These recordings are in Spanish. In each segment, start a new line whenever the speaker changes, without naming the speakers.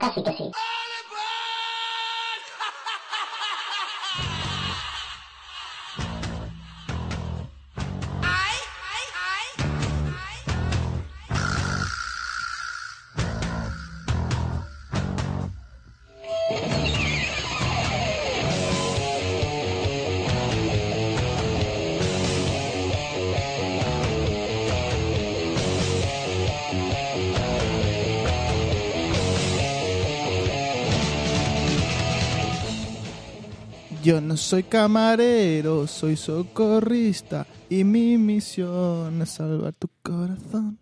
Casi que sí.
Yo no soy camarero, soy socorrista y mi misión es salvar tu corazón.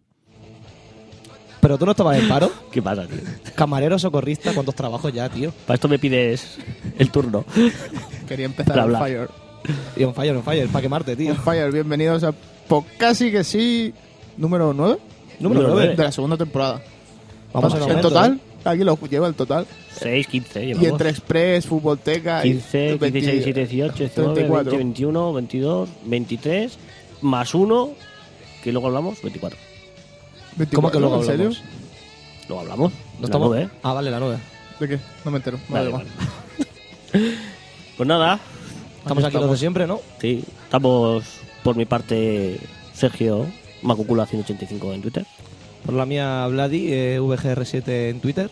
Pero tú no estabas en paro.
¿Qué pasa, tío?
Camarero, socorrista, ¿cuántos trabajos ya, tío?
Para esto me pides el turno.
Quería empezar
Bla,
on
bla.
fire.
Y on fire, on fire, para quemarte, tío.
On fire, bienvenidos a Po- Casi que sí, número 9
Número nueve.
de la segunda temporada.
Vamos en
en
aumento,
total,
¿eh?
aquí lo lleva el total.
6, 15,
Y
llevamos.
entre Express, Futbolteca
15,
y 20,
16, 17, 18, 19,
34.
20, 21, 22, 23, más 1, que luego hablamos, 24.
24,
¿Cómo que luego
¿En serio?
hablamos?
Luego hablamos.
¿No
la
estamos?
nube, ¿eh?
Ah, vale, la nube.
¿De qué? No me entero.
Vale,
Vale, vale.
vale. pues nada,
Estamos aquí los de siempre, ¿no?
sí, estamos por mi parte Sergio Macucula185 en Twitter.
Por la mía, Vladi, eh, VGR7 en Twitter.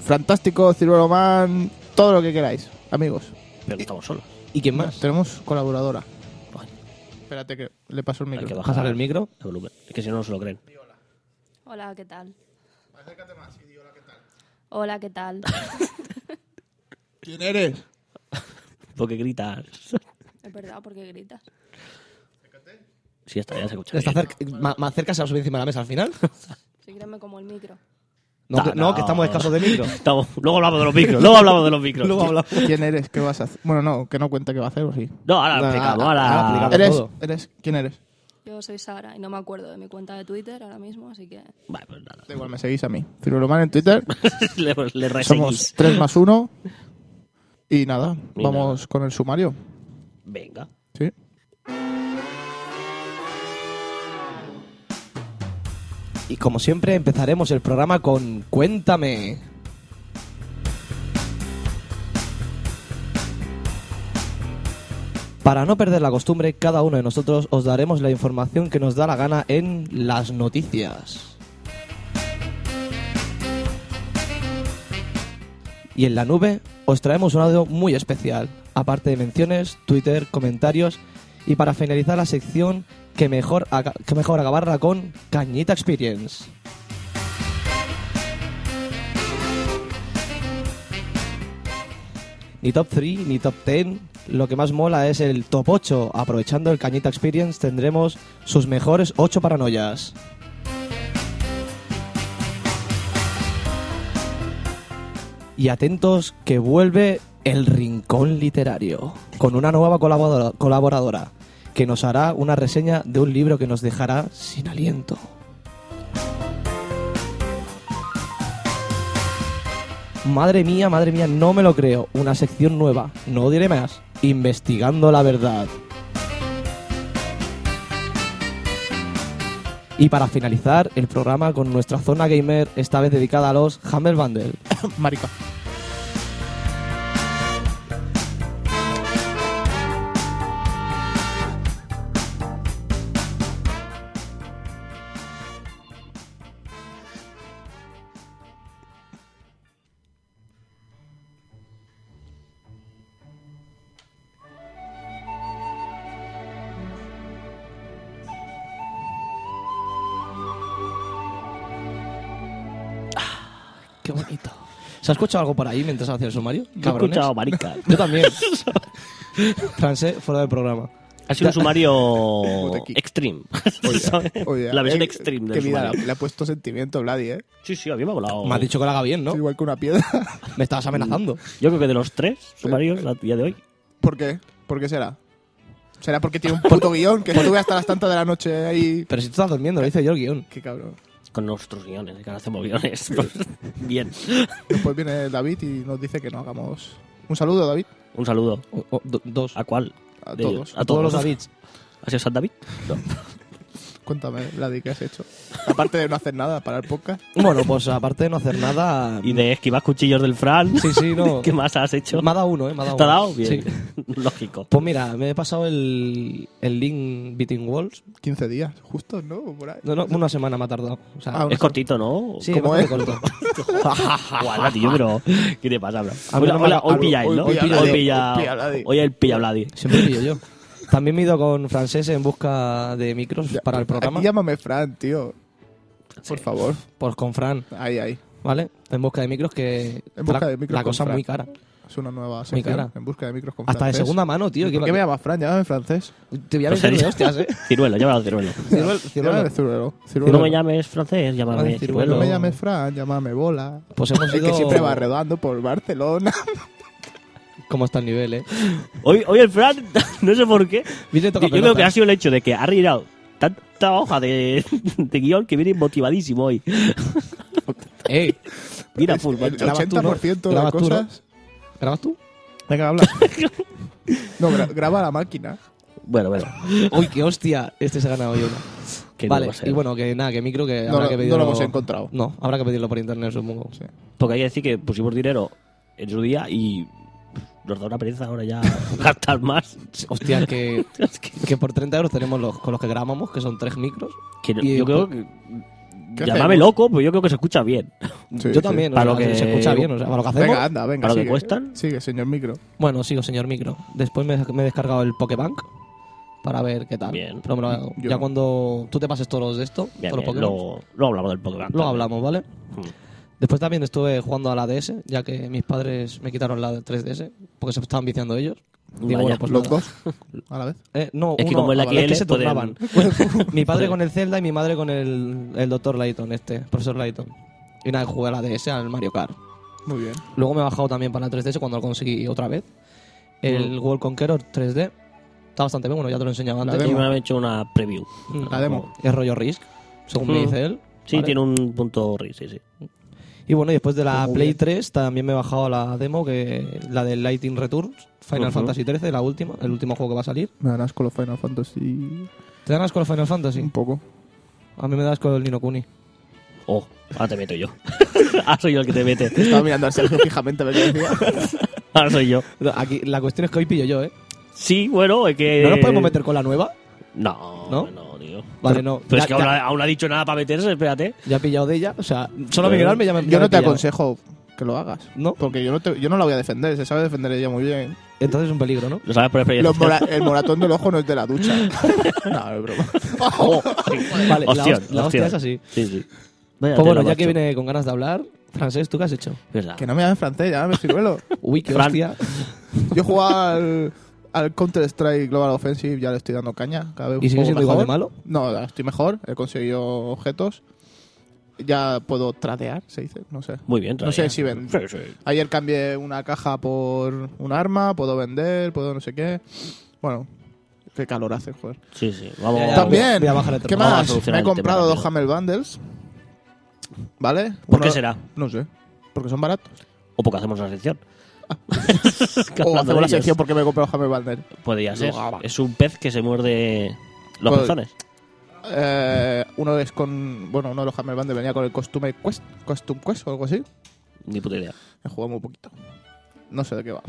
Fantástico, Ciruelo Man, todo lo que queráis, amigos.
Pero no estamos solos.
¿Y quién más?
Tenemos colaboradora.
Vale.
Espérate que le paso el
Hay que
micro.
bajar
Bajar el micro.
el volumen. Es que si no, no se lo creen.
Hola, ¿qué tal? hola, ¿qué tal?
¿Quién eres?
Porque gritas.
Es verdad, porque gritas.
Sí, ya está, ya se escucha.
Está
bien.
cerca, ma- más cerca se va a subir encima de la mesa al final.
Si quieres me como el micro.
No, que, no, que estamos escasos de micro.
Estamos- luego hablamos de los micros, luego hablamos de los micros.
Luego
tío.
hablamos.
¿Quién eres? ¿Qué vas a hacer? Bueno, no, que no cuenta qué va a hacer o sí.
No, ahora lo
No,
explicamos,
ahora-
ahora,
Ah, ahora explicamos.
¿Eres?
todo.
¿Eres? ¿Quién eres?
Yo soy Sara y no me acuerdo de mi cuenta de Twitter ahora mismo, así que
Vale, pues nada.
Da igual, me seguís a mí. Ciruelo Man en Twitter.
le, pues le
Somos
reseguís.
3 más 1. Y nada,
Y
vamos con el sumario.
Venga.
¿Sí?
Y como siempre, empezaremos el programa con Cuéntame. Para no perder la costumbre, cada uno de nosotros os daremos la información que nos da la gana en las noticias. Y en la nube os traemos un audio muy especial, aparte de menciones, Twitter, comentarios y para finalizar la sección que mejor, aga- que mejor acabarla con Cañita Experience. Ni top 3, ni top 10, lo que más mola es el top 8. Aprovechando el Cañita Experience tendremos sus mejores 8 paranoias. Y atentos que vuelve el Rincón Literario, con una nueva colaboradora, colaboradora, que nos hará una reseña de un libro que nos dejará sin aliento. Madre mía, madre mía, no me lo creo. Una sección nueva, no diré más. Investigando la verdad. Y para finalizar el programa con nuestra zona gamer, esta vez dedicada a los Humble Bundle.
Marica.
Qué bonito. ¿Se ha escuchado algo por ahí mientras hacía el sumario?
Yo he
cabrones?
escuchado marica.
Yo también. Francés, fuera del programa.
Ha sido un sumario
Botequín.
extreme.
Oye,
¿sabes?
oye,
la versión
eh,
extreme
qué
del
vida,
sumario.
le ha puesto sentimiento Vladi, ¿eh?
Sí, sí, a mí me ha volado.
Me has dicho que lo haga bien, ¿no?
Es igual que una piedra.
Me estabas amenazando.
Yo creo que de los tres sumarios a día de hoy,
¿Por qué? ¿Por qué será? ¿Será porque tiene un puto guión que estuve hasta las tantas de la noche ahí?
Pero si tú estás durmiendo, lo hice yo el guión.
Qué cabrón.
con nuestros guiones, que ahora hacemos guiones. pues, Bien.
Después Pues viene David y nos dice que no hagamos... Un saludo, David,
Un saludo.
O- o- do- dos.
¿A cuál?
a
De
todos.
ellos. A todos.
los Davids.
¿Ha sido San David? No.
Cuéntame, Vladi, ¿qué has hecho? Aparte de no hacer nada para el podcast.
Bueno, pues aparte de no hacer nada.
Y de esquivar cuchillos del Fran.
Sí, sí, no.
¿Qué más has hecho?
Me ha dado uno, ¿eh? Me ha dado
¿Te ha
uno.
dado? Bien.
Sí.
Lógico.
Pues mira, me he pasado el, el link Between Walls.
15 días, justo, ¿no? Por ahí.
No, no, una semana me ha tardado. O sea,
Ah,
Es cortito, ¿no?
sí,
¿cómo
bastante
es?
corto.
Guala, tío, pero. ¿Qué te pasa, Blas?
A mí
Hoy,
no me
hoy-
la-
hoy pilla
hoy
él, ¿no?
pilla
Hoy
Vladi,
pilla.
hoy pilla Vladi.
Hoy él pilla Vladi.
Siempre pillo yo. También me he ido con Francés en busca de micros
Ya,
para el programa.
Aquí llámame Fran, tío. Por favor.
Pues con Fran,
Ahí, ahí.
¿vale? En busca de micros que.
En busca
la,
de micros
La
con
cosa
Fran.
muy cara.
Es una nueva sección.
cara.
En busca de micros con
Hasta de
francés.
segunda mano, tío. que
¿Por qué me Pues llamas Fran? Llámame francés.
Te voy a
¿En
meter de
serio?
hostias, eh.
Ciruelo, llámalo ciruelo.
Ciruelo-
Llámame
ciruelo.
ciruelo.
No
Ciruelo.
me llames francés, llámame
Vale,
ciruelo.
No me
ciruelo.
llames Fran, llámame bola.
Pues hemos
Es
ido.
que siempre va rodando por Barcelona.
Como está el nivel, eh.
Hoy, hoy el Fran, no sé por qué.
Viene
Yo
toca
creo que ha
pelotas.
sido el hecho de que ha reirado tanta hoja de, de guión que viene motivadísimo hoy.
Ey,
Mira,
Es
full,
el
macho.
grabas tú, ¿no?
80% de las
Grabas tú, ¿no?
cosas.
¿grabas tú?
Venga, habla. No, gra- graba la máquina.
Bueno, bueno.
Uy, qué hostia. Este se ha ganado hoy una.
que no
Vale,
va a ser.
y bueno, que nada, que micro que
No,
habrá
lo-
que
no
pedirlo.
lo hemos encontrado.
No, habrá que pedirlo por internet, supongo.
Sí.
Porque hay que decir que pusimos dinero en su día y nos da una pereza ahora ya gastar más.
Hostia, que,
Es que,
que por 30 euros tenemos los con los que grabamos, que son tres micros.
que no-
Y- eh,
yo creo que.
¿Qué
Llámame
hacemos?
loco, pero yo creo que se escucha bien.
Sí,
Yo
sí.
también, o sea,
Para lo que-
se escucha bien, o sea, para lo que Pues hacemos.
Venga, anda, venga.
¿Para lo que
sigue.
cuestan?
Sigue, señor micro.
Bueno, sigo, señor micro. Después me, me he descargado el Pokébank para ver qué tal.
Bien.
Pero me lo-
Yo
ya
no.
cuando tú te pases todos los de esto,
Bien,
todos los
bien,
Pokémon, luego,
Luego, luego hablamos del Pokémon.
hablamos, ¿vale?
Mm.
Después también estuve jugando a la DS, ya que mis padres me quitaron la 3DS, porque se estaban viciando ellos.
Vaya,
Digo, bueno, pues
Los
nada.
dos. A la vez.
Eh, no,
Es que
uno-
como es la
ah, vale,
XL,
se
pueden-
turnaban. mi padre con el Zelda y mi madre con el, el doctor Layton, este, profesor Layton. Y nada, jugué a la DS al Mario Kart.
Muy bien.
Luego me he bajado también para la 3DS cuando lo conseguí otra vez. El World Conqueror 3D. Está bastante bien, bueno, ya te lo enseñaba
La
antes.
Sí,
demo.
me han hecho una preview.
Mm.
La demo.
Es rollo Risk, según me
Mm.
dice él.
Sí,
Vale.
tiene un punto ri, sí, sí.
Y bueno, y después de la
Muy
Play
bien.
3 también me he bajado la demo, que la del Lighting Returns, Final
Ujú.
Fantasy 13, la última, el último juego que va a salir.
Me dan asco los Final Fantasy.
¿Te dan asco los Final
Un
Fantasy?
poco.
A mí me da asco el Nino Kuni.
Oh, ahora te meto yo. ahora soy yo el que te mete.
Estaba mirando a Sergio fijamente, me decía.
Ahora soy yo.
Aquí, la cuestión es que hoy pillo yo, ¿eh?
Sí, bueno, es que.
¿No nos podemos meter con la nueva?
No,
¿No?
no, tío.
Vale, no.
Pero
Ya-
es que
ya-
aún, ha- aún no ha dicho nada para meterse, espérate.
Ya he pillado de ella, o sea, solo
Pero-
migrarme ya me ya
Yo
me he
no te
pillado.
aconsejo que lo hagas.
¿No?
Porque yo no, te- yo no la voy a defender, se sabe defender ella muy bien.
Entonces es un peligro, ¿no?
Lo sabes por experiencia.
Los mora- el moratón del ojo no es de la ducha. no, no es broma.
Oh,
Vale, la
opción,
host- la hostia es así.
Sí, sí. Vaya
Pues bueno,
tela,
ya que
macho.
viene con ganas de hablar, Francés, ¿tú qué has hecho?
Verdad.
que no me llames francés, llámame ciruelo.
Uy, qué
Fran.
hostia.
Yo jugaba al, al Counter-Strike Global Offensive, ya le estoy dando caña. Cada vez
¿Y
un
sigue
poco
siendo igual de
mejor.
malo?
No, ahora estoy mejor, he conseguido objetos. Ya puedo tradear, se dice, no sé.
Muy bien,
No sé
todavía.
si ven-
Sí, sí.
Ayer cambié una caja por un arma, puedo vender, puedo no sé qué. Bueno, qué calor hace, joder.
Sí, sí. Vamos.
Ya, ya,
También.
voy a bajar el
¿Qué
tono.
Vamos a
más? Me
solucionar
he
el tema
comprado dos
rápido.
Hamel Bundles. ¿Vale?
¿Por
Uno-
qué será?
No sé. Porque son baratos.
O porque hacemos una sección. Que
O
hablando de
hacemos la
ellos.
sección porque me he comprado Hamel Bundles.
Podría ser.
Luego, va.
Es un pez que se muerde los
Pod-
pezones.
Eh, uno es con. Bueno, uno de los Hammer Bundles venía con el Costume Quest, Costume Quest o algo así.
Ni puta idea.
He jugado muy poquito. No sé de qué va.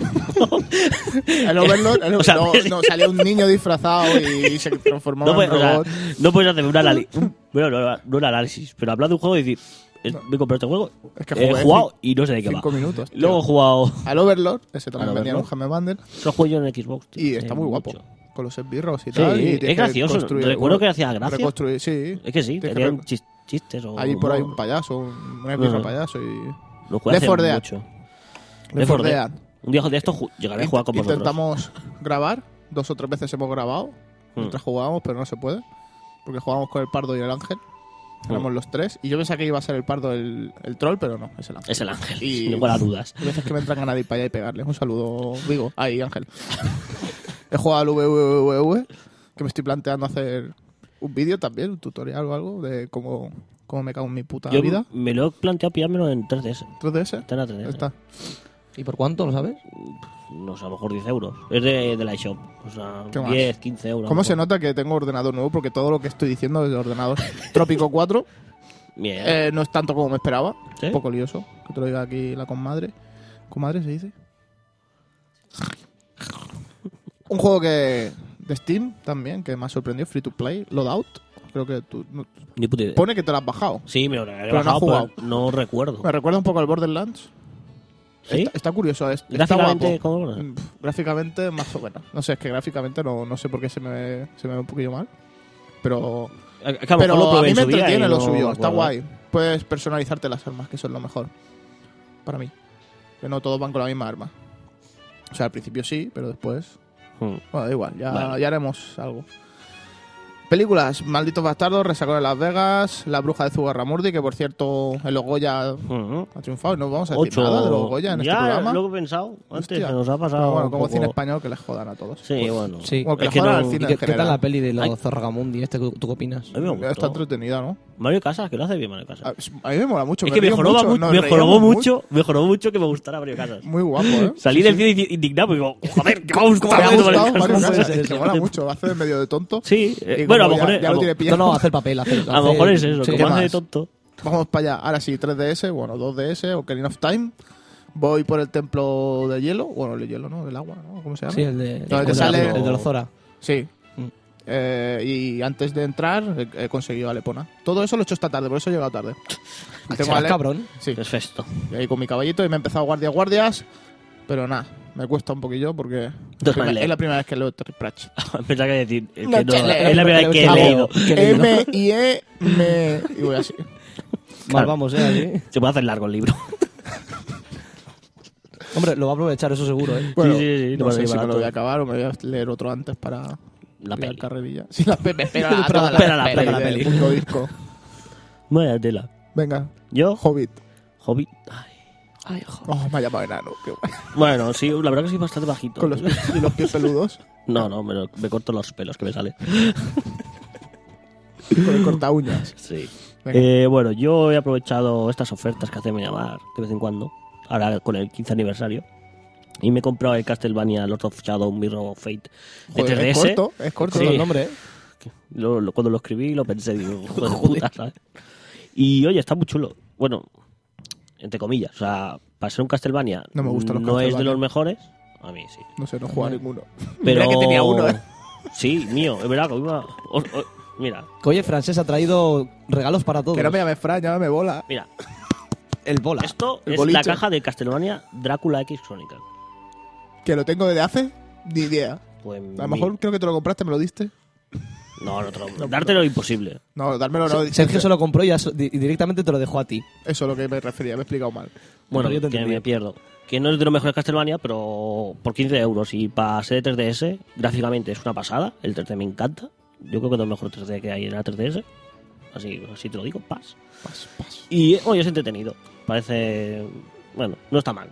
el Overlord. el-
O sea,
Eh, no, no, salía un niño disfrazado y se transformaba
No, puedes,
en
o sea,
robot.
no puedes hacer un análisis. Bueno, no, no un análisis, pero hablar de un juego y decir. es- Me he comprado este juego.
Es que
he
jugué
jugado y no sé de qué va.
Cinco minutos. tío.
Luego he jugado.
Al Overlord, ese también
Al
venía en un
Overlord.
Hammer Bundle.
Lo juego yo en Xbox. tío.
Y está
Eh,
muy guapo.
mucho.
Con los esbirros y
Sí,
tal. y tienes
es
que
gracioso.
construir-
Recuerdo que
bueno,
hacía gracia.
Reconstruir, sí.
Es que sí,
Tienes que
tenían
re-
chis- chistes o.
Hay por ahí
humor.
un payaso, un, un esbirro
Ajá.
payaso y.
Lo jugué hace
Left 4 Dead.
mucho.
Le
Left 4
fordea.
Dead. Un día de estos ju- llegaré a jugar con vosotros.
Intentamos grabar, dos o tres veces hemos grabado,
Hmm.
mientras jugábamos, pero no se puede. Porque jugábamos con el pardo y el ángel.
Hmm.
Éramos los tres. Y yo pensaba que iba a ser el pardo el, el troll, pero no, es el ángel.
Es el ángel,
Y-
sin lugar a dudas.
Hay veces que me entran ganas de ir para allá y pegarle. Un saludo, digo. Ahí, ángel. He jugado al VVVV, que me estoy planteando hacer un vídeo también, un tutorial o algo, de cómo, cómo me cago en mi puta
Yo
vida.
me lo he planteado pillármelo en 3DS.
3DS.
Está en la 3DS.
Está.
¿Y por cuánto, lo sabes?
No sé, a lo mejor 10 euros. Es de, de la eShop. O sea,
¿Qué más?
10, 15 euros.
¿Cómo se
no?
nota que tengo ordenador nuevo? Porque todo lo que estoy diciendo es de ordenador Trópico 4.
Bien.
Eh, no es tanto como me esperaba.
¿Sí?
Un poco lioso. Que te lo diga aquí la comadre. ¿Comadre se dice? Un juego que de Steam también, que me ha sorprendido, Free to Play, Loadout. Creo que tú... no-
Ni puta idea.
pone que te lo has bajado.
Sí, me lo he
no has
bajado,
jugado.
pero no recuerdo.
Me recuerda un poco al Borderlands.
¿Sí?
Está, está curioso. es- está
Gráficamente,
guapo.
¿cómo lo ves?
Mm, pf, Gráficamente, más o menos. No sé, es que gráficamente no, no sé por qué se me, se me ve un poquillo mal. Pero,
Es que a lo mejor lo
pero a
probé
mí
en
me
su día y
entretiene lo
no me
suyo. Está
acuerdo.
guay. Puedes personalizarte las armas, que eso es lo mejor. Para mí. Que no todos van con la misma arma. O sea, al principio sí, pero después...
Hmm.
Bueno, da igual, ya,
Vale.
ya haremos algo. Películas, Malditos Bastardos, Resacón de Las Vegas, La Bruja de Zugarramurdi, que por cierto en los Goya
Ujú.
ha triunfado. No vamos a decir
mm, Ocho.
nada de los Goya en
ya,
este programa.
lo que he pensado. Antes
Hostia.
se nos ha
Pero
pasado.
bueno,
un
como
poco-
cine español Pues, que les jodan a todos.
Sí, bueno.
sí.
Bueno, que
Es
les
que
jodan
no-
al
¿Y
cine
qué,
en
qué
general.
tal la peli de
Ay.
los Zorragamundi? Este, ¿Tú tú qué opinas?
¿Eh?
A mí me gustó.
Está entretenida, ¿no?
Mario Casas, que lo hace bien Mario
A
Casas.
a mí me mola mucho.
es que
me
me
río
jorobó
mucho,
mu-
nos
me
reíamos
jorobó
mucho.
mucho, me jorobó mucho que me gustara Mario Casas.
Muy guapo, ¿eh?
Salí
Sí,
del
sí.
cine indignado y digo, joder, ¿cómo, cómo
Me ha
ha metido
gustado Mario
Casas?
Casas, que mola mucho. Hace de medio de tonto.
Sí,
Y
eh,
como
bueno, a lo
ya-
mejor, es-
ya
a
lo
lo-
tiene pillado.
No, no, hace el papel. Hace,
a lo
hace-
mejor es eso,
sí.
como
¿Qué
hace de
más?
tonto.
Vamos para allá. Ahora sí, 3DS, bueno, 2DS, Ocarina of Time. Voy por el templo de hielo. Bueno, el hielo, ¿no? El agua, ¿no? ¿Cómo se llama?
Sí, el de,
No, el que
el
sale-
el de los Zora.
Sí.
Mm.
Eh, y antes de entrar he- he conseguido Alepona. Todo eso lo he hecho esta tarde, por eso he llegado tarde.
Serás
Ale-
Ah, cabrón.
Sí,
Es festo.
y ahí con mi caballito y me he empezado guardias, guardias. Pero nada, me cuesta un poquillo porque
Dos
es la-
mal leer.
es la primera vez que leo Terry Pratchett.
Pensaba que decir, es, que
No,
no,
chale.
es la primera vez que he
Ah,
leído.
qué leído.
M I E me y voy así.
Mal
Claro.
vamos, eh, allí.
Se puede hacer largo el libro.
Hombre, lo va a aprovechar, eso seguro, eh.
Bueno,
sí, sí,
no
no
sé
vale,
si me
barato.
lo voy a acabar o me voy a leer otro antes para
La
ir
peli.
al carrerilla. Sí, la peli, espera,
Espera,
toda
espera la
la,
peli,
peli,
la
del
peli.
punto disco.
Vaya tela.
Venga,
Yo,
Hobbit.
Hobbit. Ay. Ay, jo-
Oh, me ha llamado enano, qué guay.
Bueno, sí, la verdad que soy bastante bajito.
Con los pies, y los pies peludos,
No, no, me, lo- me corto los pelos que me sale.
con el corta uñas.
Sí.
Venga.
Eh, bueno, yo he aprovechado estas ofertas que hace mi llamar de vez en cuando, ahora con el 15 aniversario, y me he comprado el Castlevania Lord of Shadow Mirror of Fate de
Joder,
3DS.
es corto, es corto.
Sí.
Con el nombre, eh.
Lo- lo- cuando lo escribí lo pensé, digo, hijo de puta, ¿sabes? Y oye, está muy chulo. Bueno, entre comillas, o sea, para ser un Castlevania
No me gustan los
no es de
Castlevania.
los mejores. A mí sí.
No sé, no juega ninguno.
Pero...
Mira que tenía uno, ¿eh?
Sí, mío, es verdad. que iba- o- o- Mira,
Que oye, Francés ha traído regalos para todos.
Que no me llame Fran, llámame Bola.
mira.
El bola.
Esto
el
es
boliche.
la caja de Castlevania Drácula X Chronicle.
Que lo tengo desde hace ni idea.
Pues
A lo mejor creo que te lo compraste, me lo diste.
No, no, te lo- dártelo es imposible.
No, dármelo no.
Sergio se lo compró y, ya so- di- y directamente te lo dejó a ti.
Eso es lo que me refería, me he explicado mal.
Bueno,
Pero yo te
que
entendí.
me pierdo. Que no es de los mejores Castlevania, pero por 15 euros. Y para ser de 3DS, gráficamente es una pasada. El 3D me encanta. Yo creo que es lo mejor 3D que hay en la 3DS. Así, así te lo digo, paz.
Pas, pas.
Y hoy es entretenido. Parece. Bueno, no está mal.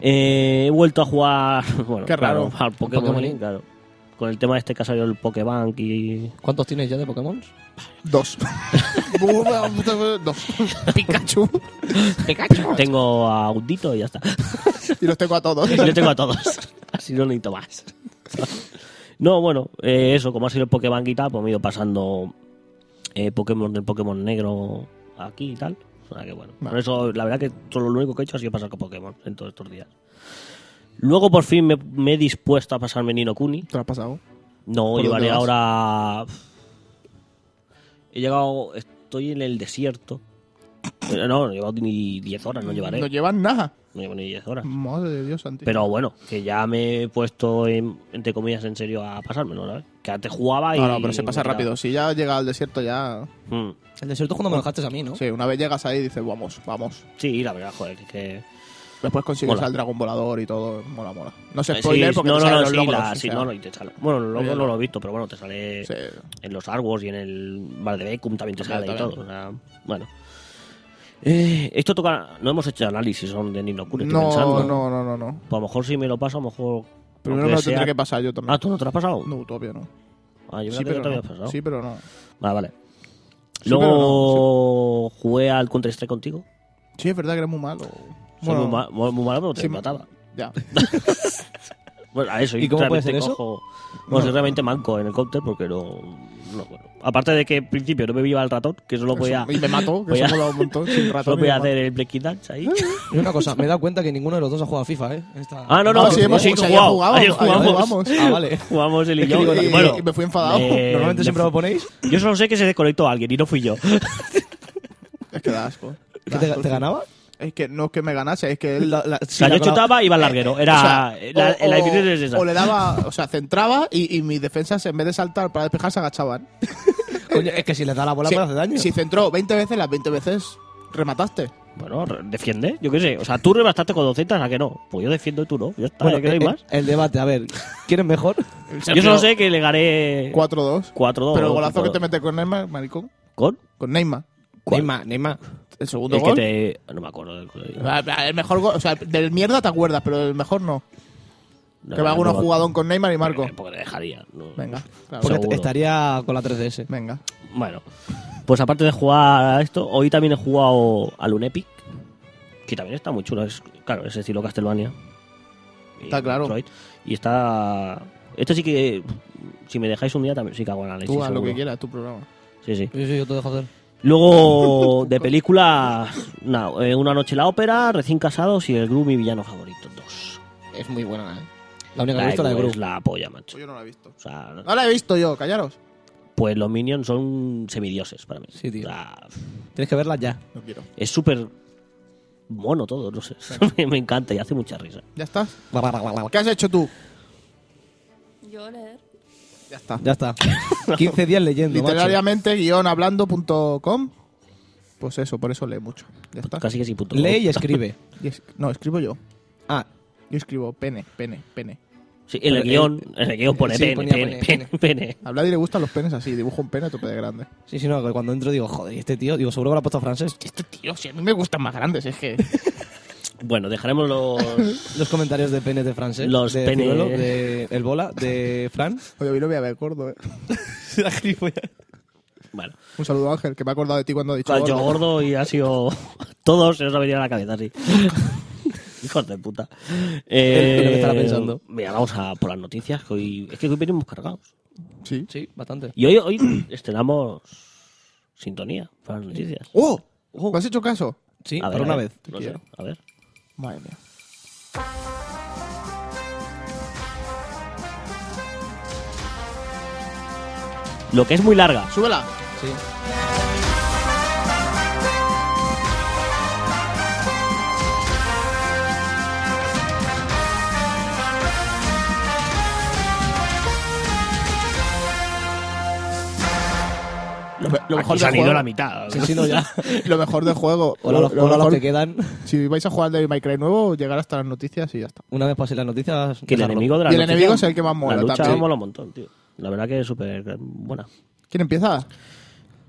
Eh, he vuelto a jugar. Bueno,
Qué raro. ¿eh?
claro, al Pokémon,
Pokémon Link.
claro. Con el tema este que ha salido el Pokébank y.
¿Cuántos tienes ya de Pokémon?
Dos. Dos. Pikachu.
Tengo a Audito y ya está.
Y los tengo a todos.
Yo tengo a todos. Así no necesito más. No, bueno, eh, eso, como ha sido el Pokémon y tal, pues me he ido pasando eh, Pokémon del Pokémon negro aquí y tal. O sea que bueno.
Vale.
Por eso, la verdad que solo lo único que he hecho ha sido pasar con Pokémon en todos estos días. Luego por fin me, me he dispuesto a pasarme Nino Kuni.
¿Te lo has pasado?
No,
¿Por
llevaré
dónde
ahora. He llegado. Estoy en el desierto. Eh, No, no he llevado ni 10 horas, no llevaré.
No llevan nada.
No llevo ni 10 horas.
Madre de Dios, Santi.
Pero bueno, que ya me he puesto, en- entre comillas, en serio a pasármelo, ¿sabes? Que antes jugaba y...
No, no, pero se pasa
me
rápido. Si ya llega al desierto, ya.
quedaba. Mm.
El desierto es cuando me lo dejaste a mí, ¿no?
Sí, una vez llegas ahí dices, vamos, vamos.
Sí, la verdad, joder, que...
Después consigues
Mola.
al dragón volador y todo. Mola, mola. No
Eh,
se spoiler
sí,
porque
no,
te
no,
salen
no,
los
sí,
logros,
la-
o
sí,
sea,
no, no, y te sale. Bueno, el logo
Bien.
no lo he visto, pero bueno, te sale
sí.
en los artworks y en el Bar de Becum también te
También,
sale y
también.
todo. o sea, bueno. Eh, esto toca... No hemos hecho análisis aún de Nino Kuni, estoy
No,
pensando. ¿eh?
no, no, no, no.
Pues a lo mejor si me lo paso, a lo mejor...
Primero
aunque
me lo
sea-
tendré que pasar yo
Ah,
también.
¿tú no te lo has pasado?
No, Utopia no.
Ah, yo
Sí,
me lo
pero
había
no.
pasado.
Sí, pero no.
Ah, vale.
Sí,
Luego jugué al Counter-Strike contigo.
Sí, es verdad que eres muy malo.
Soy
Bueno.
muy, ma- muy- muy malo, pero te
Sí,
mataba.
Ya.
Bueno, a eso.
¿Y cómo puede ser
realmente
eso?
cojo- Bueno, soy realmente manco en el cóctel porque no... no, bueno. Aparte de que en principio no me viva el ratón, que solo podía,
Y me mato, que
voy
eso
a-
mola un montón. Sin ratón.
solo
y me
podía
Ah, mato.
hacer el breaking dance ahí.
Y una cosa, me he dado cuenta que ninguno de los dos ha jugado a FIFA, ¿eh? Esta-
Ah, no, no,
Ah, sí, hemos
sí,
jugado,
jugado,
ayer
ayer
jugamos.
jugamos.
Ah, vale.
Jugamos el
Es
y
que
yo.
digo, y-
bueno,
y me fui enfadado.
me-
Normalmente
me
siempre
fu-
lo ponéis.
Yo solo sé que se desconectó alguien y no fui yo.
Es que da asco.
¿Que
Da
te,
asco, sí.
te ganaba?
Es que no es que me ganase, es que él.
La- la- si
O sea,
la
yo
cola-
chutaba y iba al larguero. Era.
Eh, o sea,
la,
o-
la
o-
definición es esa.
o le daba, o sea, centraba y, y mis defensas en vez de saltar para despejar se agachaban.
Coño, es que si les da la bola
si,
puede hacer daño.
si centró 20 veces, las 20 veces remataste.
Bueno, re- defiende. Yo qué sé. O sea, tú rebastaste con 200, ¿a que no? Pues yo defiendo y tú no. Ya está,
Bueno,
ya que no hay
eh, eh,
más.
el debate, a ver, ¿quién es mejor?
Yo solo sé que le gané
4-2.
4-2.
Pero el golazo que
5-2.
te mete con Neymar, maricón.
¿Con?
Con Neymar.
¿Cuál?
Neymar, Neymar.
El segundo
El que
gol.
te. No me acuerdo del.
Ah, ah, El mejor gol, o sea, del mierda te acuerdas, pero del mejor no.
no,
que va
no,
alguno
no,
jugadón con Neymar y Marco.
Eh, Porque, porque le dejaría. no.
Venga, claro.
Porque
Seguro.
estaría con la 3DS.
Venga.
Bueno, pues aparte de jugar a esto, hoy también he jugado al Unepic, que también está muy chulo, es, claro, es estilo Castlevania. Y
Está claro.
Metroid. y está... Este sí que, si me dejáis un día, también sí que hago análisis.
Tú haz lo
seguro.
que quieras, tu programa.
Sí, sí.
Sí, sí, yo te dejo hacer.
Luego, de películas, nada, eh, Una noche en la ópera, Recién casados y El Groom, mi villano favorito, dos.
Es muy buena, ¿eh? La única que he visto es la de Groove.
Groom es la polla, macho.
Pues Yo no la he visto.
O sea,
No la he visto yo, callaros.
pues los Minions son semidioses para mí.
Sí, tío.
O sea,
Tienes que verla ya.
No quiero.
Es súper mono todo, no sé. me, me encanta y hace mucha risa.
¿Ya estás?
Ya
¿Qué has hecho tú?
Yo leer.
Ya está.
está. 15 días leyendo. macho.
Literariamente, guionhablando.com. Pues eso, por eso lee mucho. Ya está.
Casi que sin punto.
Lee y escribe.
Y es- no, escribo yo.
Ah,
Yo escribo pene, pene, pene.
Sí, en el
Pero
guión, en el guión pone
eh, sí,
pene,
ponía
pene,
pene,
pene, pene.
A Vladi le gustan los penes así. Dibujo un pene a tope de grande.
sí, sí, no, que cuando entro digo, joder, ¿y este tío? Digo, seguro que lo ha puesto francés.
Este tío, si a mí me gustan más grandes, es que.
Bueno, dejaremos los...
Los comentarios de penes de francés.
Los
de
pene-
Ciruelo, de El Bola, de Fran.
Oye, hoy lo voy a ver gordo, eh.
Bueno,
Un saludo, Ángel, que me ha acordado de ti cuando ha dicho.
Cacho
gordo.
gordo y ha sido... Todos se nos ha venido a la cabeza, sí. Hijos de puta. Eh,
Es lo que estaba pensando.
Mira, vamos a por las noticias. Que hoy, es que hoy venimos cargados.
Sí.
Sí, bastante.
Y hoy, hoy estrenamos sintonía para las noticias.
¡Oh! ¿Me has hecho caso?
Sí,
A ver,
por
a
una
ver,
vez.
no sé,
quiero.
a ver.
Madre mía.
Lo que es muy larga.
¡Súbela!
Sí.
Lo, me- lo mejor
Aquí
del
se han ido
juego.
la mitad.
Sí, sí, no, ya.
Lo mejor del juego.
Hola, a
lo-
los,
lo
hola a los
mejor-
que quedan.
Si vais a jugar al Devil May Cry nuevo, llegar hasta las noticias y ya está.
Una vez pasen las noticias.
Que el
dejarlo.
enemigo de la
Y el
noticia-
enemigo es el que más mola
La lucha
también.
mola un montón, tío. La verdad que es súper buena.
¿Quién empieza?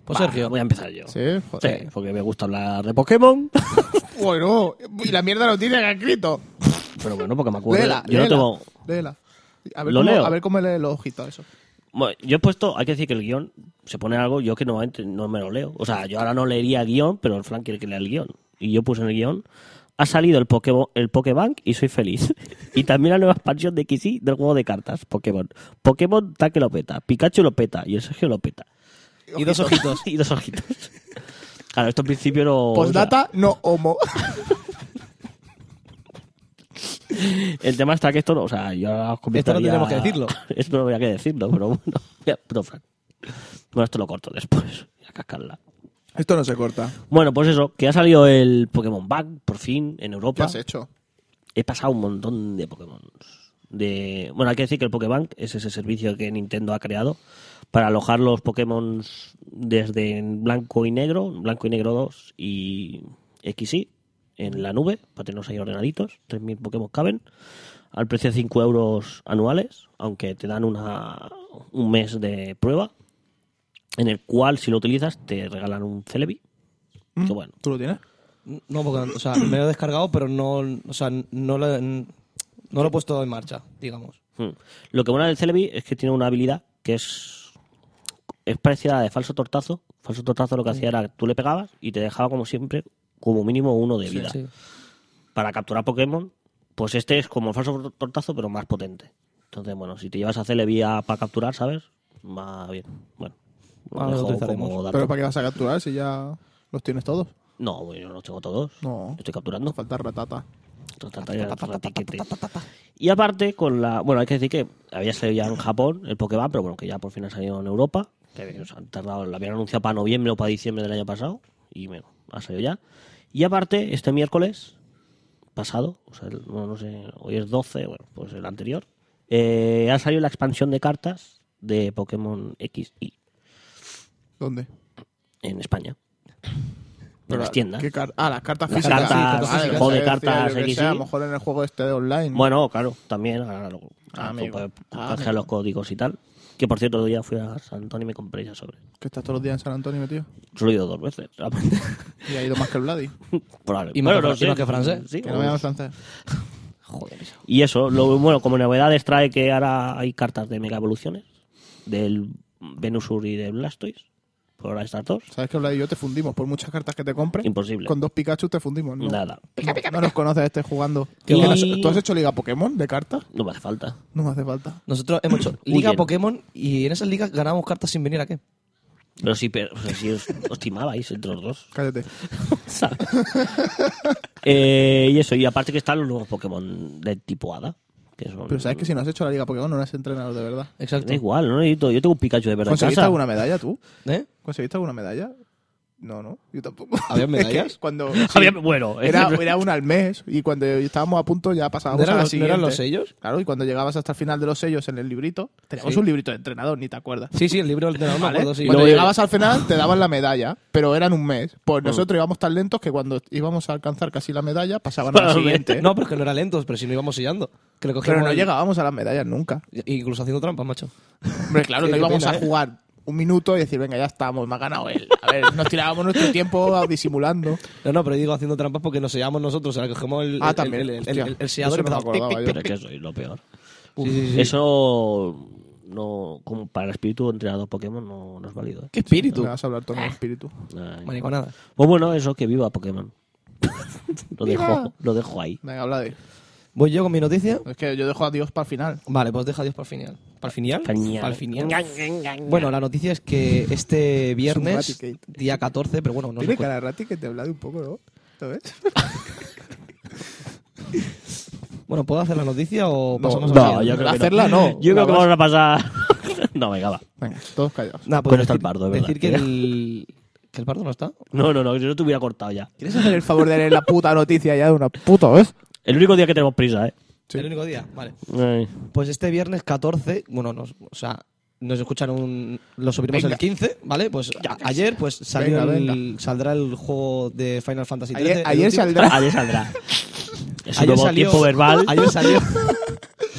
Pues
Va,
Sergio.
Voy a empezar yo.
Sí, joder.
Sí, porque me gusta hablar de Pokémon.
Bueno, y la mierda lo tiene que ha escrito.
Pero bueno, porque me acuerdo.
Léela,
Pues yo
léela,
no tengo.
léela. A ver,
¿Lo
cómo,
leo? Pues
a ver cómo lee los ojitos eso.
Bueno, yo he puesto. Hay que decir que el guión se pone algo. Yo que normalmente no me lo leo. O sea, yo ahora no leería el guión, pero el Frank quiere que lea el guión. Y yo puse en el guión. Ha salido el, Pokémon, el Pokébank y soy feliz. y también la nueva expansión de XY del juego de cartas, Pokémon. Pokémon Taque lo peta, Pikachu lo peta y el Sergio lo peta.
Y dos ojitos.
y dos ojitos. Claro, esto en principio no. o sea,
Postdata, Pues no homo.
El tema está que esto no, o sea, yo ahora os
Esto no
comentaría...
tenemos que decirlo.
Esto no había que decirlo, pero bueno. Ya, Pero Fran. Bueno, esto lo corto después. A cascarla.
Esto no se corta.
Bueno, pues eso, que ha salido el Pokémon Bank, por fin, en
¿Qué
Europa.
has hecho?
He pasado un montón de Pokémon. De... Bueno, hay que decir que el Pokébank es ese servicio que Nintendo ha creado para alojar los Pokémon desde en blanco y negro, blanco y negro 2 y XY en la nube, para tenerlos ahí ordenaditos. 3.000 Pokémon caben, al precio de 5 euros anuales, aunque te dan una, un mes de prueba, en el cual si lo utilizas te regalan un Celebi. Que bueno,
¿Tú lo tienes?
No, porque, o sea, me lo he descargado, pero no, o sea, no lo, no lo he puesto en marcha, digamos.
Hmm. Lo que bueno del Celebi es que tiene una habilidad que es es parecida a la de falso tortazo. Falso tortazo lo que hacía era tú le pegabas y te dejaba como siempre como mínimo uno de vida. para capturar Pokémon, pues este es como el falso tortazo, pero más potente. Entonces, bueno, si te llevas a Celevía para capturar, ¿sabes? Va bien. Bueno, lo
Ah, lo
dejo
utilizaremos.
como dato.
Pero ¿para qué vas a capturar si ya los tienes todos?
No, bueno, yo no tengo todos.
No.
Estoy capturando.
Falta ratata.
Y aparte, con la. Bueno, hay que decir que había salido ya en Japón el Pokémon, pero bueno, que ya por fin ha salido en Europa. Que nos han tardado, lo habían anunciado para noviembre o para diciembre del año pasado. Y bueno, ha salido ya. Y aparte, este miércoles pasado, o sea, el- no, no sé, hoy es 12, bueno, pues el anterior, eh, ha salido la expansión de cartas de Pokémon X y
¿Dónde?
en España. En
Pero,
las tiendas.
¿qué car- ah, las cartas
Las
físicas.
cartas,
Ah,
sí,
vale,
el juego de
pensé que decía,
cartas
yo que
XY.
sé, A lo mejor en el juego este de online.
Bueno, claro, también ahora lo-
Amigo.
puedes
Ah,
canjear
amigo.
los códigos y tal. Que por cierto, el otro día fui a San Antonio y me compré ya sobre.
Que estás todos los días en San Antonio, metido.
Solo he ido dos veces, realmente.
Y ha ido más que el Vladi.
Probablemente.
¿Y más que-
no
y
sé.
más que francés?
Sí,
Que no me llamas francés.
Joder, eso.
Y eso, lo bueno, como novedades trae que ahora hay cartas de mega evoluciones del Venusur y del Blastoise. Por ahora estas dos.
¿Sabes que Vladi y yo te fundimos? Por muchas cartas que te compres,
Imposible.
con dos Pikachu te fundimos. ¿no?
Nada.
No nos conoces, estés jugando.
Qué
¿Tú
bueno.
has- ¿Tú has hecho Liga Pokémon de cartas?
No me hace falta.
No me hace falta.
Nosotros hemos hecho Liga
Huyen.
Pokémon y en esas ligas ganábamos cartas sin venir a qué.
Pero sí, pero, o sea, sí os, os timabais entre los dos.
Cállate.
¿sabes? Eh, y eso, y aparte que están los nuevos Pokémon de tipo Hada. Que son,
Pero sabes que si no has hecho la Liga Pokémon no eres entrenador de verdad.
Exacto.
Da igual, no necesito. Yo tengo un Pikachu de verdad. en
¿Conseguiste
casa.
alguna medalla tú?
¿Eh?
¿Conseguiste alguna medalla? No, no, yo tampoco.
¿Había
Es
medallas?
que cuando
Había- bueno,
era,
es-
era una al mes y cuando estábamos a punto ya pasábamos
¿No eran
a la
los- no
siguiente.
eran los sellos?
Claro, y cuando llegabas hasta el final de los sellos en el librito, teníamos
Sí.
un librito de entrenador, ni te acuerdas.
Sí, sí, el libro del entrenador, me
¿Vale?
acuerdo, sí.
Cuando
Luego
llegabas al final te daban la medalla, pero eran un mes. Pues nosotros íbamos tan lentos que cuando íbamos a alcanzar casi la medalla pasaban a la
Vale.
siguiente.
No, pero es que no era lentos, pero si no íbamos sellando. Que
pero
le cogíamos
no
el-
llegábamos a las medallas nunca.
Incluso haciendo trampas, macho.
Hombre, claro,
Sí,
no
qué
íbamos
pena,
a
¿eh?
jugar un minuto y decir, venga, ya estamos, me ha ganado él. A ver, nos tirábamos nuestro tiempo disimulando.
No, no, pero digo haciendo trampas porque nos sellamos nosotros. O sea, cogemos el,
Ah,
el-
también,
el, el,
hostia,
el- el sellador y
eso no me
empezamos.
acordaba yo.
Pero es que soy lo peor.
Sí, sí, sí.
Eso no, como para el espíritu entrenador Pokémon no, no es válido. ¿eh?
¡Qué espíritu!
Me vas a hablar todo de espíritu.
Ay.
Mariconada.
Pues bueno, eso que viva Pokémon. lo, dejo, lo dejo ahí.
Venga, habla de.
Voy yo con mi noticia.
Es que yo dejo a Dios para el final.
Vale, pues deja Dios para el final. ¿Para el final?
Genial.
Para el final. Bueno, la noticia es que este viernes,
Raticate.
día 14, pero bueno, no
Tiene
se puede-
cara de Rati que te habla de un poco, pues ¿no? ¿Lo ves?
Bueno, ¿puedo hacer la noticia o pasamos a la
No,
siguiente?
yo creo que
Hacerla
no.
no.
Yo
La
creo que
vas-
vamos a pasar. no, venga, va.
Venga, todos callados.
Nada, pues
Con esto el bardo, de verdad.
Decir que el, que el bardo no está.
No, no, no, yo no te hubiera cortado ya.
¿Quieres hacer el favor de leer la puta noticia ya de una puta vez?
El único día que tenemos prisa, ¿eh?
Sí.
El único día, vale.
Ay.
Pues este viernes 14, bueno, nos, o sea, nos escucharon, lo subiremos
Venga.
el 15, ¿ale? Pues a- ayer pues salió
Venga,
el-
venga.
saldrá el juego de Final Fantasy XIII.
Ayer,
el
ayer
último.
saldrá.
Ayer saldrá. Es un
Ayer
nuevo
salió-
tiempo verbal.
Ayer salió.
Es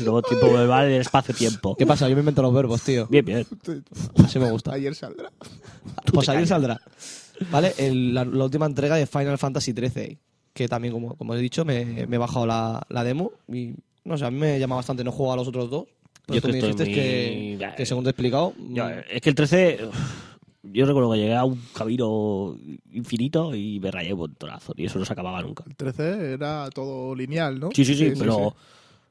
un nuevo tiempo verbal del espacio-tiempo.
¿Qué pasa? Yo me invento los verbos, tío.
Bien, bien.
Sí me gusta.
Ayer saldrá.
Pues ayer saldrá. ¿Vale? El- la, la última entrega de Final Fantasy XIII. Que también, como, como he dicho, me, me he bajado la, la demo. Y no sé, a mí me llama bastante. No juego a los otros dos. Pero
Yo
tú
que
me
estoy
dijiste
muy- eh,
que, que, según te he explicado.
Ya,
mm,
es que el 13, uf, yo recuerdo que llegué a un cabiro infinito y me rayé un montonazo, y eso no se acababa nunca.
El 13 era todo lineal, ¿no?
Sí, sí, sí, pero.
sí.
O,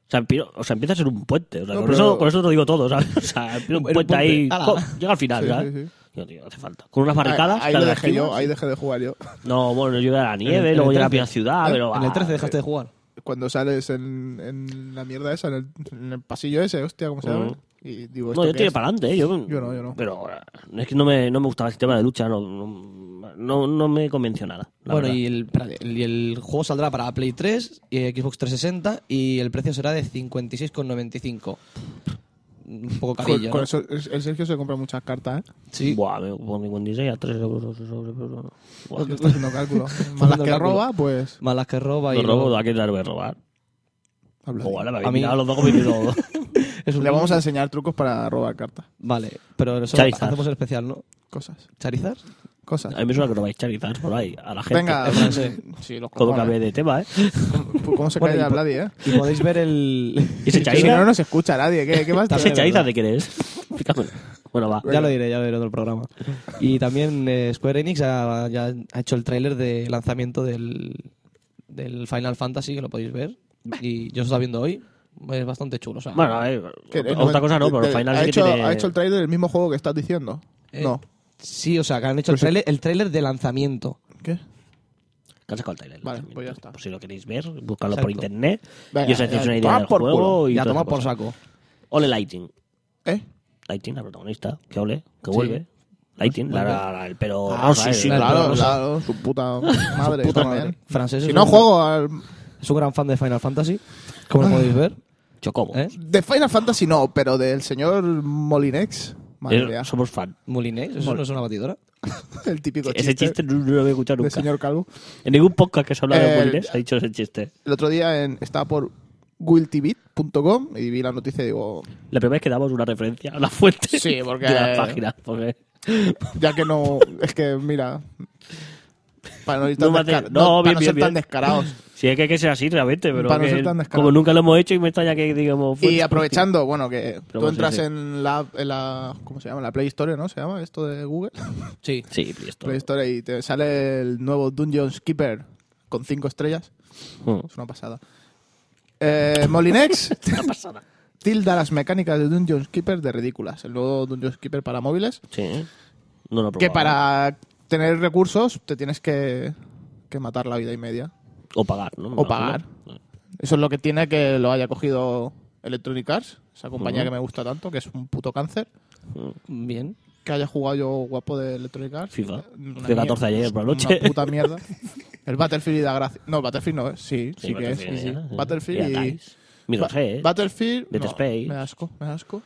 sea, empiezo- o sea, empieza a ser un puente. O sea,
No,
con,
pero-
eso, con eso te lo digo todo, ¿sabes? O sea, empieza un
Era un
puente, ahí.
puente. Ala.
¡pum! Llega al final,
Sí,
¿sabes?
sí, sí.
Yo, tío, no hace falta. Con unas barricadas.
Ahí, ahí
que
lo
las
dejé yo,
activas.
ahí dejé de jugar yo.
No, bueno, yo iba a la
en
nieve,
el
luego llegué a
13.
la primera ciudad, pero.
en el 13
ah,
dejaste de jugar.
Cuando sales en, en la mierda esa, en el, en el pasillo ese, hostia, ¿cómo se llama?
Ujú.
Y digo,
No,
¿esto
yo
qué
tiré
es?
para adelante, ¿eh? Yo,
Yo no, yo no.
Pero eh, es que no me, no me gustaba el sistema de lucha, no, no, no, no me convenció nada. la
Bueno,
verdad.
y el, espérate, el- y el juego saldrá para Play 3 y Xbox 360. Y el precio será de 56,95. Un poco
Con-
carillo.
con
¿no?
eso, el, el Sergio se compra muchas cartas,
Pues
¿eh?
Sí.
Buah, me pongo mi 56 a 3 euros. eso, eso, eso. Buah.
Está haciendo cálculo. Más las
haciendo
que
cálculo.
roba, pues.
Más las que roba y.
Lo robo,
luego-
¿a quién la voy a robar?
habla.
Igual, me
A
habéis
mí-
mirado los dos como diciendo,
es un-
Le vamos a enseñar trucos para robar cartas.
Vale, pero eso
Charizard.
hacemos el especial, ¿no?
Cosas.
¿Charizard?
Cosas.
A mí me suena que robáis Charizard por ahí, a la gente.
Venga,
francés.
sí, los
Todo
cojones.
cambia de tema, ¿eh?
¿Cómo se
Bueno,
calla
y po-
Vladi, eh?
Y podéis ver el.
¿Y
Si no,
ese
no
Charizard?
nos escucha nadie. ¿Qué, qué más da?
¿Ese Charizard de quién es? Explícamelo. Bueno, va.
ya lo diré, ya lo diré en otro programa. Y también eh, Square Enix ha, ya ha hecho el tráiler de lanzamiento del del Final Fantasy, que lo podéis ver. Y yo lo estaba viendo hoy. Es bastante chulo. o sea,
Bueno, a ver,
Que, eh,
otra, otra cosa no,
de-
pero
de-
Final
ha,
sí que
hecho,
tiene...
ha hecho el trailer del mismo juego que estás diciendo.
eh,
No.
Sí, o sea, que han hecho el
Pero sí.
tráiler el tráiler de lanzamiento.
¿Qué?
que han sacado el trailer.
Vale,
también.
pues ya está.
Pues si lo queréis ver, buscadlo
Exacto.
por internet.
Venga,
y os hacéis
ya,
una idea
tomad
del
por
juego
culo.
y
ya
toda
tomar
esa
por
cosa.
saco.
Ole Lighting.
¿Eh?
Lighting, la protagonista, que ole, que
Sí.
vuelve. Lighting, la,
Vuelve.
la- la- el pelo
Ah,
rosa,
sí, sí,
el pelo
claro,
rosa.
claro. Su puta madre.
Puta
también.
madre. Francés es
Si no
un-
juego Ah. al...
Es un gran fan de Final Fantasy, como lo podéis ver.
Chocobo.
¿Eh?
De Final Fantasy no, pero del señor Molinex. Madre
Eh,
mía.
somos fan.
Molinex, eso
Mol-
no es una batidora.
El típico chiste,
Ese chiste no, no lo había escuchado
del
nunca.
señor Calvo.
En ningún podcast que se habla de
Eh,
Molines ha dicho ese chiste.
El otro día en- estaba por guiltybit.com y vi la noticia y digo,
La primera vez que damos una referencia a la fuente
Sí, porque-
de la página. Porque
ya que no... es que, mira... Para no, ir
No
tan
me hace-
descar-
no,
no, para
bien,
no
bien,
ser tan
bien.
descarados.
sí, es que hay que ser así realmente, pero
Para no
que
ser tan descarado.
como nunca lo hemos hecho y me extraña que digamos...
Y
fuente.
aprovechando, bueno, que tú
bueno,
entras
sí, sí.
en la, en la... ¿Cómo se llama? La Play Store, ¿no? ¿Se llama esto de Google?
Sí.
Sí, listo.
Play Store y te sale el nuevo Dungeon Keeper con cinco estrellas.
Mm.
Es una pasada. Eh, Molinex
Una pasada.
tilda las mecánicas de Dungeon Keeper de ridículas. El nuevo Dungeon Keeper para móviles.
Sí, ¿eh? no lo he
Que
probado.
para tener recursos te tienes que, que matar la vida y media.
O pagar, ¿no? Me
o
imagino.
pagar. Eso es lo que tiene que lo haya cogido Electronic Arts, esa compañía
Ujú.
que me gusta tanto, que es un puto cáncer.
Bien.
Que haya jugado yo guapo de Electronic Arts.
FIFA.
Una
Fui 14 ayer por la noche.
Una puta mierda. El Battlefield y da gracia. No, Battlefield no, eh. sí, sí,
Sí,
que es. sí, sí.
¿eh? Sí.
Battlefield
Y
y.
Atais. Mira,
Ba-
sé, ¿eh?
Battlefield.
Dead
no,
Space.
Me da asco, me da asco.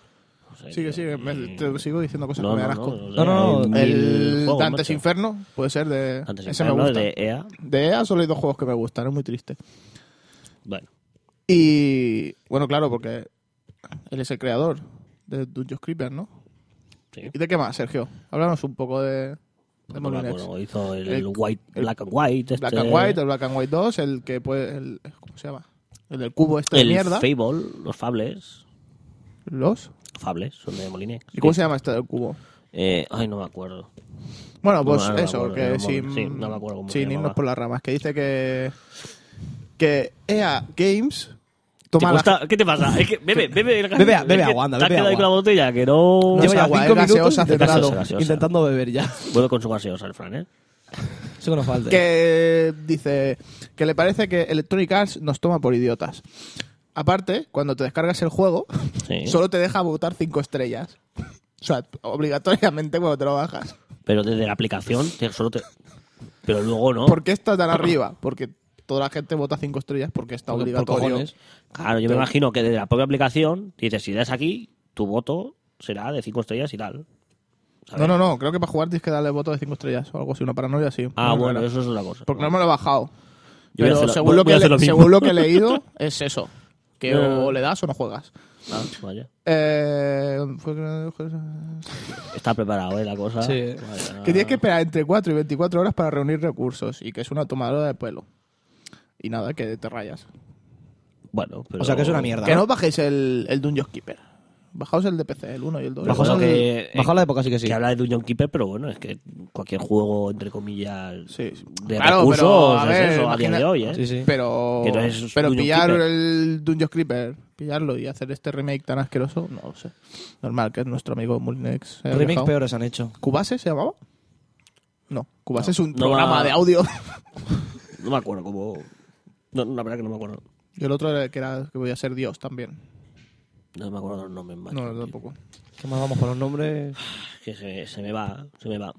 No sé,
Sigue,
yo-
sigue, me- te sigo diciendo cosas
Mm. No,
que me
no,
dan
no,
asco.
no,
No, no,
sé,
no,
El
juego,
Dante's
macho.
Inferno, puede ser de.
Dante's
ese
Inferno,
me gusta.
de E
De...
EA.
EA solo hay dos juegos que me gustan, es muy triste.
Bueno, pues
Y. Bueno, claro, porque él es el creador de Dungeons Creeper, ¿no?
sí.
¿Y de qué más, Sergio? Háblanos un poco de. de
Bueno,
Molinex.
bueno, hizo el,
El-
white,
el-
Black and White.
Black
este,
and White, el Black and White 2, el que puede. El, ¿Cómo se llama? El del cubo este de
el
mierda.
Fable, los Fables.
Los.
Fables, son de Molinex.
¿Y cómo
Sí.
se llama este del cubo?
Eh, ay, no me acuerdo.
Bueno, pues
no me
eso,
acuerdo, no
que
me
sin,
acuerdo. Sí, no me acuerdo cómo se
sin
llamaba.
irnos por las ramas, que dice que que EA Games toma
¿Te
la
gusta? ¿Qué te pasa? Es que bebe, bebe, el-
Bebe-
es
bebe
que
agua, anda,
Te has
bebe
quedado ahí
agua.
con la botella, que no.
No
Llevo
es
ya
agua,
cinco
es gaseosa,
minutos
hace
intentando-
rato. Gaseosa.
intentando beber ya.
Vuelve con su gaseosa, el Fran, ¿eh?
Eso que nos falta.
que dice que le parece que Electronic Arts nos toma por idiotas. Aparte, cuando te descargas el juego,
Sí.
solo te deja votar cinco estrellas. O sea, obligatoriamente cuando te lo bajas.
Pero desde la aplicación, te- solo te. Pero luego no.
¿Por qué está tan arriba? Porque toda la gente vota cinco estrellas porque está
Por- por
obligatorio.
cojones.
Claro, yo me imagino que desde la propia aplicación, dices, si das aquí, tu voto será de 5 estrellas y tal. ¿sabes?
no, no, no. Creo que para jugar tienes que darle voto de cinco estrellas o algo así, una paranoia así.
Ah,
Muy
bueno,
rara.
eso es otra cosa.
Porque no me lo he bajado.
Yo voy a
Pero
hacer lo-
según,
voy-
lo
voy a
que
hacer
le-
lo mismo.
según lo que he leído, es eso. Que
No.
o le das o no juegas.
Ah, vaya.
Eh, fue-
Está preparado, ¿eh? La cosa.
Sí.
Vaya.
que tienes que esperar entre 4 y 24 horas para reunir recursos y que es una tomadora de pelo. Y nada, que te rayas.
Bueno, pero...
O sea, que es una mierda.
Que
¿no?
no bajéis el, el Dungeon Keeper. Bajaos el de PC, el 1 y el 2.
Bajaos
Bajo
Bueno, que-
bajo la época sí que sí.
Que habla de Dungeon Keeper, pero bueno, es que cualquier juego, entre comillas,
Sí, sí.
de
Claro,
recursos,
pero, a
es
ver,
eso, a día de
imagina-
hoy, ¿eh?
Sí, sí.
Pero,
Que no es
pero
Dungeon
pillar
Keeper.
el Dungeon Creeper, pillarlo y hacer este remake tan asqueroso, no lo sé. Normal que nuestro amigo Mulnex. se haya
Remix
quejado.
peores han hecho.
¿Cubase se llamaba? No, Cubase es un
no
programa
va-
de audio.
No me acuerdo cómo... No, la verdad que no me acuerdo.
Y el otro era que era que voy a ser Dios también.
No me acuerdo los nombres, macho.
No, tampoco.
¿Qué más vamos con los nombres?
Es que se, se me va, se me va.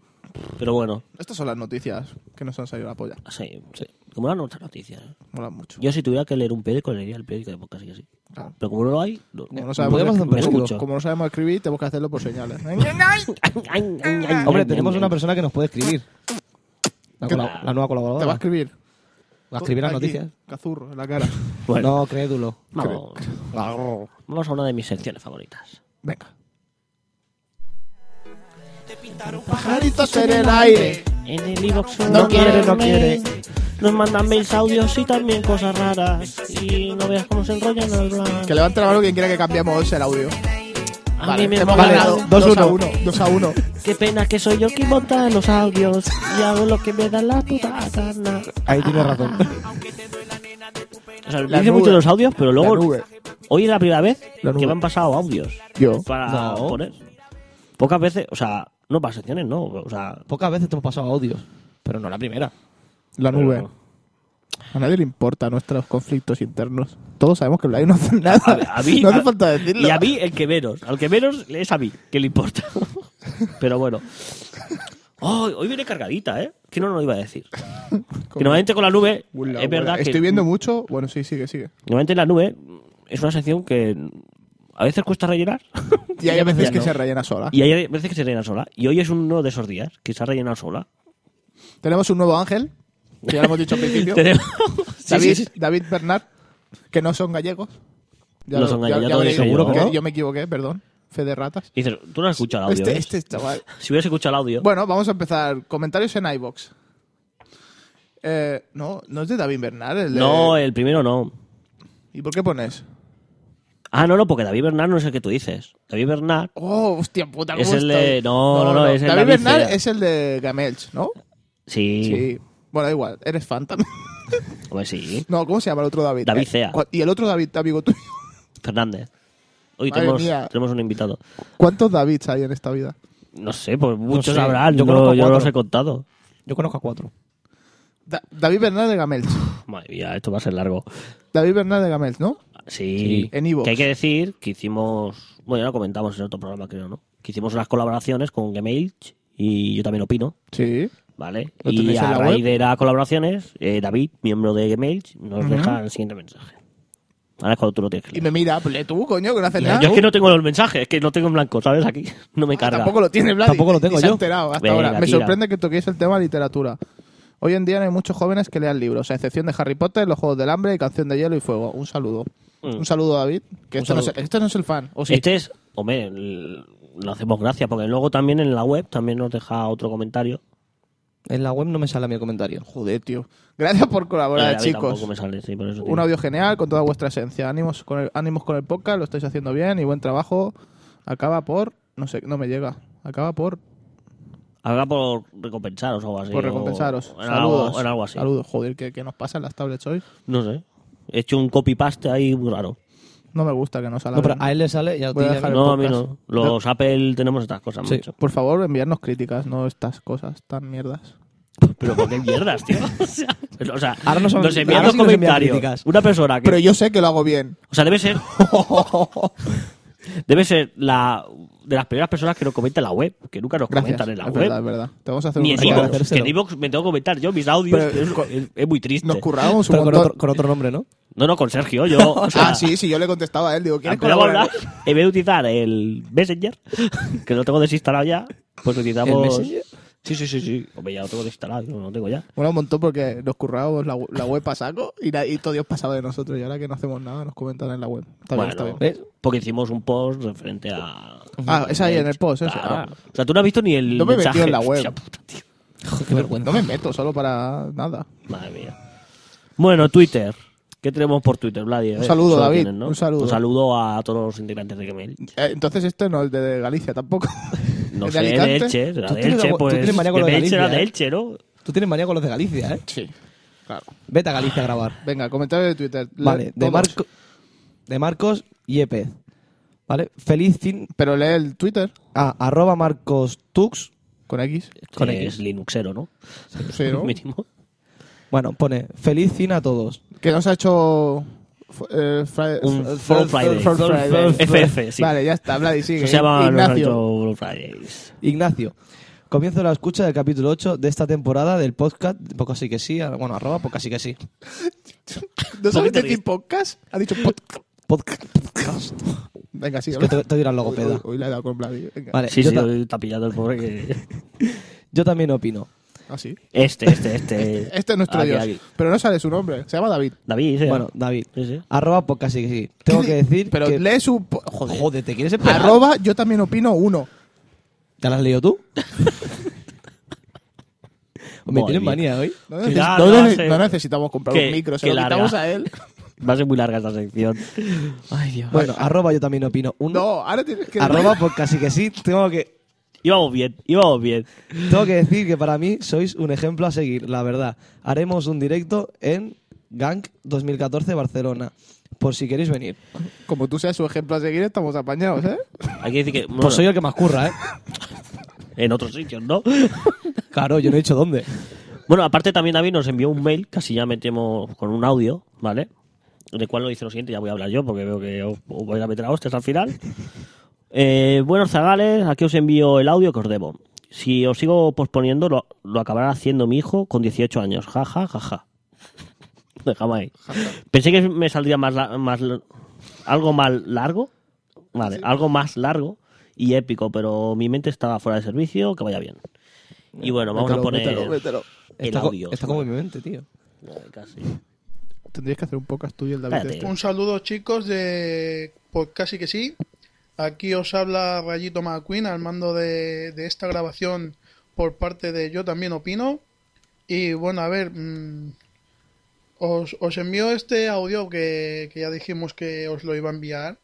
Pero bueno,
Estas son las noticias que nos han salido a la polla.
sí, sí. Como eran otras noticias, ¿eh?
Molan mucho.
Yo si tuviera que leer un periódico, leería el periódico de podcast, así que sí.
Claro.
Pero como no lo hay... No,
Como Ah. no,
Podemos
sabemos
hacer un
escribir,
periódico.
como no sabemos escribir, tenemos que hacerlo por señales.
Hombre, tenemos una persona que nos puede escribir. La,
¿Qué-
colab- la nueva
Te va a
colaboradora.
escribir.
Va a escribir las
Aquí,
noticias.
Cazurro, en la cara.
Bueno,
No, crédulo.
vamos, vamos a una de mis secciones favoritas.
Venga. Pajaritos en el aire.
En el iBox
No quiere, no quiere.
Nos mandan mails, audios y también cosas raras. Y no veas cómo se enrollan al hablar.
Que levante la mano quien quiera que cambiamos el audio.
A
Vale,
mí me
hemos
mola.
ganado.
dos,
2 a
uno.
1. 2 a 1.
Qué pena que soy yo el que monta los audios y hago lo que me da la puta gana.
Ahí tiene razón.
O sea,
La
dice mucho
nube.
los audios, pero
La
luego.
nube.
Hoy es la primera vez
La nube.
que me han pasado audios.
Yo.
Para
No.
poner. Pocas veces, o sea, no para secciones, no. O sea,
Pocas veces te hemos pasado audios, pero no la primera.
La
pero-
nube. A nadie le importa nuestros conflictos internos. Todos sabemos que Blay no hace nada.
A, a mí,
no hace
a-
falta decirlo.
Y a mí, el que menos. Al que menos es a mí, que le importa. Pero bueno. Oh, hoy viene cargadita, ¿eh? Que no lo iba a decir. Que normalmente con la nube,
Ula,
es verdad
ula.
que.
Estoy viendo mucho. Bueno, sí, sigue, sigue.
Normalmente la nube es una sección que a veces cuesta rellenar.
Y hay veces que
no.
se rellena sola.
Y hay veces que se rellena sola. Y hoy es uno de esos días que se ha rellenado sola.
Tenemos un nuevo ángel, que ya lo hemos dicho al principio.
Tenemos- Sí,
David,
sí, sí.
David Bernard, que no son gallegos.
No
lo-
son gallegos, ya lo
veréis
dije
yo.
que
¿no?
Yo me equivoqué, perdón. Fe de ratas.
Y dices, tú no has escuchado el audio.
este,
Ah, ¿ves?
este chaval.
Si hubieras escuchado el audio.
Bueno, vamos a empezar. Comentarios en iBox. Eh, no, no es de David Bernard. el de-
no, eh. el primero no.
¿Y por qué pones?
Ah, no, no, porque David Bernard no es el que tú dices. David Bernard.
Oh, hostia puta.
Es
¿cómo
el
estoy?
de- no, no, no, es el
David
David
Bernard
Ferrer.
es el de Gamelch, ¿no?
Sí.
Sí. Bueno, da igual. Eres fan también.
Hombre, sí.
No, ¿cómo se llama el otro David?
David
Eh,
Cea.
cu- ¿Y el otro David, amigo tuyo?
Fernández. Hoy
Madre
tenemos,
mía.
tenemos un invitado.
¿Cuántos Davids hay en esta vida?
No sé, pues muchos
sé.
habrán.
Yo
Yo,
conozco
no- yo no los
cuatro.
he contado.
Yo conozco a cuatro.
Da- David Bernard de Gamelch.
Madre mía, esto va a ser largo.
David Bernard de Gamelch, ¿no?
Sí.
En iVoox.
Que hay que decir que hicimos. Bueno, ya lo comentamos en otro programa, creo, ¿no? Que hicimos unas colaboraciones con Gemailch y yo también opino,
Sí.
¿vale?
¿Lo
Y
tenéis en
a
la
raíz
web?
de las colaboraciones, eh, David, miembro de Gemailch, nos
Ujú.
deja el siguiente mensaje. Ahora es cuando tú lo tienes que
Y
leer.
me mira, pues lee tú, coño, que no haces nada.
Yo es que no tengo los mensajes, es que no tengo en blanco, ¿sabes? Aquí no me carga.
Ah, Tampoco lo tiene Vladi.
Tampoco lo tengo
Ni se ha
yo.
enterado hasta
Venga,
ahora. Me
tira.
sorprende que toquéis el tema de literatura. Hoy en día no hay muchos jóvenes que lean libros, a excepción de Harry Potter, Los Juegos del Hambre y Canción de Hielo y Fuego. Un saludo.
Mm.
Un saludo, David. Que
Un
esto, No es,
saludo.
esto no es el fan. O sí.
Este es, hombre, el- lo hacemos gracias, porque luego también en la web también nos deja otro comentario.
En la web no me sale mi comentario.
Joder, tío. Gracias por
Eh,
colaborar,
a mí
chicos.
tampoco me sale, sí, por eso, tío.
Un audio genial con toda vuestra esencia. Ánimos con el, ánimos con el podcast, lo estáis haciendo bien y buen trabajo. Acaba por. No sé, no me llega. Acaba por,
Haga por recompensaros o algo así.
por
o-
recompensaros.
o en
Saludos.
algo, en algo así.
Saludos. Joder, ¿qué, qué nos pasa en las tablets hoy?
No sé. He hecho un copy-paste ahí muy raro.
No me gusta que nos
No, pero
salgan.
a él le sale y a ti
Voy a
ya
dejar el
no.
No, a mí
podcast.
no. Los Apple tenemos estas cosas
Sí.
mucho.
Por favor, enviarnos críticas, no estas cosas tan mierdas.
Pero ¿por qué mierdas, tío? O sea, o sea,
Ahora nos-
nos envían
ahora
los
sí nos envían
comentarios.
críticas.
una persona que...
Pero yo sé que lo hago bien.
O sea, debe ser... debe ser la de las primeras personas que nos comenta en la web. Que nunca nos
Gracias.
comentan en la
es
web.
verdad, es verdad. Te vamos a hacer
Ni
un
Hay
en
que
regalo.
iVoox,
agradecérselo.
que en iVoox me tengo que comentar yo mis audios.
Pero,
es-
con-
es, es muy triste.
Nos currábamos un
Pero con
montón.
otro, con otro nombre, ¿no?
No, no, con Sergio. Yo, o sea,
ah, sí, sí, yo le contestaba a él. Digo, ¿quieres
Empezamos a
colaborar?
hablar. En vez de utilizar el Messenger, que lo tengo desinstalado ya, pues utilizamos.
¿El Messenger?
Sí, sí, sí, sí. Hombre, ya lo tengo desinstalado, yo no lo tengo ya.
Bueno, un montón porque nos currábamos la, la web a saco y, na- y todo Dios pasaba de nosotros. Y ahora que no hacemos nada, nos comentan en la web. Está bien,
Bueno,
está bien.
¿Ves?
Porque hicimos un post referente a.
Ah, es ahí en el post, ese.
Claro.
Ah.
O sea, tú no has visto ni el.
No me he
mensaje.
metido en la web.
Hostia puta, tío.
Joder, qué vergüenza.
No me meto solo para nada.
Madre mía. Bueno, Twitter. ¿Qué tenemos por Twitter, Vladi? A ver,
saludo,
eso lo
David.
¿no?
Un saludo.
Un saludo a todos los integrantes de Gemel.
Eh, entonces este no es de Galicia tampoco.
No
¿Es
sé,
de
de
Alicante?
Elche. será
Tú
De
tienes
Elche,
la- tú
pues.
tienes manía con lo de
Gemel será
Galicia,
de
¿eh?
Elche, ¿no?
Tú tienes manía con los de Galicia, ¿eh?
Sí, claro.
Vete a Galicia a grabar.
Venga, comentario de Twitter. Lee
Vale, de,
todos.
Marco, de Marcos Yepes. ¿Vale? Feliz fin
Pero lee el Twitter
a arroba Marcos Tux.
con X.
Con
Que
X.
es Linuxero, ¿no? Eh,
Sí, ¿no?
Mínimo.
Bueno, pone feliz fin a todos.
que nos ha hecho eh, Fri-
Un
Fr- Fr-
Fall Friday.
Fall Friday.
FF, sí.
Vale, ya está, Vladi sigue.
Eso se llama
Ignacio.
Ignacio Blue Fridays.
Ignacio, comienzo la escucha del capítulo 8 de esta temporada del podcast. Poco sí que sí, a- bueno, arroba, poco sí que sí.
¿No sabes
Poquito
decir podcast? Ha dicho podcast.
Podcast. podcast.
Venga, sigue.
Es que
Vladi.
te, te dirán
Hoy,
logopeda.
hoy- hoy le he dado con Vladi. Venga.
Vale,
Sí,
yo,
sí,
ta-
hoy está pillado el pobre que...
yo también opino.
Así.
Este, este, este.
Ah, Este es nuestro
Aquí,
Dios.
aquí.
Pero no sale su nombre. Se llama David.
David, dice.
Bueno, David,
Sí, sí.
arroba, podcast sí que sí. Tengo que decir
Pero
que...
lee su. po- Joder.
Joder, ¿te quieres esperar?
Arroba, yo también opino uno.
¿Ya la has leído tú? Me
Madre
tienes
mía.
manía hoy.
No,
Que
neces-
ya
no
lo
nece-
hace.
no necesitamos comprar
Que-
un micro, se
que
lo
larga.
quitamos a él.
Va a ser muy larga esta sección. Ay, Dios.
Bueno, arroba yo también opino. Un,
No, ahora tienes que.
arroba por casi que sí. Tengo que,
Íbamos bien, íbamos bien.
tengo que decir que para mí sois un ejemplo a seguir, la verdad. Haremos un directo en Gang 2014 Barcelona, por si queréis venir.
Como tú seas su ejemplo a seguir, estamos apañados, ¿eh?
Hay que decir que bueno,
Pues soy el que más curra, ¿eh?
en otros sitios, ¿no?
Claro, yo no he dicho dónde.
Bueno, aparte también David nos envió un mail, casi ya metemos con un audio, ¿vale? De cual nos dice lo siguiente, ya voy a hablar yo porque veo que os, os voy a meter a hostias al final. Eh, buenos zagales, aquí os envío el audio que os debo. Si os sigo posponiendo, lo, lo acabará haciendo mi hijo con 18 años. Ja, ja, ja, ja. Déjame ahí. Pensé que me saldría más, la- más la- algo más largo. Vale, algo más largo y épico, pero mi mente estaba fuera de servicio. Que vaya bien. Y bueno, vamos
Mételo,
a poner
mételo, mételo.
el
Está, co-
audio.
está como en mi mente, tío.
Ay, casi.
Tendrías que hacer un podcast tuyo el David.
Espérate.
este.
Un saludo chicos de por casi que sí. Aquí os habla Rayito McQueen al mando de, de esta grabación por parte de Yo también opino. Y bueno, a ver, mm, os, os envío este audio que, que ya dijimos que os lo iba a enviar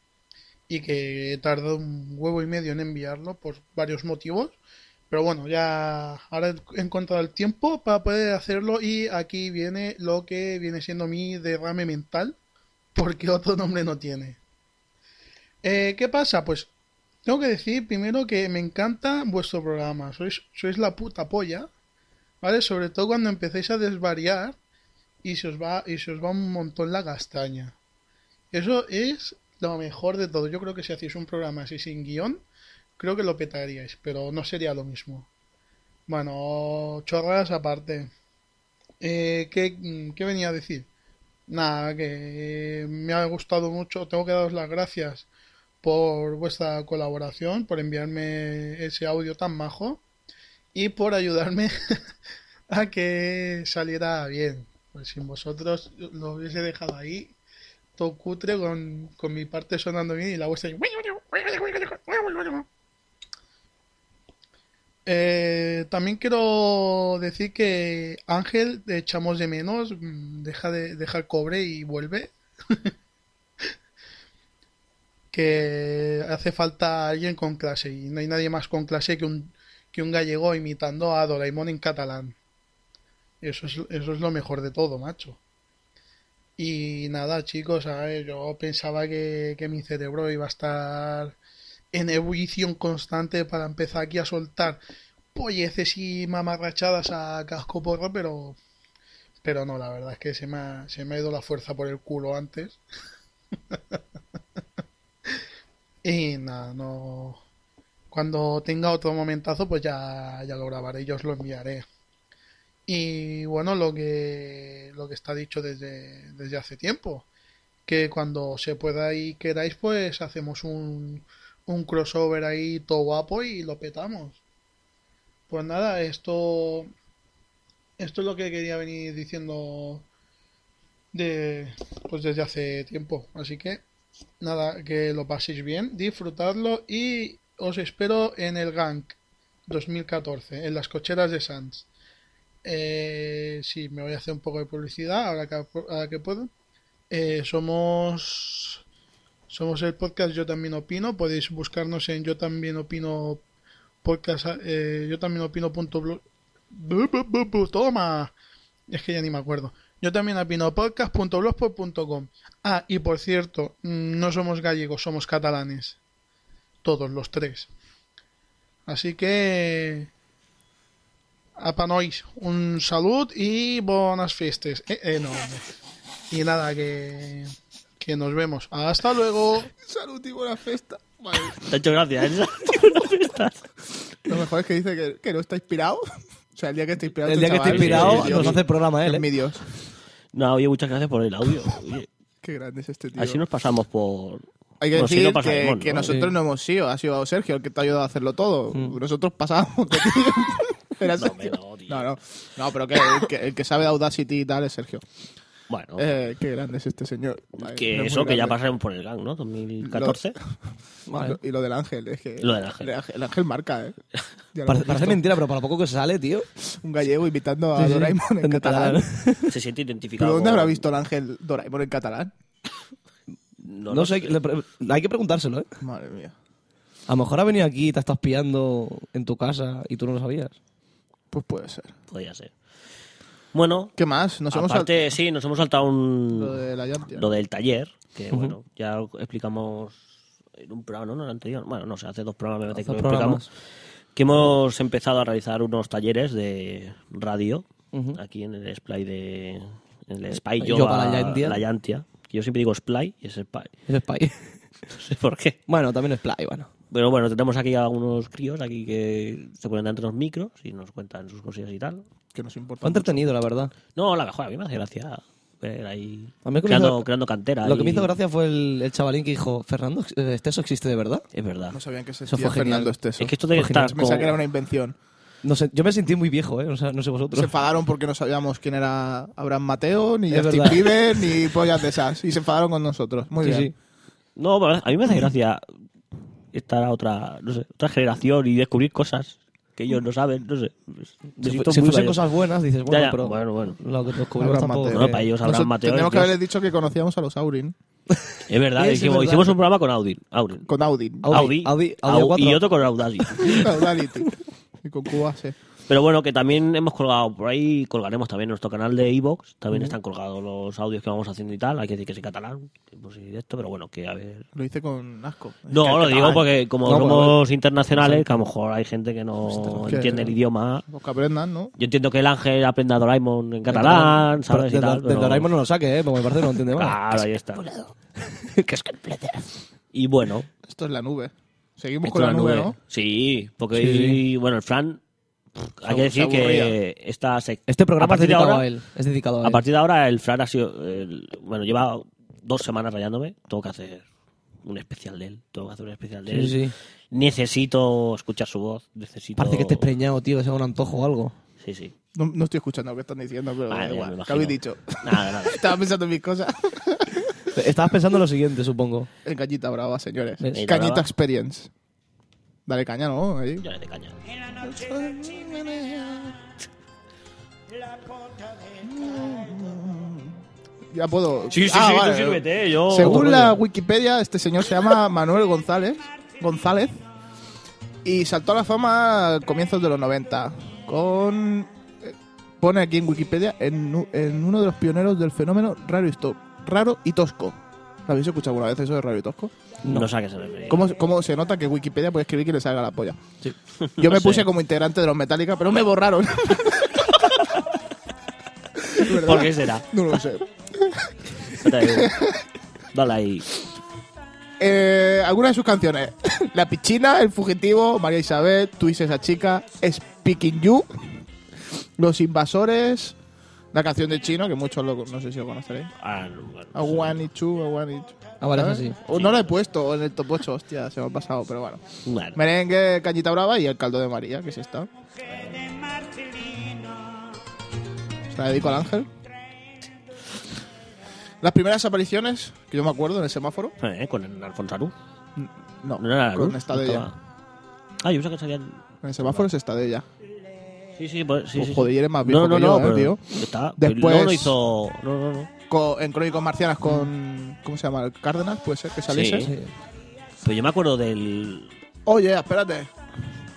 y que he tardado un huevo y medio en enviarlo por varios motivos. Pero bueno, ya ahora he encontrado el tiempo para poder hacerlo y aquí viene lo que viene siendo mi derrame mental porque otro nombre no tiene. Eh, ¿Qué pasa? Pues tengo que decir primero que me encanta vuestro programa. Sois, sois la puta polla. ¿Vale? Sobre todo cuando empecéis a desvariar y se os va, y se os va un montón la castaña. Eso es lo mejor de todo. Yo creo que si hacéis un programa así sin guión, creo que lo petaríais, pero no sería lo mismo. Bueno, chorradas aparte. Eh, ¿qué- ¿Qué venía a decir? Nada, que me ha gustado mucho. Tengo que daros las gracias por vuestra colaboración, por enviarme ese audio tan majo y por ayudarme a que saliera bien. Pues sin vosotros lo hubiese dejado ahí, todo cutre, con, con mi parte sonando bien y la vuestra. ahí. Eh, también quiero decir que Ángel te echamos de menos, mm, deja de dejar cobre y vuelve. que hace falta alguien con clase y no hay nadie más con clase que un, que un gallego imitando a Doraemon en catalán. Eso es, eso es lo mejor de todo, macho. Y nada, chicos, a ver, yo pensaba que, que mi cerebro iba a estar en ebullición constante para empezar aquí a soltar polleces y mamarrachadas a casco porro, pero, pero no, la verdad es que se me, ha, se me ha ido la fuerza por el culo antes. y nada, no. Cuando tenga otro momentazo, pues ya, ya lo grabaré y yo os lo enviaré. Y bueno, lo que, lo que está dicho desde, desde hace tiempo, que cuando se pueda y queráis, pues hacemos un, un crossover ahí todo guapo y lo petamos. Pues nada, esto esto es lo que quería venir diciendo de pues desde hace tiempo, así que nada, que lo paséis bien, disfrutadlo y os espero en el Gank 2014, en las cocheras de Sans. Eh, sí, me voy a hacer un poco de publicidad ahora que, ahora que puedo. Eh, somos somos el podcast Yo también opino. Podéis buscarnos en Yo también opino podcast. eh, yo también opino punto blog- Bu, bu, bu, bu, Toma. Es que ya ni me acuerdo. Yo también opino podcast.blogspot.com. Ah, y por cierto, mm, no somos gallegos, somos catalanes. Todos los tres. Así que. Apa nois, un salud y buenas fiestas. Eh, eh, no, hombre. Y nada, que, que nos vemos. Hasta luego.
Salud y buena fiesta. Madre mía.
Te ha hecho gracia, ¿eh?
Lo mejor es que dice que, que no está inspirado. O sea, el día que esté inspirado.
El
este
día que esté
chaval,
inspirado,
Dios,
nos hace el programa él.
Es mi
¿eh?
Dios.
No, oye, muchas gracias por el audio. Oye,
Qué grande es este tío.
así nos pasamos por.
Hay que
bueno, sí
decir
lo pasa
que,
Simón,
que
¿no?
nosotros
Sí.
no hemos sido, ha sido Sergio el que te ha ayudado a hacerlo todo. Nosotros pasábamos. de ti. Era
No,
Sergio.
hombre, no, tío.
no, no, No, pero que el, que el que sabe de Audacity y tal es Sergio.
Bueno,
Eh, qué grande es este señor. Madre, es
que
muy
eso, que ya
grande.
pasaremos por el gang, ¿no? 2014.
Vale.
Y lo del ángel, es que.
Lo del ángel.
El ángel, el ángel marca, ¿eh? Ya lo
Parece,
hemos
parece
visto.
mentira, pero para lo poco que sale, tío.
Un gallego invitando a
Sí, sí.
Doraemon en
En
catalán.
catalán.
Se siente identificado.
¿Pero dónde
con-
habrá visto el ángel Doraemon en catalán?
No,
No,
lo
sé, le pre- hay que preguntárselo, ¿eh?
Madre mía.
A lo mejor ha venido aquí y te estás pillando en tu casa y tú no lo sabías.
Pues puede ser.
Podría ser. Bueno,
¿Qué más? Nos hemos
aparte, sí, nos hemos saltado un,
saltado lo de la Yantia.
lo del taller, que bueno, ya explicamos en un programa, ¿no? En el anterior. Bueno, no sé, hace dos programas me parece
Hace
que lo
programas.
explicamos. Que hemos empezado a realizar unos talleres de radio
Ujú.
aquí en el Splay de. En el Spy
Yoga
Yoga,
La Yantia.
La Yantia. Que yo siempre digo Splay y es Spy.
Es Spy.
No sé por qué.
bueno, también es Play, bueno.
Pero bueno, tenemos aquí a unos críos aquí que se ponen delante de los micros y nos cuentan sus cosillas y tal.
Que nos importa.
Fue entretenido, la verdad.
No, la mejor, a mí me hace gracia ver ahí
A mí lo que me
creando,
hizo-
creando cantera.
Lo que me
ahí.
hizo gracia fue el, el chavalín que dijo, Fernando, eh, este eso existe de verdad?
Es verdad.
No sabían que se
Eso fue genial.
Fernando Esteso.
Es que esto tiene que estar
Pensaba
como-
que era una invención.
No sé, yo me sentí muy viejo, ¿eh? O sea, no sé vosotros.
Se enfadaron porque no sabíamos quién era Abraham Mateo, ni
Es
Justin
verdad.
Bieber, ni pollas de esas. Y se enfadaron con nosotros. Muy
Sí,
bien.
sí.
No, pero a mí me hace gracia estar a otra, no sé, otra generación y descubrir cosas que ellos no saben, no sé. Me
Si,
siento
fu- si
muy
fuesen
mayor.
cosas buenas, dices, bueno,
ya,
pero
bueno, bueno.
lo que descubrimos
Abraham
tampoco...
Mateo.
Bueno, para ellos habrán
Nosotros
Mateo.
Tendríamos que
Dios.
haberles dicho que conocíamos a los Aurin.
Es verdad,
Sí, sí,
hicimos,
es verdad.
hicimos un programa con Audin. Aurin.
Con Audin.
Au- Audi, Audi, Audi
Au- y
4.
otro con Audacity.
Audality. Y con Cubase.
Pero bueno, que también hemos colgado por ahí, colgaremos también en nuestro canal de Evox. También están colgados los audios que vamos haciendo y tal. Hay que decir que es en catalán, que por si esto, pero bueno, que a ver.
Lo hice con asco. Es
No,
que-
lo
que-
digo
ay,
porque como
No,
somos internacionales, que a lo mejor hay gente que no
Ostras, que-
entiende el idioma.
Los que aprendan, Ah, ¿no?
Yo entiendo que el ángel aprenda Doraemon en catalán,
Pero
¿sabes?
de,
y tal,
de
pero- Ah.
Doraemon no lo saque, ¿eh? Porque me parece que no entiende mal.
Claro, ahí está. Y bueno,
Esto es la nube. Seguimos
esto
con
es
la nube, ¿no?
Sí, porque
Sí, sí.
bueno, el Fran, pff, hay
Se
que
abu- se
decir
aburría.
que esta sec-
Este
a
programa es
partir de
dedicado
ahora-
a él. Es dedicado a él.
A partir de ahora el Fran ha sido... el- bueno, lleva dos semanas rayándome. Tengo que hacer un especial de él. Tengo que hacer un especial de
Sí, sí.
él. Necesito escuchar su voz. Necesito...
Parece que estés preñado, tío, que sea un antojo o algo.
Sí, sí.
No, no estoy escuchando lo que están diciendo, pero
Vale,
da
ya
igual.
me
Ah, ¿Qué habéis
imagino.
dicho?
Nada, nada.
Estaba pensando en mis cosas.
Estabas pensando en lo siguiente, supongo.
En Cañita Brava, señores.
¿Ves?
Cañita
Cañita
Brava.
Experience. Dale caña, ¿no? Ahí.
Ya le de caña.
Ya puedo.
Sí, sí,
Ah,
sí,
vale.
tú sírvete, ¿eh? yo...
Según la Wikipedia, este señor se llama Manuel González. González. Y saltó a la fama a comienzos de los 90. Con. eh, Pone aquí en Wikipedia, en, u- en uno de los pioneros del fenómeno raro y, to- raro y tosco. ¿Lo habéis escuchado alguna vez eso de raro y tosco?
No, sé a qué se refiere.
¿Cómo, cómo se nota que Wikipedia puede escribir que le salga la polla?
Sí.
Yo me
No sé.
puse como integrante de los Metallica, pero me borraron. ¿Verdad?
¿Por qué será?
No lo sé.
No te digo. Dale ahí.
Eh, algunas de sus canciones. La Pichina, El Fugitivo, María Isabel, Tú y esa chica, Speaking You, Los Invasores, la canción de Chino, que muchos lo- no sé si lo conoceréis.
Ah, no, bueno,
A One y Two, a One y Two.
Ah, vale,
¿Sabes?
eso sí.
O no la he puesto en el top 8, hostia, se me ha pasado, pero bueno.
Bueno,
Merengue, Cañita Brava y El Caldo de María, que es esta. Se la dedico al ángel. Las primeras apariciones, que yo me acuerdo, en el semáforo.
eh, con el Alfonso Arú.
No,
No era la
con
luz,
esta
no
de
estaba-
ella.
Ah, yo pensaba que salían...
En el semáforo es esta de ella.
Sí, sí, pues, sí,
Oh,
sí,
joder,
sí.
eres más viejo que yo, eh,
pero
tío.
Está,
Después-
No lo hizo... No, no, no.
Co- en Crónicos Marcianas con. ¿Cómo se llama? Cárdenas, puede ser que saliese.
Sí. Pero yo me acuerdo del...
Oye, espérate.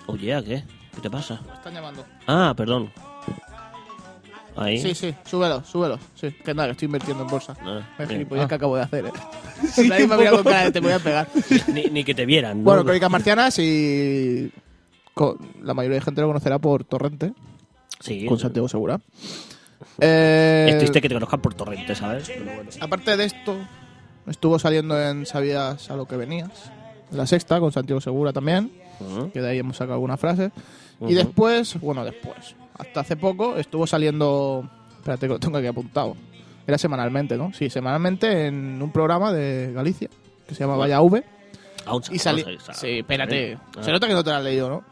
Oye, ¿a ¿qué? ¿Qué te pasa?
Me están llamando.
Ah, perdón. Ahí.
Sí, sí, súbelo, súbelo. Sí, que nada, que estoy invirtiendo en bolsa.
Ah,
Me
bien.
gilipollas que acabo de hacer, eh. Nadie me ha mirado con cara de, te voy a pegar.
Ah, Ni, ni que te vieran. ¿no?
Bueno, Crónicas Marcianas y. co- la mayoría de gente lo conocerá por Torrente,
sí, Este,
con Santiago Segura. Eh,
Es triste que te conozcan por torrente, ¿sabes? Pero bueno.
Aparte de esto, estuvo saliendo en Sabías a lo que venías. La sexta, con Santiago Segura también.
Ujú.
que de ahí hemos sacado algunas frases.
Ujú.
Y después, bueno, después, hasta hace poco estuvo saliendo, espérate que lo tengo aquí apuntado, era semanalmente, ¿no? Sí, semanalmente en un programa de Galicia que se llama Vaya V.
Aún sa-
Y salía...
aún sa-
Sí, espérate,
Ah,
se nota que no te lo has leído, ¿no?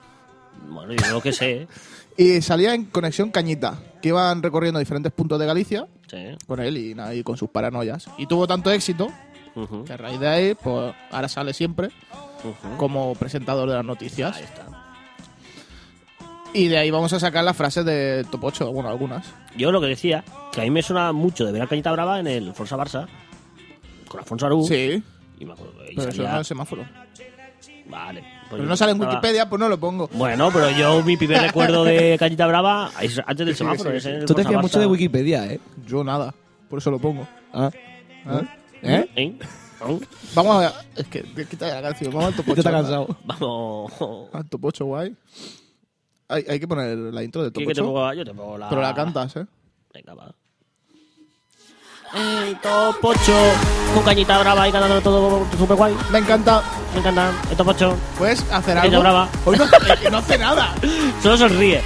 Bueno, yo lo que sé.
Y salía en Conexión Cañita, que iban recorriendo diferentes puntos de Galicia
Sí.
con él y, nada, y con sus paranoias. Y tuvo tanto éxito
Ujú,
que a raíz de ahí, pues ahora sale siempre
ujú.
como presentador de las noticias.
Ahí está.
Y de ahí vamos a sacar las frases de Topocho, bueno, algunas.
Yo lo que decía, que a mí me suena mucho de ver a Cañita Brava en el Forza Barça, con Alfonso Aru.
Sí,
Y me acuerdo. y
pero eso
salía-
Pues
no es el semáforo.
Vale. pues
Pero
yo
no sale en
estaba-
Wikipedia, pues no lo pongo.
Bueno, pero yo mi primer recuerdo de Cañita Brava es antes del semáforo. es en el
Tú te fías
Barça-Barça.
mucho de Wikipedia, ¿eh?
Yo nada, por eso lo pongo.
Ah.
¿Ah? ¿Eh?
¿Eh? ¿Eh?
Vamos a. Es que te quita la canción, vamos al topocho.
Pues
Ya te ha
anda.
cansado.
Vamos.
Al topocho, guay. Hay, hay que poner la intro del
¿Quieres que te
topocho.
ponga? Yo te pongo Ah. la.
Pero la cantas, ¿eh?
Venga, va. ¡Ey, Topocho! Con Cañita Brava y cantando todo super guay.
Me encanta.
Me encanta. El Topocho.
¿Puedes hacer
Ella
algo?
brava.
Hoy no, es que no hace nada.
Solo sonríe.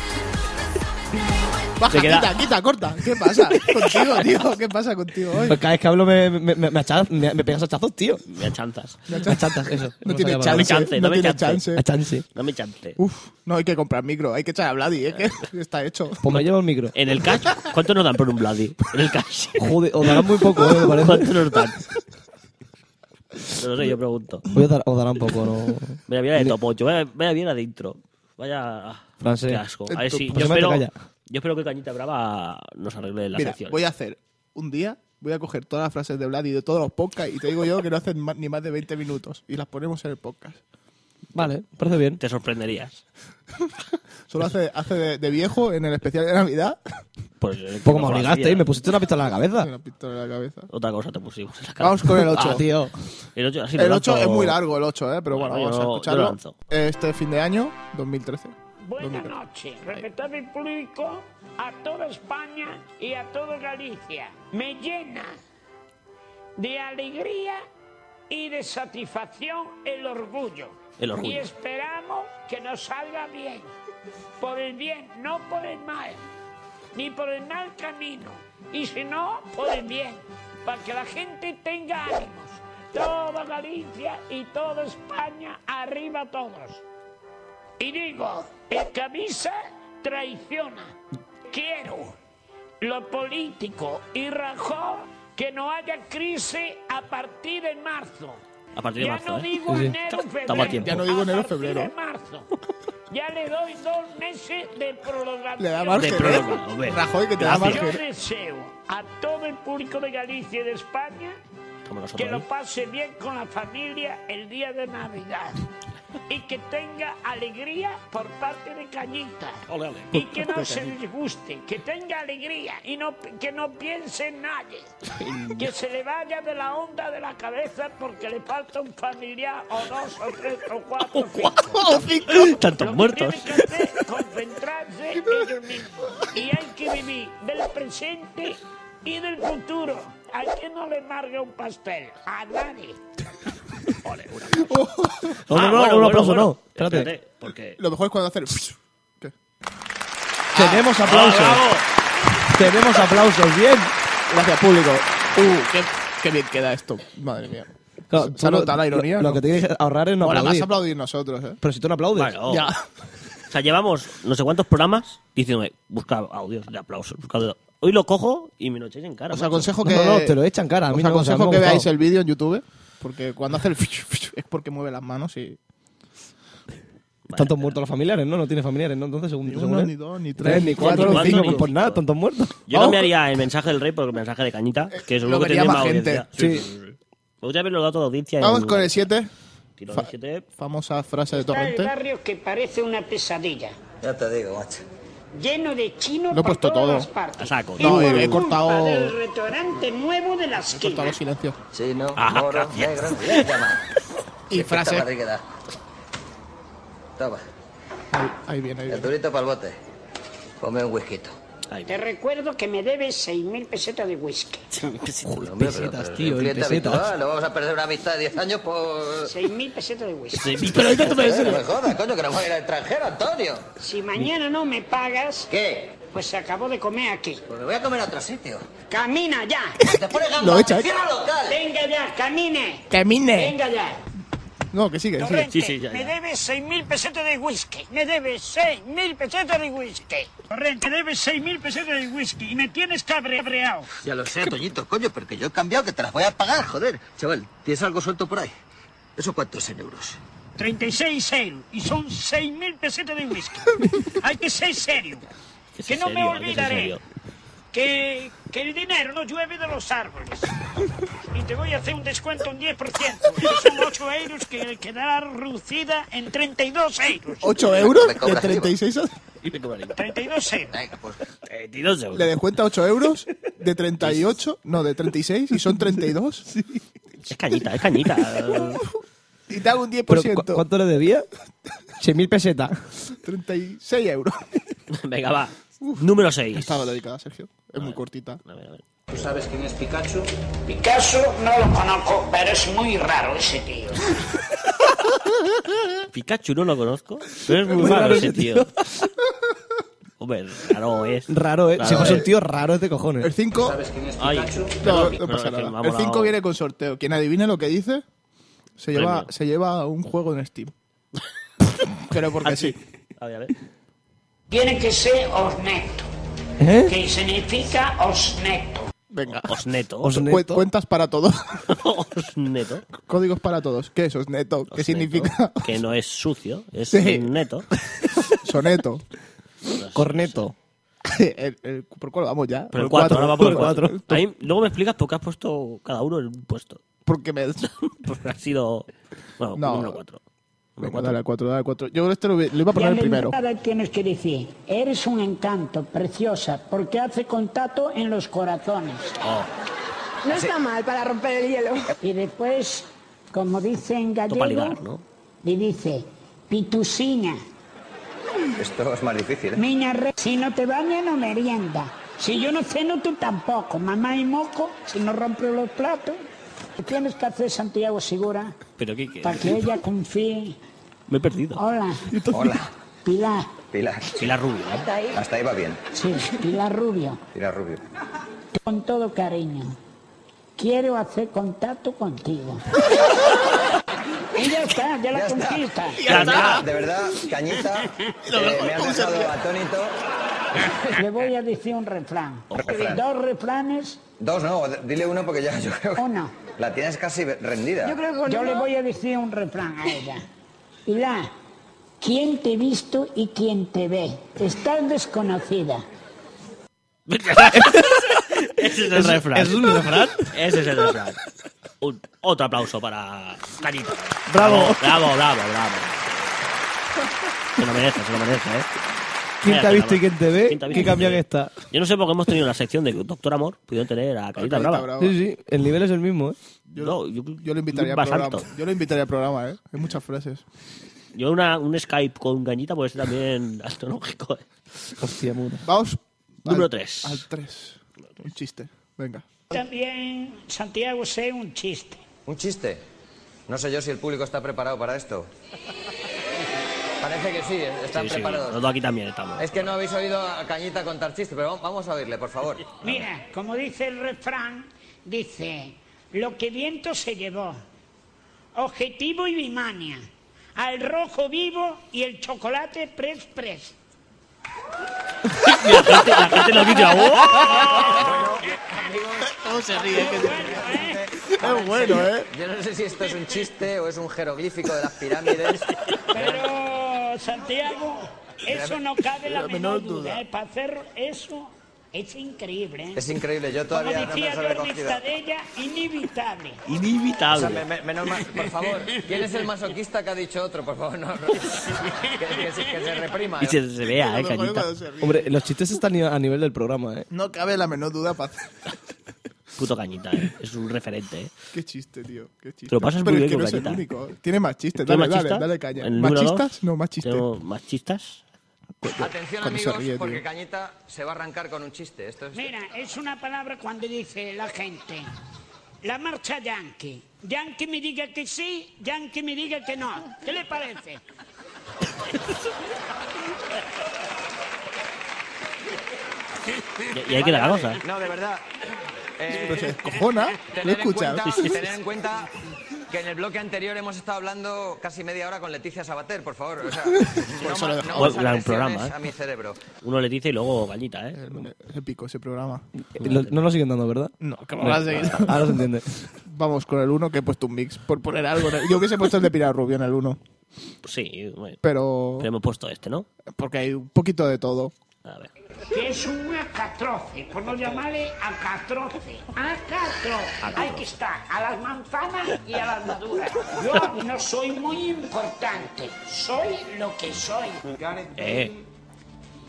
Baja,
Se queda-
quita, quita, corta. ¿Qué pasa contigo, tío? ¿Qué pasa contigo hoy?
Pues cada vez que hablo me, me, me, me achaz- me- me pegas hachazos, tío.
Me achantas.
Achantas, eso.
No tiene
sabía la
chance.
chance,
no
dame
tiene
chance.
chance.
palabra. Achance.
No me chante.
Uf, no hay que comprar micro, hay que echar a Vladi, ¿eh? Que está hecho.
Pues me llevo el micro.
En el cash, ¿cuánto nos dan por un Bloody? En el cash.
Joder, os darán muy poco, ¿eh? Me parece.
¿Cuánto nos dan? No lo sé, yo pregunto.
Voy a dar, os darán poco, ¿no?
Mira, mira de Topocho, vaya, vaya bien adentro. Vaya. ah,
Francés.
Qué asco. A ver si.
Pues
Yo
me te
espero,
calla.
yo espero que Cañita Brava nos arregle la
Mira,
sección.
voy a hacer un día, voy a coger todas las frases de Vladi de todos los podcasts y te digo yo que no hacen ma- ni más de 20 minutos y las ponemos en el podcast.
Vale, parece bien.
Te sorprenderías.
Solo hace, hace de, de viejo en el especial de Navidad.
Pues,
Un poco me obligaste y me pusiste una pistola en la
Tiene
cabeza.
una pistola en la cabeza.
eh. Otra cosa te pusimos en la cara.
Vamos con el 8.
Ah, tío.
El 8, así lo
El 8
lanzo-
es muy largo, el 8, ¿eh? pero bueno,
Bueno,
vamos a
yo- yo lo
escucharlo.
lanzo.
Este fin de año, 2013.
Buenas
2013.
noches, respetado el público, a toda España y a toda Galicia. Me llena de alegría y de satisfacción el orgullo.
El orgullo.
Y esperamos que nos salga bien. Por el bien, no por el mal, ni por el mal camino. Y si no, por el bien, para que la gente tenga ánimos. Toda Galicia y toda España, arriba todos. Y digo, el camisa traiciona. Quiero lo político y Rajoy que no haya crisis a partir de marzo.
A partir de
ya
marzo,
no
¿eh?
digo
Sí, sí.
enero
Estamos a
febrero.
tiempo. Ya
no digo
a
enero,
partir
febrero.
de marzo. Ya le doy dos meses de prolongación.
Le da
De
margen.
prórroga, hombre.
¿eh? Rajoy, que te da
Gracias.
Yo
margen.
deseo a todo el público de Galicia y de España
Como
que
nosotros.
lo
¿eh?
pase bien con la familia el día de Navidad y que tenga alegría por parte de Cañita
Ole, ole.
y que no se disguste, que tenga alegría y no, que no piense en nadie, que se le vaya de la onda de la cabeza porque le falta un familiar o dos o tres o cuatro. o cinco. Lo
Tantos
que
muertos.
tiene que hacer es concentrarse en ellos mismos. Y hay que vivir del presente y del futuro. ¿A quién no le marga un pastel? A nadie.
No, no,
Ah,
no,
bueno,
un
bueno,
aplauso,
bueno.
no. Espérate.
Espérate, porque.
Lo mejor es cuando hacer. ¿Qué?
Ah.
Ah,
Tenemos aplausos. Tenemos aplausos, bien.
Gracias, público. Uh, qué, qué bien queda esto. Madre mía.
Claro,
¿Se-
tú
¿Se ha
lo-
notado la ironía?
Lo,
no?
lo que tienes que ahorrar es no
Mola más
aplaudir.
aplaudir nosotros, ¿eh?
Pero si tú no aplaudes.
Bueno,
Ya.
O sea, llevamos no sé cuántos programas diciéndome, busca audios de aplausos. busca audios. Hoy lo cojo y me lo echáis en cara.
Os
macho.
aconsejo
No,
que.
no, te lo echan cara, a mí
os
no, o sea,
aconsejo
me ha
que
gustado.
veáis el vídeo en YouTube. Porque cuando hace el. es porque mueve las manos y.
Tantos muertos los familiares, ¿no? No tiene familiares, ¿no? Entonces, según
Ni
según
uno,
él.
ni dos, ni tres,
tres,
ni
ni cuatro,
cuatro,
ni
ni
cinco.
cinco.
Pues nada, tantos muertos.
Yo
Vamos.
no me haría el mensaje del rey por el mensaje de Cañita, que es
lo
lo que
vería
tenía más
más gente.
audiencia.
Sí.
Me gustaría ver los datos de audiencia.
Vamos
en-
con el 7.
Tiro de siete.
Famosa frase de
Está el
Torrente.
barrio que parece una pesadilla.
Ya te digo, macho.
Lleno de chinos
Lo he
por
puesto
todas
todo.
las partes.
A saco.
Y
No,
por
he- he
culpa
cortado-
del restaurante nuevo de la esquina.
Todos los silencios.
Chino,
Ah,
moro,
gracias.
negro, le llama.
Y frase.
Toma,
Ahí, ahí viene, ahí
el
viene.
durito para el bote. Come un whisky.
Ahí.
Te recuerdo que me debes 6.000 pesetas de whisky.
Hombre, pero-
pesetas,
pero
tío,
un
y
cliente
pesetas.
habitual, No vamos a perder una amistad de 10 años por...
6.000 pesetas de whisky.
Sí, pero esto no es-
Eh, no me jodas, coño, que nos vamos a ir al extranjero, Antonio.
Si mañana no me pagas,
¿Qué?
pues se acabó de comer aquí.
Pues me voy a comer a otro sitio.
¡Camina ya!
Te pones gamba,
Lo echa, ¿eh?
cierra local.
¡Venga ya, camine!
¡Camine!
¡Venga ya!
No, que sigue, sigue.
Torrente,
Sí, sí, ya,
me
ya.
debes 6.000 pesetas de whisky. Me debes 6.000 pesetas de whisky. Torrente, debes 6.000 pesetas de whisky y me tienes cabreado.
Ya lo sé, Toñito, coño, pero que yo he cambiado, que te las voy a pagar, joder. Chaval, ¿tienes algo suelto por ahí? ¿Eso cuánto es en euros?
36 euros y son 6.000 pesetas de whisky. Hay que ser serio.
Que
Que
sea
no me
serio, que sea
olvidaré.
serio.
que, que el dinero no llueve de los árboles. Y y te voy a hacer un descuento un 10%. Son 8 euros que quedará reducida en 32 euros.
8 euros
Me
de
cobras,
36 a-
32 euros.
Venga, pues.
32 euros.
le descuenta 8 euros de 38, no, de 36 y son 32.
Es cañita, es cañita.
Y te hago un
Pero, ¿cu-
10%.
¿Cuánto le debía? 6.000 pesetas.
36 euros.
Venga, va. Número 6.
Estaba dedicada, Sergio. Es muy cortita.
¿Tú sabes quién es Pikachu?
Picasso no lo conozco, pero es muy raro ese tío.
Pikachu no lo conozco, pero es muy raro ese tío. Hombre, raro es.
Raro, ¿eh? Si
Raro
fuese
es.
un tío raro es de cojones.
El 5.
¿Sabes quién es
Ay,
Pikachu?
No,
pero
no
es
pasa
que me ha
nada. El
molado.
5 viene con sorteo. Quien adivine lo que dice se lleva,
Premio.
se lleva un juego en Steam. Pero
Ah,
porque sí.
A ver, a ver.
Tiene que ser honesto,
¿Eh?
que significa honesto.
Oh,
Venga.
Osneto.
Cu-
Osneto.
neto?
Cuentas para todos.
Osneto.
Códigos para todos. ¿Qué es neto? ¿Qué significa?
Que no es sucio, es
Sí.
neto.
Soneto.
Corneto.
El- el- ¿Por cuál vamos ya?
Pero el 4, ahora vamos
Por
al
el
4.
cuatro.
Ahí, luego me explicas por qué has puesto cada uno en un puesto.
Porque me.
Porque Pues ha sido. Bueno,
No.
número 4.
Venga, dale al 4, dale al 4. Yo este lo, vi- lo iba a poner el primero.
tienes que decir, eres un encanto, preciosa, porque hace contacto en los corazones.
Ah.
No está mal para romper el hielo.
Y después, como dice en
Esto
gallego,
para ligar, ¿no?
le dice, pitusina,
Esto es más difícil, ¿eh?
miña re, si no te bañas no merienda. Si yo no ceno, tú tampoco. Mamá y moco, si no rompo los platos. ¿Qué tienes que hacer, Santiago Segura,
Pero ¿qué, qué? Ah.
para que ella confíe?
Me he perdido.
Hola,
Hola,
Pilar.
Pilar.
Pilar Rubio. ¿eh?
Hasta ahí va bien,
Sí, Pilar Rubio.
Pilar Rubio.
Con todo cariño, quiero hacer contacto contigo. y ya está, ya la
Ya está.
conquista.
Ya está.
De verdad, Cañita, eh, me has dejado atónito.
Le voy a decir un refrán.
Refrán.
Dos refranes,
Dos no, d- dile uno porque ya yo creo que
uno.
la tienes casi rendida.
Yo creo que con
Yo le
uno-
voy a decir un refrán a ella. Pilar, ¿quién te visto y quién te ve? Estás desconocida.
Ese es el refrán. ¿Es un refrán? Ese es el refrán. Un- otro aplauso para Cañito.
Bravo.
Bravo, bravo, bravo. Se lo merece, se lo merece, ¿eh?
¿Quién te ha
Mira,
visto y quién te ve?
¿Quién te ha visto y
¿Qué
quién
cambia
te
que
ve?
está?
Yo no sé por qué hemos tenido la sección de Doctor Amor, pudieron tener a Cañita
Carita
Brava.
Brava.
Sí, sí, el nivel es el mismo, ¿eh?
Yo, yo,
Yo lo invitaría al
más
programa.
alto.
Yo lo invitaría al programa, ¿eh? Hay muchas frases.
Yo una, un Skype con Cañita puede ser también astronómico. ¿eh?
Hostia muda.
Vamos.
Número
al-
tres.
Al 3. Un chiste. Venga.
También, Santiago, sé un chiste.
Un chiste. No sé yo si el público está preparado para esto. Parece que sí, eh, están
Sí, sí,
preparados.
nosotros aquí también estamos.
Es que no habéis oído a Cañita contar chistes, pero vam- vamos a oírle, por favor.
Mira, como dice el refrán, dice, lo que viento se llevó, objetivo y bimania, al rojo vivo y el chocolate pres pres.
La gente, la gente lo dice, ¡oh!
Es bueno, ¿eh?
Yo no sé si esto es un chiste o es un jeroglífico de las pirámides.
Pero, Santiago, eso no cabe la menor duda. ¿eh? Para hacer eso es increíble. ¿eh?
Es increíble, yo todavía
como
no me
decía
las he
Jordi
recogido.
Estadella, inevitable.
O sea, me-
Inevitable.
me- menos mal, por favor, ¿quién es el masoquista que ha dicho otro? Por favor, no. no. Que, que se- que se reprima.
Y se, se vea, ¿eh,
Lo mejor es
Cañita?
cuando se ríe.
Hombre, los chistes están a nivel del programa, ¿eh?
No cabe la menor duda para
Puto Cañita, ¿eh? Es un referente, ¿eh?
Qué chiste, tío. Qué chiste.
Te lo pasas
Pero
muy
es que
bien
no
con
es el
Cañita.
único. Tiene más chistes.
¿Tiene
Dale,
más
dale,
chistas?
dale caña.
El número
¿Machistas?
dos.
No, más chistes.
Tengo más chistas.
Atención,
Cuando se
amigos,
ríe, tío.
porque Cañita se va a arrancar con un chiste. Esto es...
Mira, es una palabra cuando dice la gente, la marcha yankee. Yankee me diga que sí, yankee me diga que no. ¿Qué le parece?
Y, y hay que la cosa. eh.
No, de verdad. Eh,
Pues,
Pero se descojona. Lo he
Tener en,
escuchado.
cuenta, tener en cuenta que en el bloque anterior hemos estado hablando casi media hora con Leticia Sabater, por favor. O sea, no,
eso lo
ma-
dejamos.
no
Buen
más
gran
agresiones
programa, ¿eh?
a mi cerebro.
Uno le dice y luego Cañita, ¿eh?
Ese pico, ese programa.
Lo- no lo siguen dando, ¿verdad?
No, que
Ahora se entiende.
Vamos con el 1 que he puesto un mix. Por poner algo. en el- Yo hubiese puesto el de Pilar Rubio en el 1.
Sí, bueno.
Pero.
Pero hemos puesto este, ¿no?
Porque hay un poquito de todo.
A ver.
que es un acatroce, por no llamarle acatroce. Acatroce. Hay que estar a las manzanas y a las maduras. Yo no soy muy importante, soy lo que soy.
Gareth
Eh,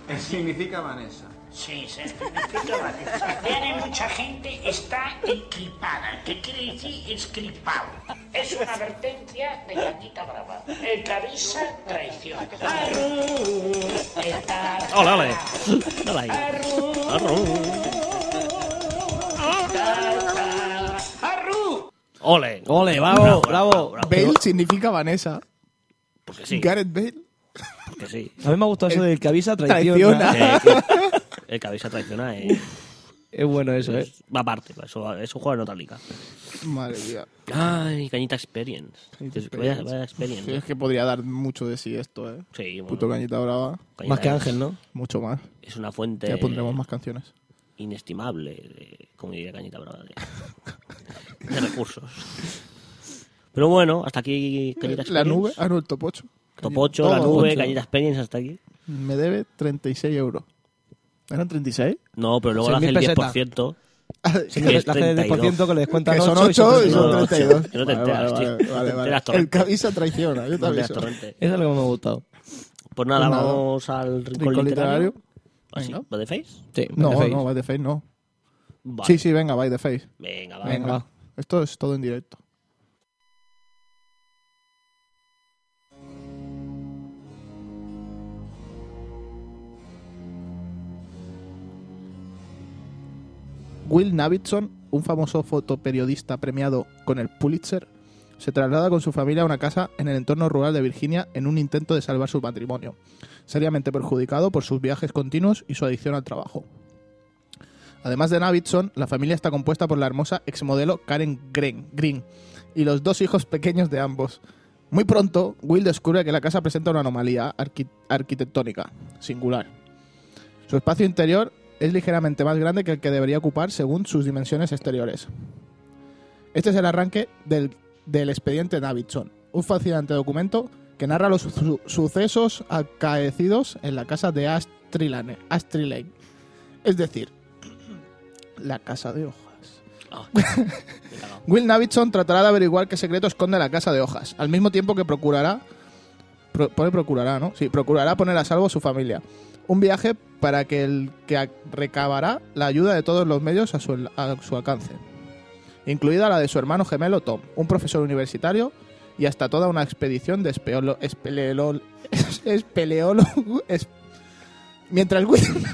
Bale significa Vanessa.
Sí, se significa Vanessa. Viene mucha gente, está encripada, que quiere decir escripado. Es una advertencia de Yanita Brava. El que avisa, traición. Arru, está la
hola, hola. Hola ahí. Arru. Ole.
Ole, bravo, bravo.
Bale significa Vanessa.
Porque Ah, sí,
Gareth Bale
porque sí.
A mí me ha gustado eso del que avisa traiciona.
traiciona.
Eh, que- el que habéis traicionado eh,
Es bueno eso, ¿eh?
va aparte, pues, eso, eso juega en otra liga.
Madre mía.
Ay, Cañita Experience.
Cañita
Es- Vaya,
Experience.
vaya
Sí,
Experience.
es que podría dar mucho de sí esto, eh.
Sí, bueno, eh.
Puto cañita brava.
Cañita
Más que
es-
Ángel, ¿no?
Mucho más.
Es una fuente
Ya pondremos más canciones.
inestimable, de- como diría Cañita Brava, de, de recursos. Pero bueno, hasta aquí Cañita
La
Experience.
nube. Ah, no, el top 8.
Top 8, la nube, Cañita Experience, hasta aquí.
Me debe 36 euros. ¿Eran 36?
No, pero luego le hace
6.000
el 10%. Sí, que es
La hace el
32.
10% que le descuentan
Que son
8 y son
8 y
32.
No, no,
son 32.
yo no te enteras,
vale,
tío.
vale,
No
vale,
te
vale.
enteras,
El
torrente.
cabeza traiciona, yo te
de
aviso.
Torrente.
Eso es lo que me ha gustado.
Pues nada,
Pues nada.
vamos al rincón,
Rincón
literario.
literario.
Así,
Venga.
¿lo de Face?
Sí,
No,
Face.
no, by the face no.
Vale.
Sí, sí, venga, by the face.
Venga, va.
Venga.
va.
Esto es todo en directo. Will Navidson, un famoso fotoperiodista premiado con el Pulitzer, se traslada con su familia a una casa en el entorno rural de Virginia en un intento de salvar su patrimonio, seriamente perjudicado por sus viajes continuos y su adicción al trabajo. Además de Navidson, la familia está compuesta por la hermosa exmodelo Karen Green, Green y los dos hijos pequeños de ambos. Muy pronto, Will descubre que la casa presenta una anomalía arqui- arquitectónica singular. Su espacio interior es ligeramente más grande que el que debería ocupar según sus dimensiones exteriores. Este es el arranque del, del expediente Navidson, un fascinante documento que narra los su- sucesos acaecidos en la casa de Astrid Lane- Astrid Lane. Es decir, la casa de hojas.
Ah, me he cagado.
Will Navidson tratará de averiguar qué secreto esconde la casa de hojas, al mismo tiempo que procurará. pro- pone procurará, ¿no? Sí, procurará poner a salvo a su familia. Un viaje para que el que ac- recabará la ayuda de todos los medios a su, al- a su alcance, incluida la de su hermano gemelo Tom, un profesor universitario y hasta toda una expedición de espeolo- espeleol- espeleólogo. es- mientras Will.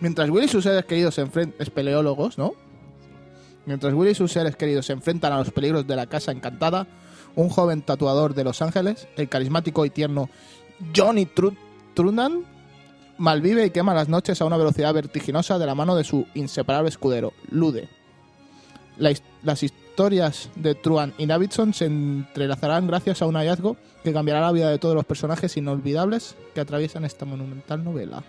mientras Will y sus seres queridos se enfrentan. espeleólogos, ¿no? Mientras Will y sus seres queridos se enfrentan a los peligros de la casa encantada, un joven tatuador de Los Ángeles, el carismático y tierno Johnny Tru- Trunan, malvive y quema las noches a una velocidad vertiginosa de la mano de su inseparable escudero, Lude. La his- las historias de Truan y Davidson se entrelazarán gracias a un hallazgo que cambiará la vida de todos los personajes inolvidables que atraviesan esta monumental novela.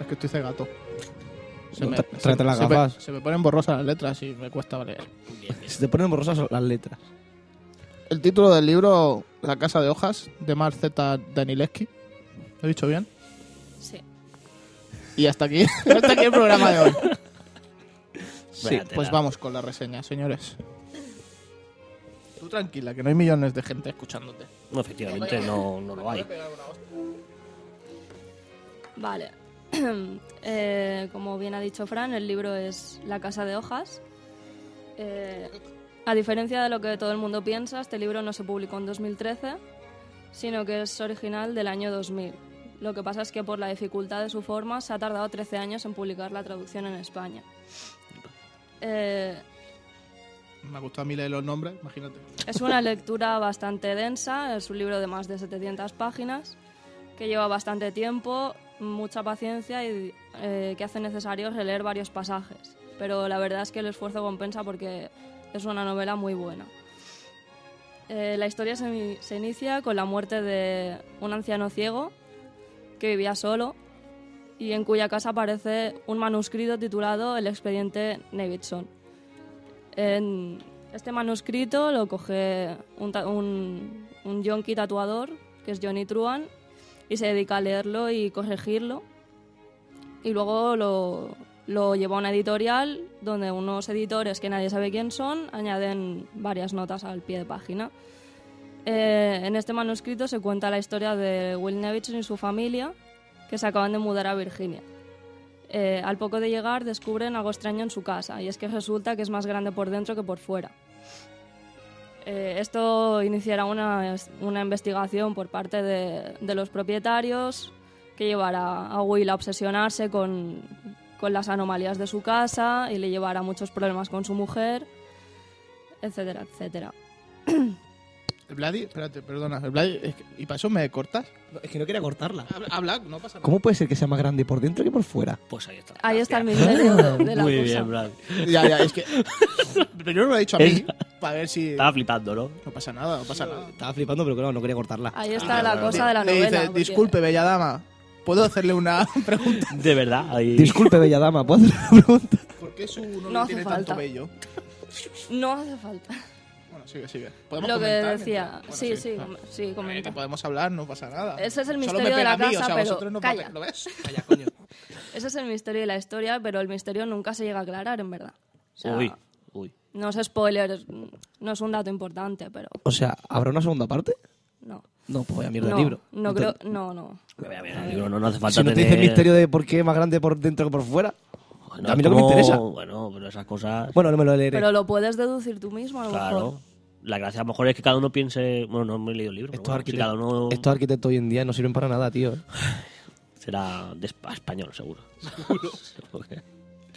Es que estoy cegato. Se
No, tra- tráete las
se me-
gafas.
se me ponen borrosas las letras y me cuesta leer.
Se te ponen borrosas las letras.
El título del libro La Casa de Hojas, de Marceta Danileski. ¿Lo he dicho bien?
Sí.
Y hasta aquí, hasta aquí el programa de hoy. Sí,
Vaya tela.
pues vamos con la reseña, señores. Tú tranquila, que no hay millones de gente escuchándote.
No, efectivamente, no, no lo hay.
Vale. Eh, como bien ha dicho Fran, el libro es La Casa de Hojas. Eh, a diferencia de lo que todo el mundo piensa, este libro no se publicó en 2013, sino que es original del año 2000. Lo que pasa es que por la dificultad de su forma se ha tardado 13 años en publicar la traducción en España. Eh,
Me ha gustado a mí leer los nombres, imagínate.
Es una lectura bastante densa, es un libro de más de 700 páginas que lleva bastante tiempo, mucha paciencia y eh, que hace necesario releer varios pasajes. Pero la verdad es que el esfuerzo compensa porque es una novela muy buena. Eh, la historia se, ni- se inicia con la muerte de un anciano ciego que vivía solo y en cuya casa aparece un manuscrito titulado El expediente Nevidson. En este manuscrito lo coge un, ta- un, un yonki tatuador, que es Johnny Truan, y se dedica a leerlo y corregirlo. Y luego lo, lo lleva a una editorial donde unos editores que nadie sabe quién son añaden varias notas al pie de página. Eh, en este manuscrito se cuenta la historia de Wilnevich y su familia que se acaban de mudar a Virginia. Eh, al poco de llegar descubren algo extraño en su casa y es que resulta que es más grande por dentro que por fuera. Eh, esto iniciará una, una investigación por parte de, de los propietarios que llevará a Will a obsesionarse con, con las anomalías de su casa y le llevará muchos problemas con su mujer, etcétera, etcétera.
El Vladi, espérate, perdona. El Vladi, es que- ¿y para eso me cortas?
Es que no quería cortarla.
Habla, habla, no pasa nada.
¿Cómo puede ser que sea más grande por dentro que por fuera?
Pues ahí está.
Ahí está el misterio de la
Muy
cosa.
bien, Brad.
Ya, ya, es que. Pero yo lo he dicho a mí,
Es-
para ver si.
Estaba flipando, ¿no?
No pasa nada, no pasa nada.
Estaba flipando, pero claro, no quería cortarla.
Ahí está la cosa de la
Le
novela.
dice,
porque-
disculpe, bella dama, ¿puedo hacerle una pregunta?
De verdad. ahí-
Disculpe, bella dama, ¿puedo hacer una pregunta?
¿Por qué su novio
No hace
tiene
falta.
tanto bello?
No hace falta.
Bueno, sigue, sigue. ¿Podemos
Lo que
comentar
decía.
mientras? Bueno,
sí, sí,
Ah.
com- sí,
Eh, que
comenta.
podemos hablar, no pasa nada.
Ese es el
Solo
misterio
me
de
pega
la
a mí,
casa,
o sea,
pero
vosotros no
calla.
pate- ¿Lo ves? Calla, coño.
Ese es el misterio de la historia, pero el misterio nunca se llega a aclarar, en verdad. O sea,
Uy, uy.
No es spoiler, es- no es un dato importante, pero
O sea, ¿habrá una segunda parte?
no.
No, pues vaya mierda
no,
de libro.
No creo, no, no.
A ver, a ver, el libro no, no hace
Si
falta
no te
tener...
dice el misterio de por qué es más grande por dentro que por fuera.
Bueno,
a mí lo que me
como-
interesa.
Bueno, pero esas cosas...
Bueno, no me lo leeré.
Pero lo puedes deducir tú mismo, a lo mejor.
claro. La gracia a lo mejor es que cada uno piense... Bueno, no me he leído el libro.
Estos
pero bueno, si cada
arquitectos,
uno
estos arquitectos hoy en día no sirven para nada, tío.
será de espa- español, seguro.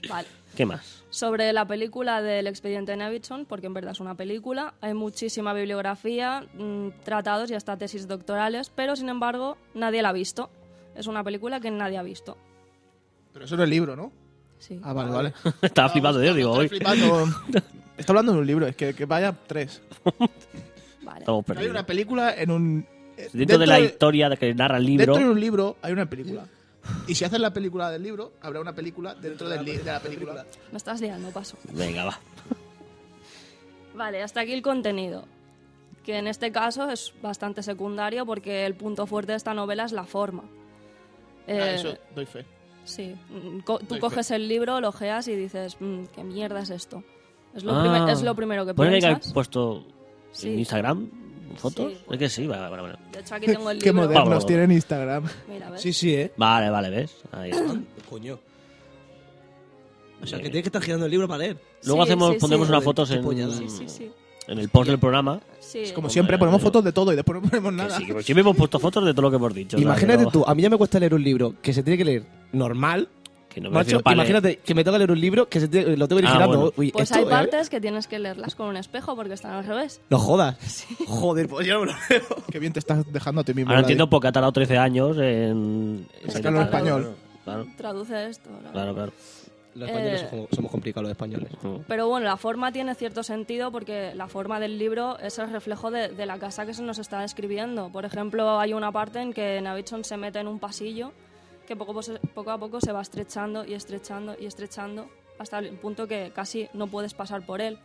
Vale.
¿Qué más?
Sobre la película del expediente Nevichon, porque en verdad es una película, hay muchísima bibliografía, mm, tratados y hasta tesis doctorales, pero sin embargo nadie la ha visto. Es una película que nadie ha visto.
Pero eso no es libro, ¿no?
Sí.
Ah, vale, vale.
Estaba flipando yo, digo,
Estoy
hoy
flipando. Está hablando de un libro, es que, que vaya tres.
Vale.
estamos
Hay
perdidos.
una película en un. eh,
Dentro, de la
del-
historia de que narra el libro...
Dentro de un libro hay una película. Y si haces la película del libro, habrá una película dentro del li- de la película.
Me estás liando, paso.
Venga, va.
Vale, hasta aquí el contenido. Que en este caso es bastante secundario porque el punto fuerte de esta novela es la forma.
Ah,
Eh,
eso, doy fe.
Sí, Mm, co- tú
Doy fe.
coges el libro, lo ojeas y dices, "Mm, ¿qué mierda es esto? Es lo,
Ah.
primer- es lo primero que
¿Puede que haya
piensas.
puesto
Sí.
en Instagram fotos?
Sí,
es que sí, vale, vale, vale.
De hecho, aquí tengo el libro.
Qué
Vamos.
modernos tienen Instagram.
Mira, ¿ves?
sí, ¿eh?
Vale, vale, ¿ves? Ahí está.
Coño. O
sea, que
tienes que estar girando el libro para leer.
Luego
Sí,
hacemos,
sí, sí.
pondremos unas
Joder,
fotos
qué
en,
pollada.
Sí, sí, sí.
en el post del programa.
Sí. Pues
Como siempre, ponemos fotos de todo y después no ponemos
Que
nada.
sí, pues que siempre hemos puesto fotos de todo lo que hemos dicho. o sea,
Imagínate
que no-
tú, a mí ya me cuesta leer un libro que se tiene que leer normal.
Que no me
Macho,
refiero pa' leer.
imagínate que me toca leer un libro que se tiene- lo tengo que ir
Ah,
girando.
bueno.
Uy,
Pues
esto,
hay
¿eh?
partes que tienes que leerlas con un espejo porque están al revés.
No jodas. Joder, pues
Eh.
yo no me lo leo.
Qué bien te estás dejando a ti mismo.
Ahora
Vladi.
entiendo por qué ha tardado 13 años en... en
Sacarlo
en español.
Claro,
Traduce esto. la
claro, claro.
Los españoles
Eh.
somos, somos complicados, los españoles.
Pero bueno, la forma tiene cierto sentido porque la forma del libro es el reflejo de, de la casa que se nos está describiendo. Por ejemplo, hay una parte en que Navichon se mete en un pasillo que poco, a poco se- poco a poco se va estrechando y estrechando y estrechando hasta el punto que casi no puedes pasar por él.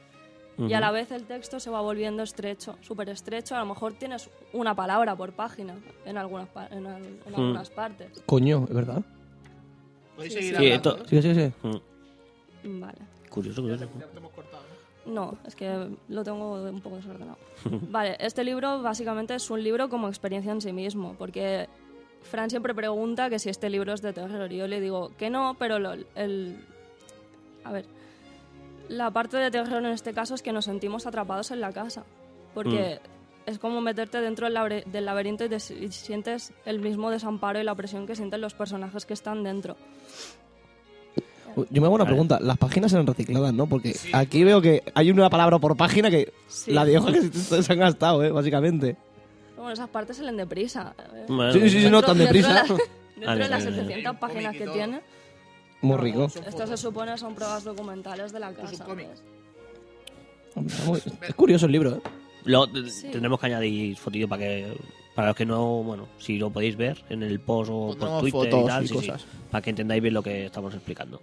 Y a la vez el texto se va volviendo estrecho, súper estrecho. A lo mejor tienes una palabra por página en algunas, pa- en al- en algunas partes.
Coño, ¿es verdad?
Podéis
Sí,
seguir
Sí,
hablando,
esto-
¿eh?
Sí, sí, sí.
Vale.
Curioso, curioso.
No, es que lo tengo un poco desordenado. Vale, este libro básicamente es un libro como experiencia en sí mismo, porque Fran siempre pregunta que si este libro es de terror. y Yo le digo que no, pero lo- el... A ver, la parte de terror en este caso es que nos sentimos atrapados en la casa, porque es como meterte dentro del, labre- del laberinto y, te si- y sientes el mismo desamparo y la presión que sienten los personajes que están dentro.
Yo me hago una pregunta. Las páginas eran recicladas, ¿no? Porque aquí veo que hay una palabra por página que
Sí.
la de hoja que se se han gastado, ¿eh? Básicamente.
Pero Bueno, esas partes salen deprisa. eh.
Bueno,
Sí, sí, sí, no tan
Dentro-
deprisa.
Dentro de, la-
Ah,
dentro de
bien,
las
bien, bien.
700 páginas que tiene,
Muy rico.
esto se supone son pruebas documentales de la casa. pues. ¿ves?
Muy- Es curioso el libro, ¿eh?
Luego t-
Sí.
tendremos que añadir fotillo para que para los que no, bueno, si lo podéis ver en el post o por
Pondremos
Twitter y
fotos
tal,
y
sí, sí,
cosas.
para que entendáis bien lo que estamos explicando.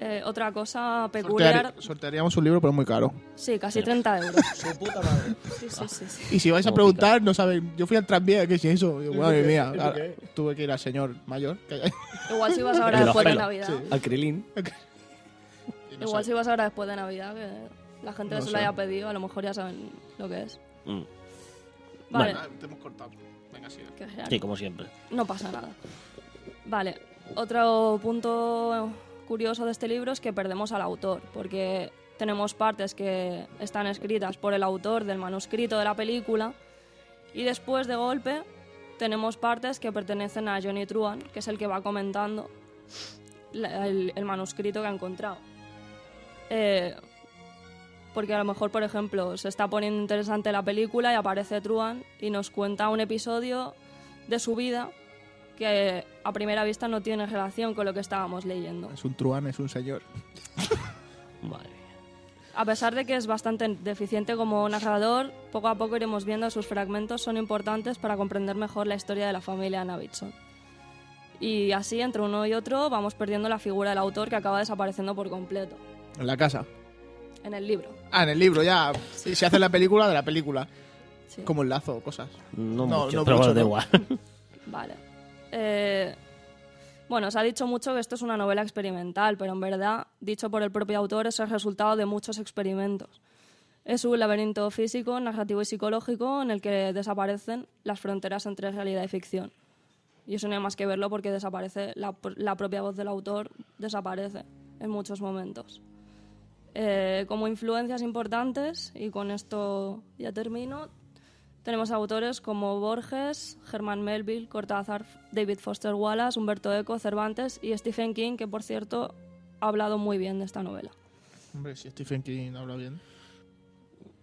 Eh, otra cosa peculiar.
Sortear- sortearíamos un libro, pero es muy caro.
Sí, casi 30 euros.
Su puta madre.
Sí, sí, sí. sí.
Y si vais a
Como
preguntar, no saben. Yo fui al tranvía, ¿qué es eso? Yo, madre mía.
¿Y por
claro,
qué?
tuve que ir al señor mayor. que-
Igual si vas ahora
El
después de
ojero,
Navidad.
Al Krilin.
y no
Igual
sabe.
si vas ahora después de Navidad, que la gente
No
se
sé.
lo haya pedido, a lo mejor ya saben lo que es.
Mm,
Vale,
Ah, te hemos cortado. Venga, sigue.
que genial.
Sí, como siempre.
no pasa nada. Vale, otro punto curioso de este libro es que perdemos al autor, porque tenemos partes que están escritas por el autor del manuscrito de la película y después de golpe tenemos partes que pertenecen a Johnny Truan, que es el que va comentando la- el, el manuscrito que ha encontrado. Eh, porque a lo mejor, por ejemplo, se está poniendo interesante la película y aparece Truan y nos cuenta un episodio de su vida que a primera vista no tiene relación con lo que estábamos leyendo.
Es un truán, es un señor.
Madre mía.
A pesar de que es bastante deficiente como narrador, poco a poco iremos viendo sus fragmentos son importantes para comprender mejor la historia de la familia Navidson. Y así, entre uno y otro, vamos perdiendo la figura del autor que acaba desapareciendo por completo
En la casa.
en el libro.
Ah, en el libro, ya.
Sí.
Se hace la película de la película.
Sí.
Como el lazo, cosas.
No,
No,
mucho,
no
pero
mucho,
bueno, da
no.
igual.
Vale. Eh, bueno, se ha dicho mucho que esto es una novela experimental, pero en verdad, dicho por el propio autor, es el resultado de muchos experimentos. Es un laberinto físico, narrativo y psicológico en el que desaparecen las fronteras entre realidad y ficción. Y eso no hay más que verlo porque desaparece la, pr- la propia voz del autor, desaparece en muchos momentos. Eh, como influencias importantes, y con esto ya termino, tenemos autores como Borges, Germán Melville, Cortázar, David Foster Wallace, Humberto Eco, Cervantes y Stephen King, que por cierto ha hablado muy bien de esta novela.
Hombre, si Stephen King habla bien.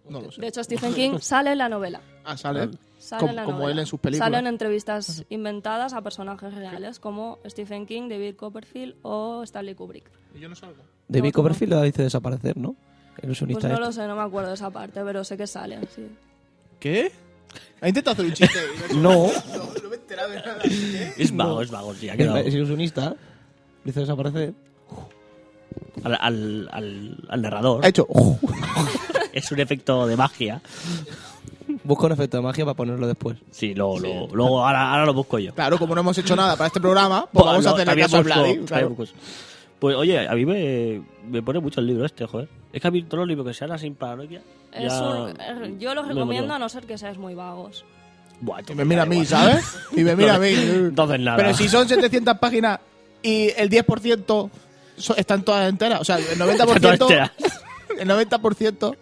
No lo sé.
De hecho, Stephen King sale en la novela.
Ah, sale.
Sale
Com-
en la
como
novela.
él en sus películas.
Sale en entrevistas inventadas a personajes reales como Stephen King, David Copperfield o Stanley Kubrick.
Y yo no salgo.
De mi
No, no.
Copperfield la dice desaparecer, ¿no? El
Pues
ilusionista
no
este.
lo sé, no me acuerdo de esa parte, pero sé que sale. sí.
¿Qué?
Ha intentado hacer un chiste. y
No.
No, no me he enterado de nada.
Es vago, es vago, sí, ha quedado.
Es ilusionista. Dice desaparecer.
Al, al, al, al narrador.
Ha hecho. uh,
Es un efecto de magia.
Busca un efecto de magia para ponerlo después.
Sí, luego, luego, luego ahora, ahora lo busco yo.
Claro, como no hemos hecho nada para este programa, pues vamos a
Lo-
hacer la
también
casa a
busco-
Vladi,
también
claro.
busco eso. Pues oye, a mí me, me pone mucho el libro este, joder. Es que a mí todos los libros que se hablan sin paranoia.
Es
ya
un- eh, yo los
me
recomiendo
motiva.
a no ser que seáis muy vagos.
Buah,
Y
entonces
me mira
da
a mí,
igual.
¿sabes? Y me mira a mí.
Entonces nada.
Pero si son 700 páginas y el 10% so- están todas enteras, o sea, el 90%,
Están todas enteras.
el 90%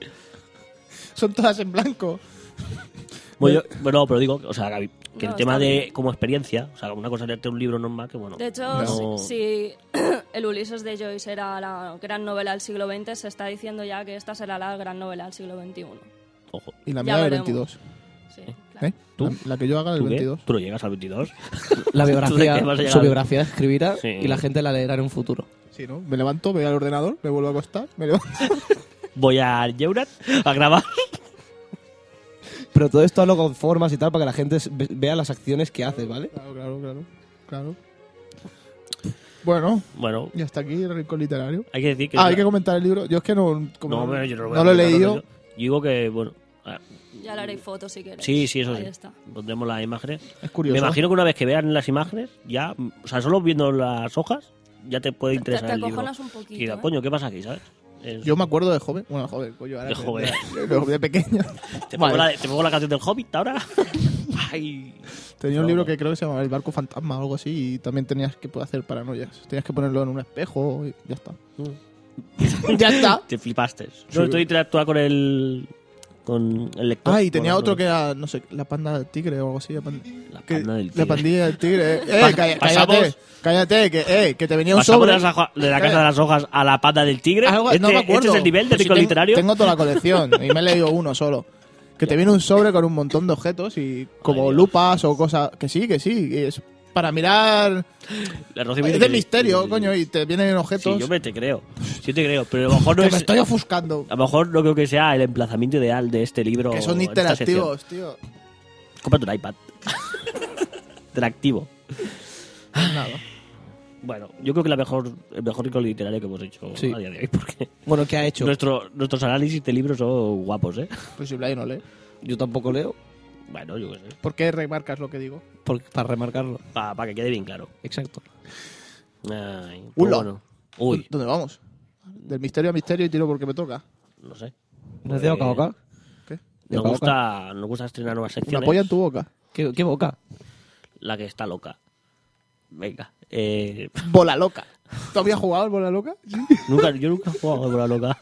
son todas en blanco.
Bueno, yo- bueno, pero digo, o sea, Gaby, que
No,
el tema
está
de
bien.
como experiencia, o sea, una cosa es leerte un libro normal que bueno.
De hecho,
no-
si, si el Ulises de Joyce era la gran novela del siglo XX, se está diciendo ya que esta será la gran novela del siglo XXI.
Ojo.
Y la
Ya
mía del
veremos.
22.
Sí, claro.
¿Eh? La, la que yo haga del
¿Tú qué?
22.
¿Tú no llegas al 22?
La
¿Tú de qué
biografía,
vas a llegar?
su biografía escribirá
Sí.
y la gente la leerá en un futuro.
Sí, ¿no? Me levanto, me voy al ordenador, me vuelvo a acostar, me levanto.
Voy a Yeurat a grabar.
Pero todo esto lo conformas y tal para que la gente se- ve- vea las acciones que haces, ¿vale?
Claro, claro, claro. claro. Bueno,
Bueno,
y hasta aquí el rincón literario.
hay que decir que.
Ah, hay que comentar el libro. Yo es que no, como
No,
no-
pero yo no lo, voy a
no lo he
comentar,
leído.
no, pero yo- yo digo que, bueno. ah,
Ya le haré fotos si queréis.
Sí, sí, eso
Ahí
sí.
está.
Pondremos las imágenes.
Es curioso.
Me imagino que una vez que vean las imágenes, ya. O sea, solo viendo las hojas, ya te puede
Te, te
interesar el libro.
acojonas un
Y
poquito.
diga,
¿eh?
coño, ¿qué pasa aquí, sabes? Es-
Yo me acuerdo de joven. Bueno, joven, coño, ahora
De
que-
joven.
De, de- de pequeño. Vale.
¿Te, pongo la, te pongo la canción del Hobbit ahora? Ay.
Tenía
No,
un libro
no.
que creo que se llamaba El barco fantasma o algo así y también tenías que poder hacer paranoias. Tenías que ponerlo en un espejo y ya está. ya está.
Te flipaste.
Sí.
Yo estoy interactuando con el. Con el lector.
Ah, y tenía
Con-
otro que era, no sé, la panda del tigre o algo así. La, pan-
La
que-
panda del
la
tigre.
pandilla del tigre. Eh, Eh,
Pas-
calla-
pasamos-
cállate, cállate, que, eh, que te venía un
Pasamos
sobre.
de, las hoja- de la casa de las hojas a la panda del tigre.
Algo-
este,
no me acuerdo.
este es el nivel de
Si
rico
tengo-
literario.
Tengo toda la colección y me he leído uno solo. Que te viene un sobre con un montón de objetos y como
Dios.
lupas o cosas. Que sí, que sí. que es para mirar.
La Rocío
Es
Viñoles.
de misterio, coño, y te vienen
Sí,
objetos.
yo me te creo. Yo te creo, pero a lo mejor no
que
es.
me estoy ofuscando.
A lo mejor no creo que sea el emplazamiento ideal de este libro.
Que son
en esta sección.
interactivos, tío.
Cómprate un iPad. Interactivo.
Nada.
Bueno, yo creo que la mejor, el mejor rico literario que hemos hecho
Sí.
a día de hoy, porque
Bueno, ¿qué ha hecho?
nuestro, nuestros análisis de libros son guapos, ¿eh?
Pues si Blay no lee.
Yo tampoco leo
Bueno, yo qué sé,
¿Por qué remarcas lo que digo?
por- para remarcarlo.
para que quede bien claro.
Exacto.
Ay, pues
Ula.
bueno. Uy,
¿Dónde vamos? Del misterio a misterio y tiro porque me toca.
no sé.
¿No es de
Pues
boca a boca?
¿Qué?
De boca a
Nos
boca.
gusta, nos gusta estrenar nuevas
Una
secciones.
polla en tu boca.
¿Qué, qué boca?
La que está loca. Venga. Eh,
Bola loca. ¿Tú habías jugado al bola loca?
nunca, yo nunca he jugado a la loca.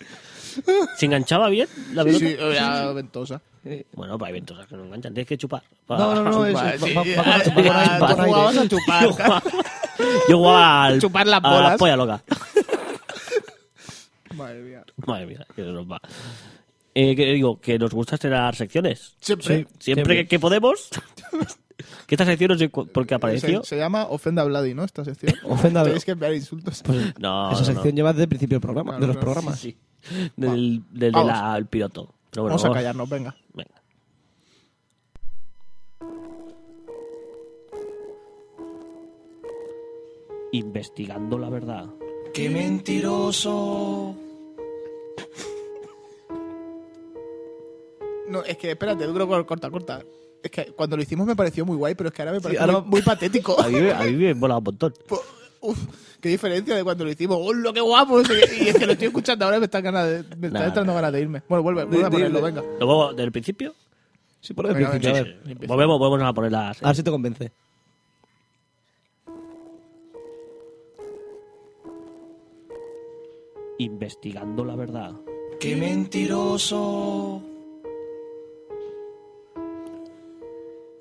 ¿Se enganchaba bien la
Sí,
pelota?
sí, era ventosa.
Bueno, para eventos que no enganchan, tienes que chupar.
No, no, no, eso.
Va,
Va,
sí.
va- va- va- va-
Ah,
va-
tú
va-
jugabas
va-
a chupar.
Yo jugaba, yo jugaba al,
Chupar las
a
bolas.
polla loca.
Madre mía.
Madre mía, que se nos va. Eh, que digo, que nos gusta estrenar secciones.
Siempre.
Siempre, que, que podemos. que esta sección no sé cu- por qué apareció.
Se, se llama Ofenda a Vladi, ¿no? Esta sección.
Ofenda a Vladi.
Tenéis
Pues,
que enviar insultos.
No,
Esa
no,
sección lleva desde el principio del programa,
Claro,
de los
claro.
programas.
Sí. Del, del de
Vamos.
la- el piloto. Pero bueno,
vamos a callarnos, venga.
Venga. Investigando la verdad.
¡Qué mentiroso!
No, es que espérate, duro con corta, corta. Es que cuando lo hicimos me pareció muy guay, pero es que ahora me parece
ahora-
muy, muy patético.
A mí, me- a mí me mola un montón.
Po- Uf, qué diferencia de cuando lo hicimos. ¡Oh, lo qué guapo! no sé qué. Y es que lo estoy escuchando ahora y me está, ganas de, me está
Nah,
entrando ganas de irme. Bueno, vuelve, vuelve a ponerlo, venga.
¿Lo pongo desde el principio?
Sí, Ah. por el
Venga,
principio.
venga.
a ver.
Empieza.
Volvemos, volvemos a poner las.
A ver si te convence.
Investigando la verdad.
¡Qué mentiroso!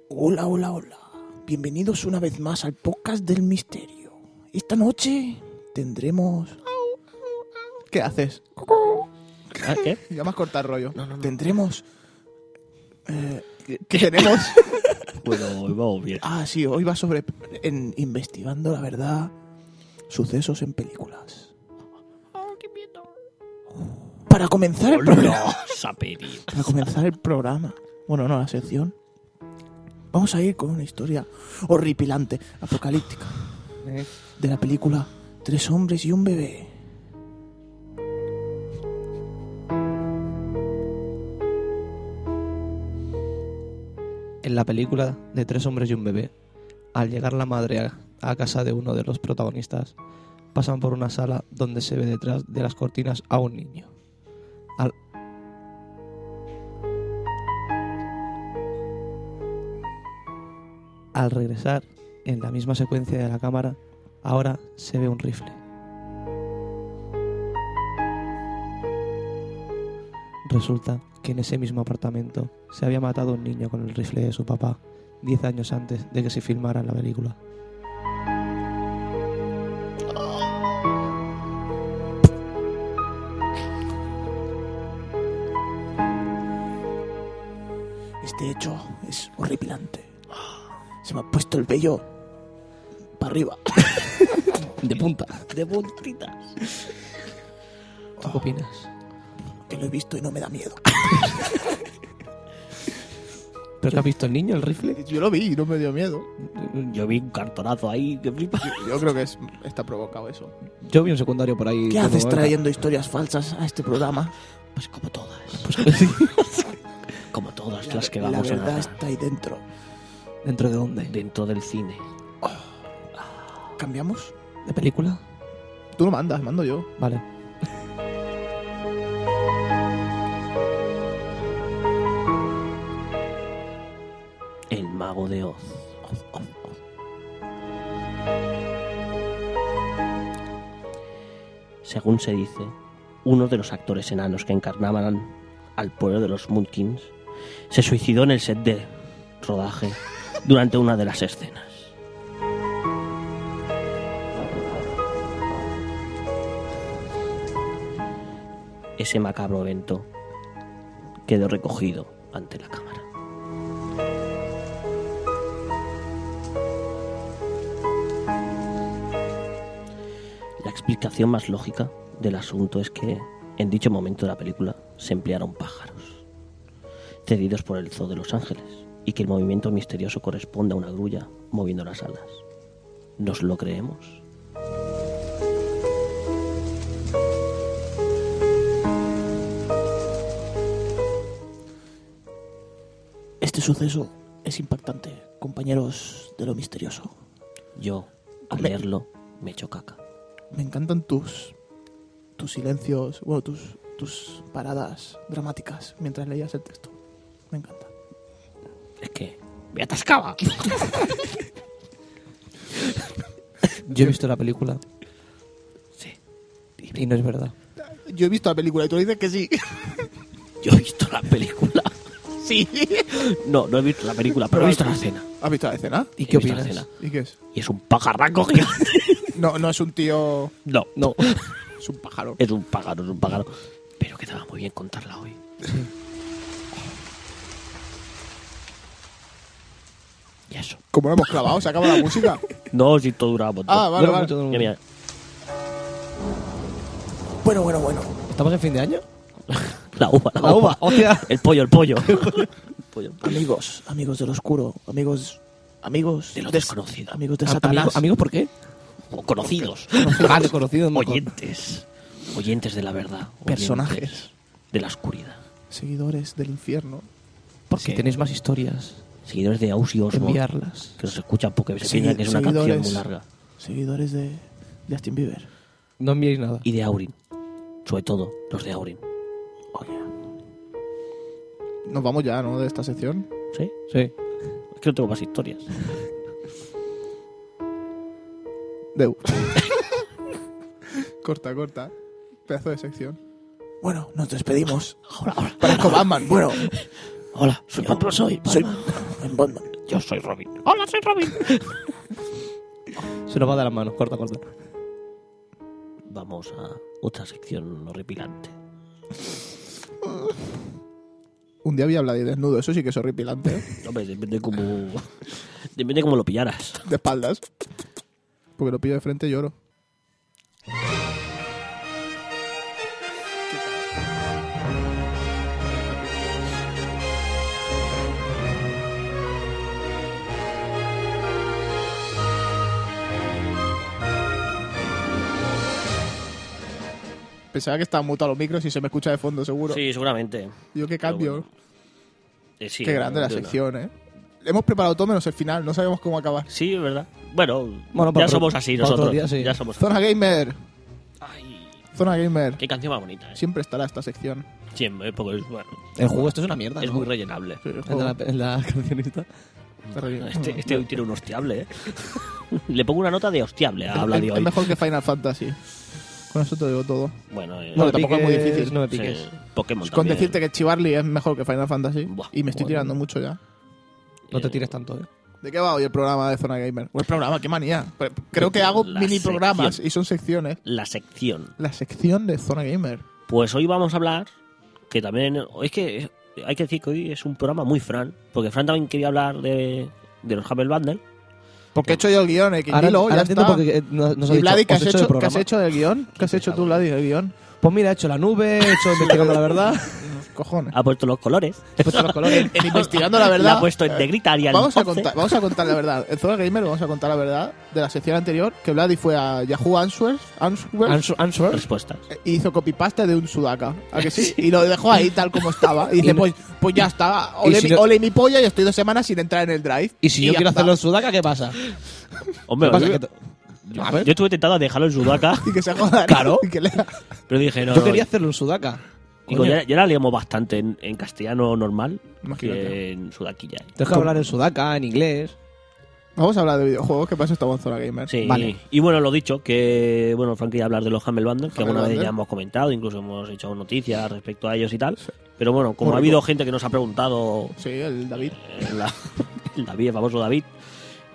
Hola, hola, hola. Bienvenidos una vez más al podcast del misterio. Esta noche tendremos
¿Qué haces?
Ah, ¿Qué?
Llamas cortar rollo.
tendremos eh,
¿Qué tenemos?
Bueno, hoy vamos bien.
Ah, sí, hoy va sobre en investigando la verdad sucesos en películas. Para comenzar el
Hola,
programa,
saperi.
para comenzar el programa. Bueno, no la sección. Vamos a ir con una historia horripilante, apocalíptica
Eh.
de la película Tres hombres y un bebé.
En la película de Tres hombres y un bebé, al llegar la madre a, a casa de uno de los protagonistas, pasan por una sala donde se ve detrás de las cortinas a un niño. Al- al regresar, en la misma secuencia de la cámara, ahora se ve un rifle. Resulta que en ese mismo apartamento se había matado un niño con el rifle de su papá 10 años antes de que se filmara la película.
Este hecho es horripilante. Se me ha puesto el vello para arriba.
De punta.
De puntitas.
¿Tú qué opinas?
Que lo he visto y no me da miedo.
¿Pero que ha visto el niño, el rifle?
Yo lo vi y no me dio miedo.
Yo vi un cartonazo ahí que flipa.
Yo creo que es- está provocado eso.
Yo vi un secundario por ahí.
¿Qué haces trayendo historias falsas a este programa?
Pues como todas. como todas las que
la
vamos a
verdad
narrar
está ahí dentro.
¿Dentro de dónde?
dentro del cine.
¿Cambiamos?
¿De película?
Tú no mandas, mando yo.
Vale.
El mago de Oz. Según se dice, uno de los actores enanos que encarnaban al pueblo de los Munkins se suicidó en el set de rodaje durante una de las escenas. Ese macabro evento quedó recogido ante la cámara. La explicación más lógica del asunto es que en dicho momento de la película se emplearon pájaros, cedidos por el Zoo de Los Ángeles, y que el movimiento misterioso corresponde a una grulla moviendo las alas. ¿Nos lo creemos?
Este suceso es impactante, compañeros de lo misterioso.
Yo, al
Me-
leerlo, me echo caca.
Me encantan tus tus silencios, bueno, tus tus paradas dramáticas mientras leías el texto. Me encanta.
Es que me atascaba.
Yo he visto la película.
Sí.
Y no es verdad.
Yo he visto la película y tú dices que sí.
Yo he visto la película. Sí. No, no he visto la película, pero he visto la escena.
¿Has visto la escena?
¿Y
He
qué
visto la
opinas?
escena.
¿Y qué es?
Y es un pajarraco gigante.
No, no es un tío.
No, no.
Es un pájaro.
Es un pájaro, es un pájaro. Pero que estaba muy bien contarla hoy. Y eso.
Como lo hemos clavado, se acaba la música.
No, si todo duraba un montón.
Ah, vale,
Dura
vale.
mucho, dura
Mira, mira.
Bueno, bueno, bueno.
¿Estamos en fin de año?
La uva, la,
La uva, hostia.
El pollo, el pollo. El pollo.
Amigos, amigos del oscuro, amigos amigos
De lo
des-
desconocido.
amigos de
Am-
Satanás.
amigo- ¿Amigos por qué?
O conocidos.
Vale, conocidos. no con-
Oyentes. Oyentes de la verdad. Oyentes
Personajes.
De la oscuridad.
seguidores del infierno.
Si tenéis más historias,
Seguidores de Aussie Osborne.
enviarlas.
Que nos escuchan porque se
Segui-
piensan que es una canción
seguidores.
muy larga.
Seguidores de de Justin Bieber.
No enviéis nada.
Y de Aurin. Sobre todo los de Aurin.
Nos vamos ya, ¿no? De esta sección.
¿Sí?
Sí.
Es que no tengo más historias.
Deu. corta, corta. Pedazo de sección.
Bueno, nos despedimos.
Parezco Batman.
Bueno,
Hola, soy Batman, soy.
soy
Batman.
en Batman.
Yo soy Robin. Hola, soy Robin.
Se nos va de las manos, corta, corta.
Vamos a otra sección horripilante.
Un día vi a Vladi desnudo, eso sí que es horripilante. ¿eh?
Hombre, depende cómo. depende cómo lo pillaras.
De espaldas. Porque lo pillo de frente y lloro. Pensaba que estaban mutados los micros y se me escucha de fondo, seguro.
Sí, seguramente.
Yo qué cambio.
Pero bueno. Eh, sí,
qué grande la
yo no.
sección, ¿eh? Hemos preparado todo menos el final, no sabemos cómo acabar.
Sí, es verdad. Bueno,
Bueno,
ya
para otro-
somos así
para otro
nosotros.
día, sí.
Ya somos.
Zona Gamer,
Ay,
Zona Gamer.
qué canción más bonita, ¿eh?
Siempre estará esta sección.
Siempre, porque es, bueno,
El juego esto es una mierda.
es
¿no?
muy rellenable.
Sí, el
El
juego.
de la, el de la cancionista.
Está relleno.
Este, este hoy tiene un hostiable, ¿eh? Le pongo una nota de hostiable a habla
es,
de
es
hoy.
mejor que Final Fantasy. Con eso te digo todo.
Bueno, eh,
No,
me
tampoco es muy
piques,
difícil.
No me
sí,
piques.
Pokémon.
Con
también.
decirte que Chivarly es mejor que Final Fantasy.
Buah,
y me estoy
bueno.
tirando mucho ya.
No te
Eh,
tires tanto, ¿eh?
¿De qué va hoy el programa de Zona Gamer? O el programa, qué manía. Pero Creo que hago
La
mini programas
sección.
y son secciones.
La sección.
La sección de Zona Gamer.
Pues hoy vamos a hablar, que también, es que hay que decir que hoy es un programa muy Fran, porque Fran también quería hablar de, de los Humble Bundle.
Porque he hecho yo el guión, eh. que
Ahora,
dilo,
ahora
ya
entiendo
está.
por qué, eh, no- nos ha
y
dicho,
Vladi, ¿qué
"Os
has, hecho,
he hecho el
¿qué has
programa".
hecho del guión? ¿Qué has hecho tú, Vladi, del guión?
Pues mira, he hecho la nube, he hecho investigando la verdad,
Cojones. Pues
Ha puesto los colores.
he puesto los colores.
Investigando la
La
verdad.
ha puesto en
eh,
negrita y al
Vamos a,
once.
contar, vamos a contar la verdad. En Zona Gamer vamos a contar la verdad de la sección anterior que Vladi fue a Yahoo Answers, Answers
Answer, answer.
Respuestas.
eh, y hizo copypasta de un sudaca. ¿A que sí? Y lo dejó ahí tal como estaba. Y dice,
Y no-
pues, pues ya está. Ole,
y si
mi,
no-
ole mi polla y estoy dos semanas sin entrar en el drive.
Y si yo
ya
quiero
está.
hacerlo en Sudaca, ¿qué pasa?
Hombre,
¿Qué pasa?
yo-
Que te-
yo,
a ver.
yo estuve tentado a dejarlo en Sudaca,
Y que se jodan.
Claro.
Y que le-
pero dije, no,
Yo
no.
eh.
quería hacerlo en Sudaca.
Digo,
Coño,
ya, ya la leemos bastante en, en castellano normal
Imagínate.
que en Sudaquilla. ¿eh?
Deja hablar en Sudaca, en inglés.
Vamos a hablar de videojuegos. ¿Qué pasa? Estamos en Zona Gamer.
Sí,
Vale.
y bueno, lo dicho, que bueno, Frank quería hablar de los Humble Bundle, que
Humble
alguna vez
Bundle.
ya hemos comentado, incluso hemos hecho noticias respecto a ellos y tal. Pero bueno, como
Muy
ha
rico.
habido gente que nos ha preguntado
Sí, el David.
Eh, la- el David, el famoso David.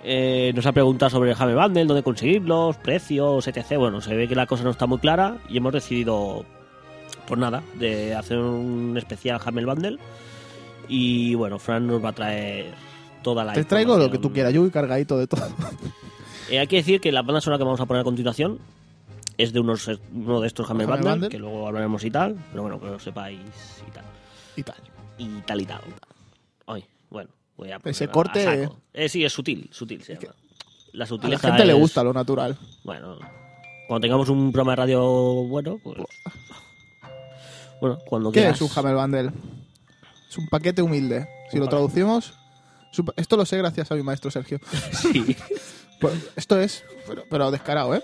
eh, nos ha preguntado sobre el Humble Bundle, dónde conseguirlos, precios, etc. Bueno, se ve que la cosa no está muy clara y hemos decidido, pues nada, de hacer un especial Humble Bundle. Y bueno, Fran nos va a traer toda la
Te traigo lo que
información.
tú quieras. Yo voy cargadito de todo.
Eh, hay que decir que la banda sonora que vamos a poner a continuación es de unos, eh, uno de estos Humble
Humble
Bundle,
Bundle.
que luego hablaremos y tal, pero bueno, que lo sepáis y tal.
Y tal.
y tal y tal. Ay, bueno, voy a poner
Ese
a- a
corte-
saco. Eh, sí, es sutil, sutil se llama. La
A la
sutileza
gente le
es-
gusta lo natural.
Bueno, cuando tengamos un programa de radio bueno, pues... Bueno, cuando
¿Qué
quieras.
es un Hammer Bundle? Es un paquete humilde. Si lo
paquete.
traducimos, Sup- Esto lo sé gracias a mi maestro Sergio.
Sí.
Pues, esto es, pero, pero descarado, ¿eh?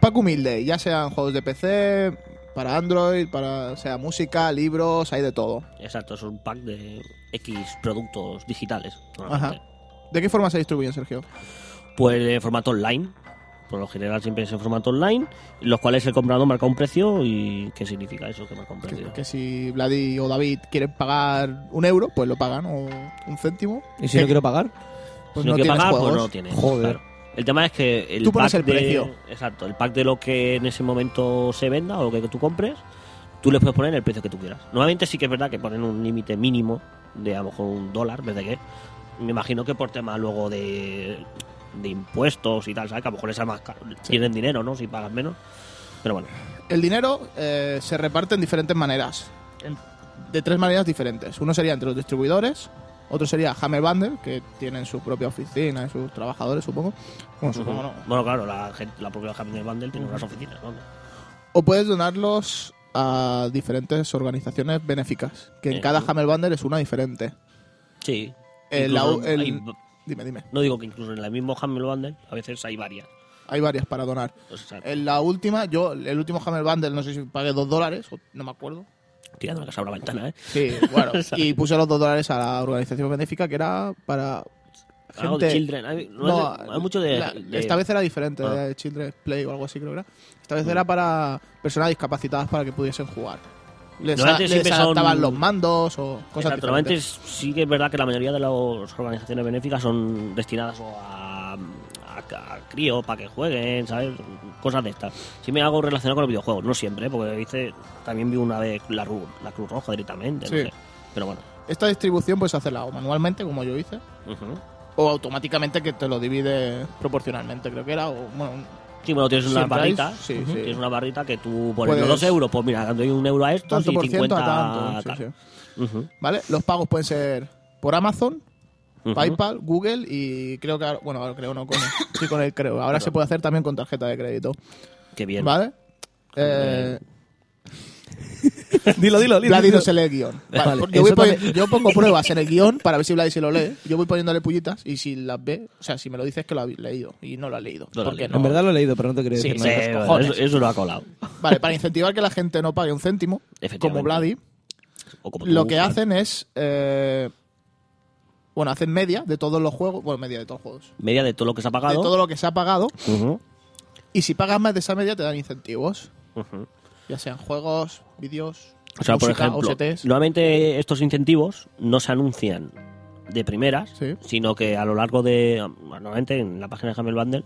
Pack humilde, ya sean juegos de PC, para Android, para sea música, libros, hay de todo.
Exacto, es un pack de X productos digitales. normalmente.
¿De qué forma se distribuyen, Sergio?
Pues de formato online. Por lo general siempre es en formato online, los cuales el comprador marca un precio y ¿qué significa eso que marca un precio?
Que, que si Vladi o David quieren pagar un euro, pues lo pagan, o un céntimo.
¿Y si no quiero pagar?
pues
si no, quiere
tienes
pagar,
juegos.
pues no tiene.
Joder.
claro. El tema es que el
Tú pones
pack
el
de-
precio.
exacto, el pack de lo que en ese momento se venda o lo que tú compres, tú le puedes poner el precio que tú quieras. Normalmente sí que es verdad que ponen un límite mínimo de a lo mejor un dólar, ¿ves de qué? Me imagino que por tema luego de, de impuestos y tal, ¿sabes? Que a lo mejor es más caro. Tienen dinero, ¿no? Si pagan menos. Pero bueno,
El dinero eh, se reparte en diferentes maneras. en- de tres maneras diferentes. Uno sería entre los distribuidores, otro sería Hammer Bundle, que tienen su propia oficina y sus trabajadores, supongo. Bueno, supongo no.
Bueno, claro, la, gente, la propia Hammer Bundle tiene unas oficinas, ¿no?
O puedes donarlos a diferentes organizaciones benéficas, que en
Eh.
cada Hammer Bundle es una diferente.
Sí.
El
Incluso
au- Eh, el-
hay-
Dime, dime.
no digo que incluso en el mismo Hammer Bundle a veces hay varias. Pues,
Hay varias para donar.
O sea,
En la última, yo, el último Hammer Bundle, no sé si pagué dos dólares, o no me acuerdo.
tirando la casa por la ventana, ¿eh?
Sí, bueno. y puse los dos dólares a la organización benéfica que era para
Algo Ah, de
gente-
Children. Hay, no, hay- hay mucho de,
la-
de-
Esta vez era diferente,
Ah. Mm.
de Children's Play o algo así, creo que era. Esta vez era para personas discapacitadas para que pudiesen jugar. Les, a-
Normalmente
les
siempre son-
adaptaban los mandos o cosas
Exacto, normalmente
diferentes.
es- sí que es verdad que la mayoría de las organizaciones benéficas son destinadas o a, a, a crío para que jueguen, ¿sabes? Cosas de estas. Sí me hago relacionado con los videojuegos, no siempre, ¿eh? porque dice, también vi una vez la, Ru- la Cruz Roja directamente, no
Sí.
sé. Pero bueno.
Esta distribución pues, puedes hacerla o manualmente, como yo hice,
Ujú.
o automáticamente que te lo divide proporcionalmente, creo que era. O, bueno,
Sí, bueno, tienes unas
Siempre hay-
barritas.
sí,
ujú,
sí.
Tienes una barrita que tú pones los
Puedes-
dos euros. Pues mira, doy un euro a estos
tanto
y
por ciento
50
a tanto. sí,
a tal.
sí.
Ujú,
¿Vale? Los pagos pueden ser por Amazon,
ujú.
PayPal, Google y creo que. ahora- Bueno, ahora creo no, con, sí, con el creo. Ahora se puede hacer también con tarjeta de crédito.
Qué bien.
¿Vale? Eh,
dilo, dilo,
Vladi no se lee el guión. Vale,
Vale,
por- yo, voy
eso también-
poni- yo pongo pruebas en el guión para ver si Vladi se lo lee. Yo voy poniéndole pullitas y si las ve, o sea, si me lo dices que lo habéis leído y no lo has leído.
No lo
¿Por
he
qué
leído.
no?
En verdad lo he leído, pero no te quiero
Sí,
decir
sí.
Sí,
nada.
los
bueno,
cojones.
eso, eso lo ha colado.
Vale, para incentivar que la gente no pague un céntimo, como
Efectivamente.
Vladi,
O como
lo
tú,
que
claro.
hacen es. eh, bueno, hacen media de todos los juegos. Bueno, media de todos los juegos.
Media de todo lo que se ha
De
pagado.
todo lo que se ha pagado.
Ujú,
Y si pagas más de esa media, te dan incentivos.
ujú.
Ya sean juegos, vídeos,
O sea, por
música,
ejemplo,
OSTs.
normalmente estos incentivos no se anuncian de primeras,
Sí.
sino que a lo largo de. Normalmente en la página de Hamel Bundle,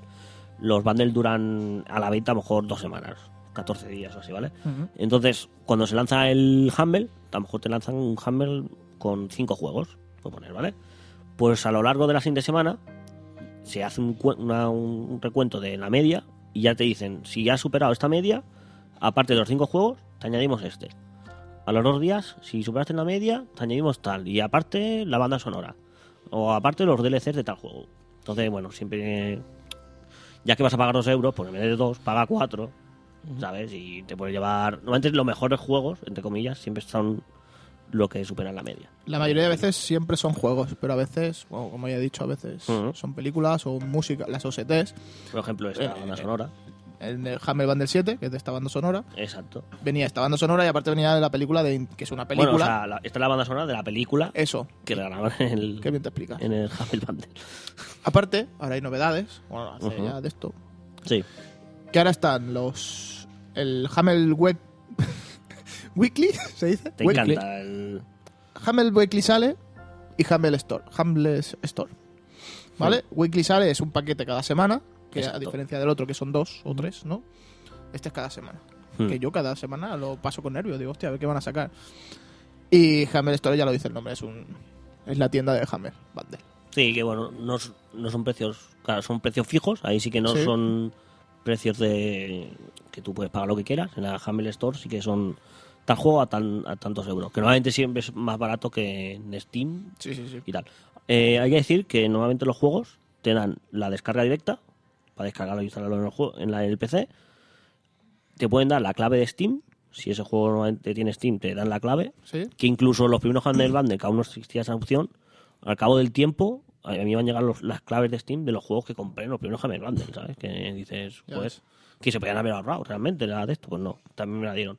los bundles duran a la venta a lo mejor dos semanas, 14 días o así, ¿vale?
Ujú.
Entonces, cuando se lanza el Humble, a lo mejor te lanzan un Humble con cinco juegos, por poner, ¿vale? Pues a lo largo de la siguiente semana se hace un, cue- una- un recuento de la media y ya te dicen, si ya has superado esta media, aparte de los cinco juegos, te añadimos este. A los dos días, si superaste la media, te añadimos tal. Y aparte, la banda sonora. O aparte, los DLCs de tal juego. Entonces, bueno, siempre... Ya que vas a pagar dos euros, pues en vez de dos, paga cuatro. ¿sabes? Y te puedes llevar. Normalmente los mejores juegos, entre comillas, siempre son lo que superan la media.
La mayoría de veces siempre son juegos, pero a veces, bueno, como ya he dicho, a veces
Ujú.
son películas o música, las OSTs.
Por ejemplo, esta
Eh,
banda
eh,
sonora.
En el Hammer Band del 7, que es de esta banda sonora,
Exacto.
venía esta banda sonora y aparte venía de la película, de, que es una película. Eh,
Bueno, o sea, la- esta es la banda sonora de la película
Eso,
que grabaron en el.
que bien te explicas.
En el Humble Bundle.
Aparte, ahora hay novedades, bueno, hace
Ujú.
ya de esto,
Sí.
que ahora están los. El Hammer Web. Weekly, ¿se dice?
Te
Weekly.
encanta el.
Hamel Weekly sale y Hamel Store. Hambles Store. ¿Vale? Weekly sale es un paquete cada semana, que a
Exacto.
diferencia del otro que son dos o tres, ¿no? Este es cada semana.
Hmm.
Que yo cada semana lo paso con nervios, digo, hostia, a ver qué van a sacar. Y Hamel Store ya lo dice el nombre, es un es la tienda de Hamel Bundle.
Sí, que bueno, no, s- no son precios. Claro, son precios fijos. Ahí sí que no
Sí.
son precios de. que tú puedes pagar lo que quieras. En la Humble Store sí que son. Tal juego a, tan, a tantos euros. Que normalmente siempre es más barato que en Steam
Sí, sí, sí.
y tal. Eh, hay que decir que normalmente los juegos te dan la descarga directa, para descargarlo e instalarlo en el, juego, en, la, en el PC. Te pueden dar la clave de Steam. Si ese juego normalmente tiene Steam, te dan la clave.
¿Sí?
Que incluso los primeros Handel Bundle, que aún no existía esa opción, Al cabo del tiempo, a mí me van a llegar los- las claves de Steam de los juegos que compré en los primeros Hammer Bundle, ¿sabes? Que dices,
Ya
pues, que se podían haber ahorrado realmente la de esto. Pues no, también me la dieron.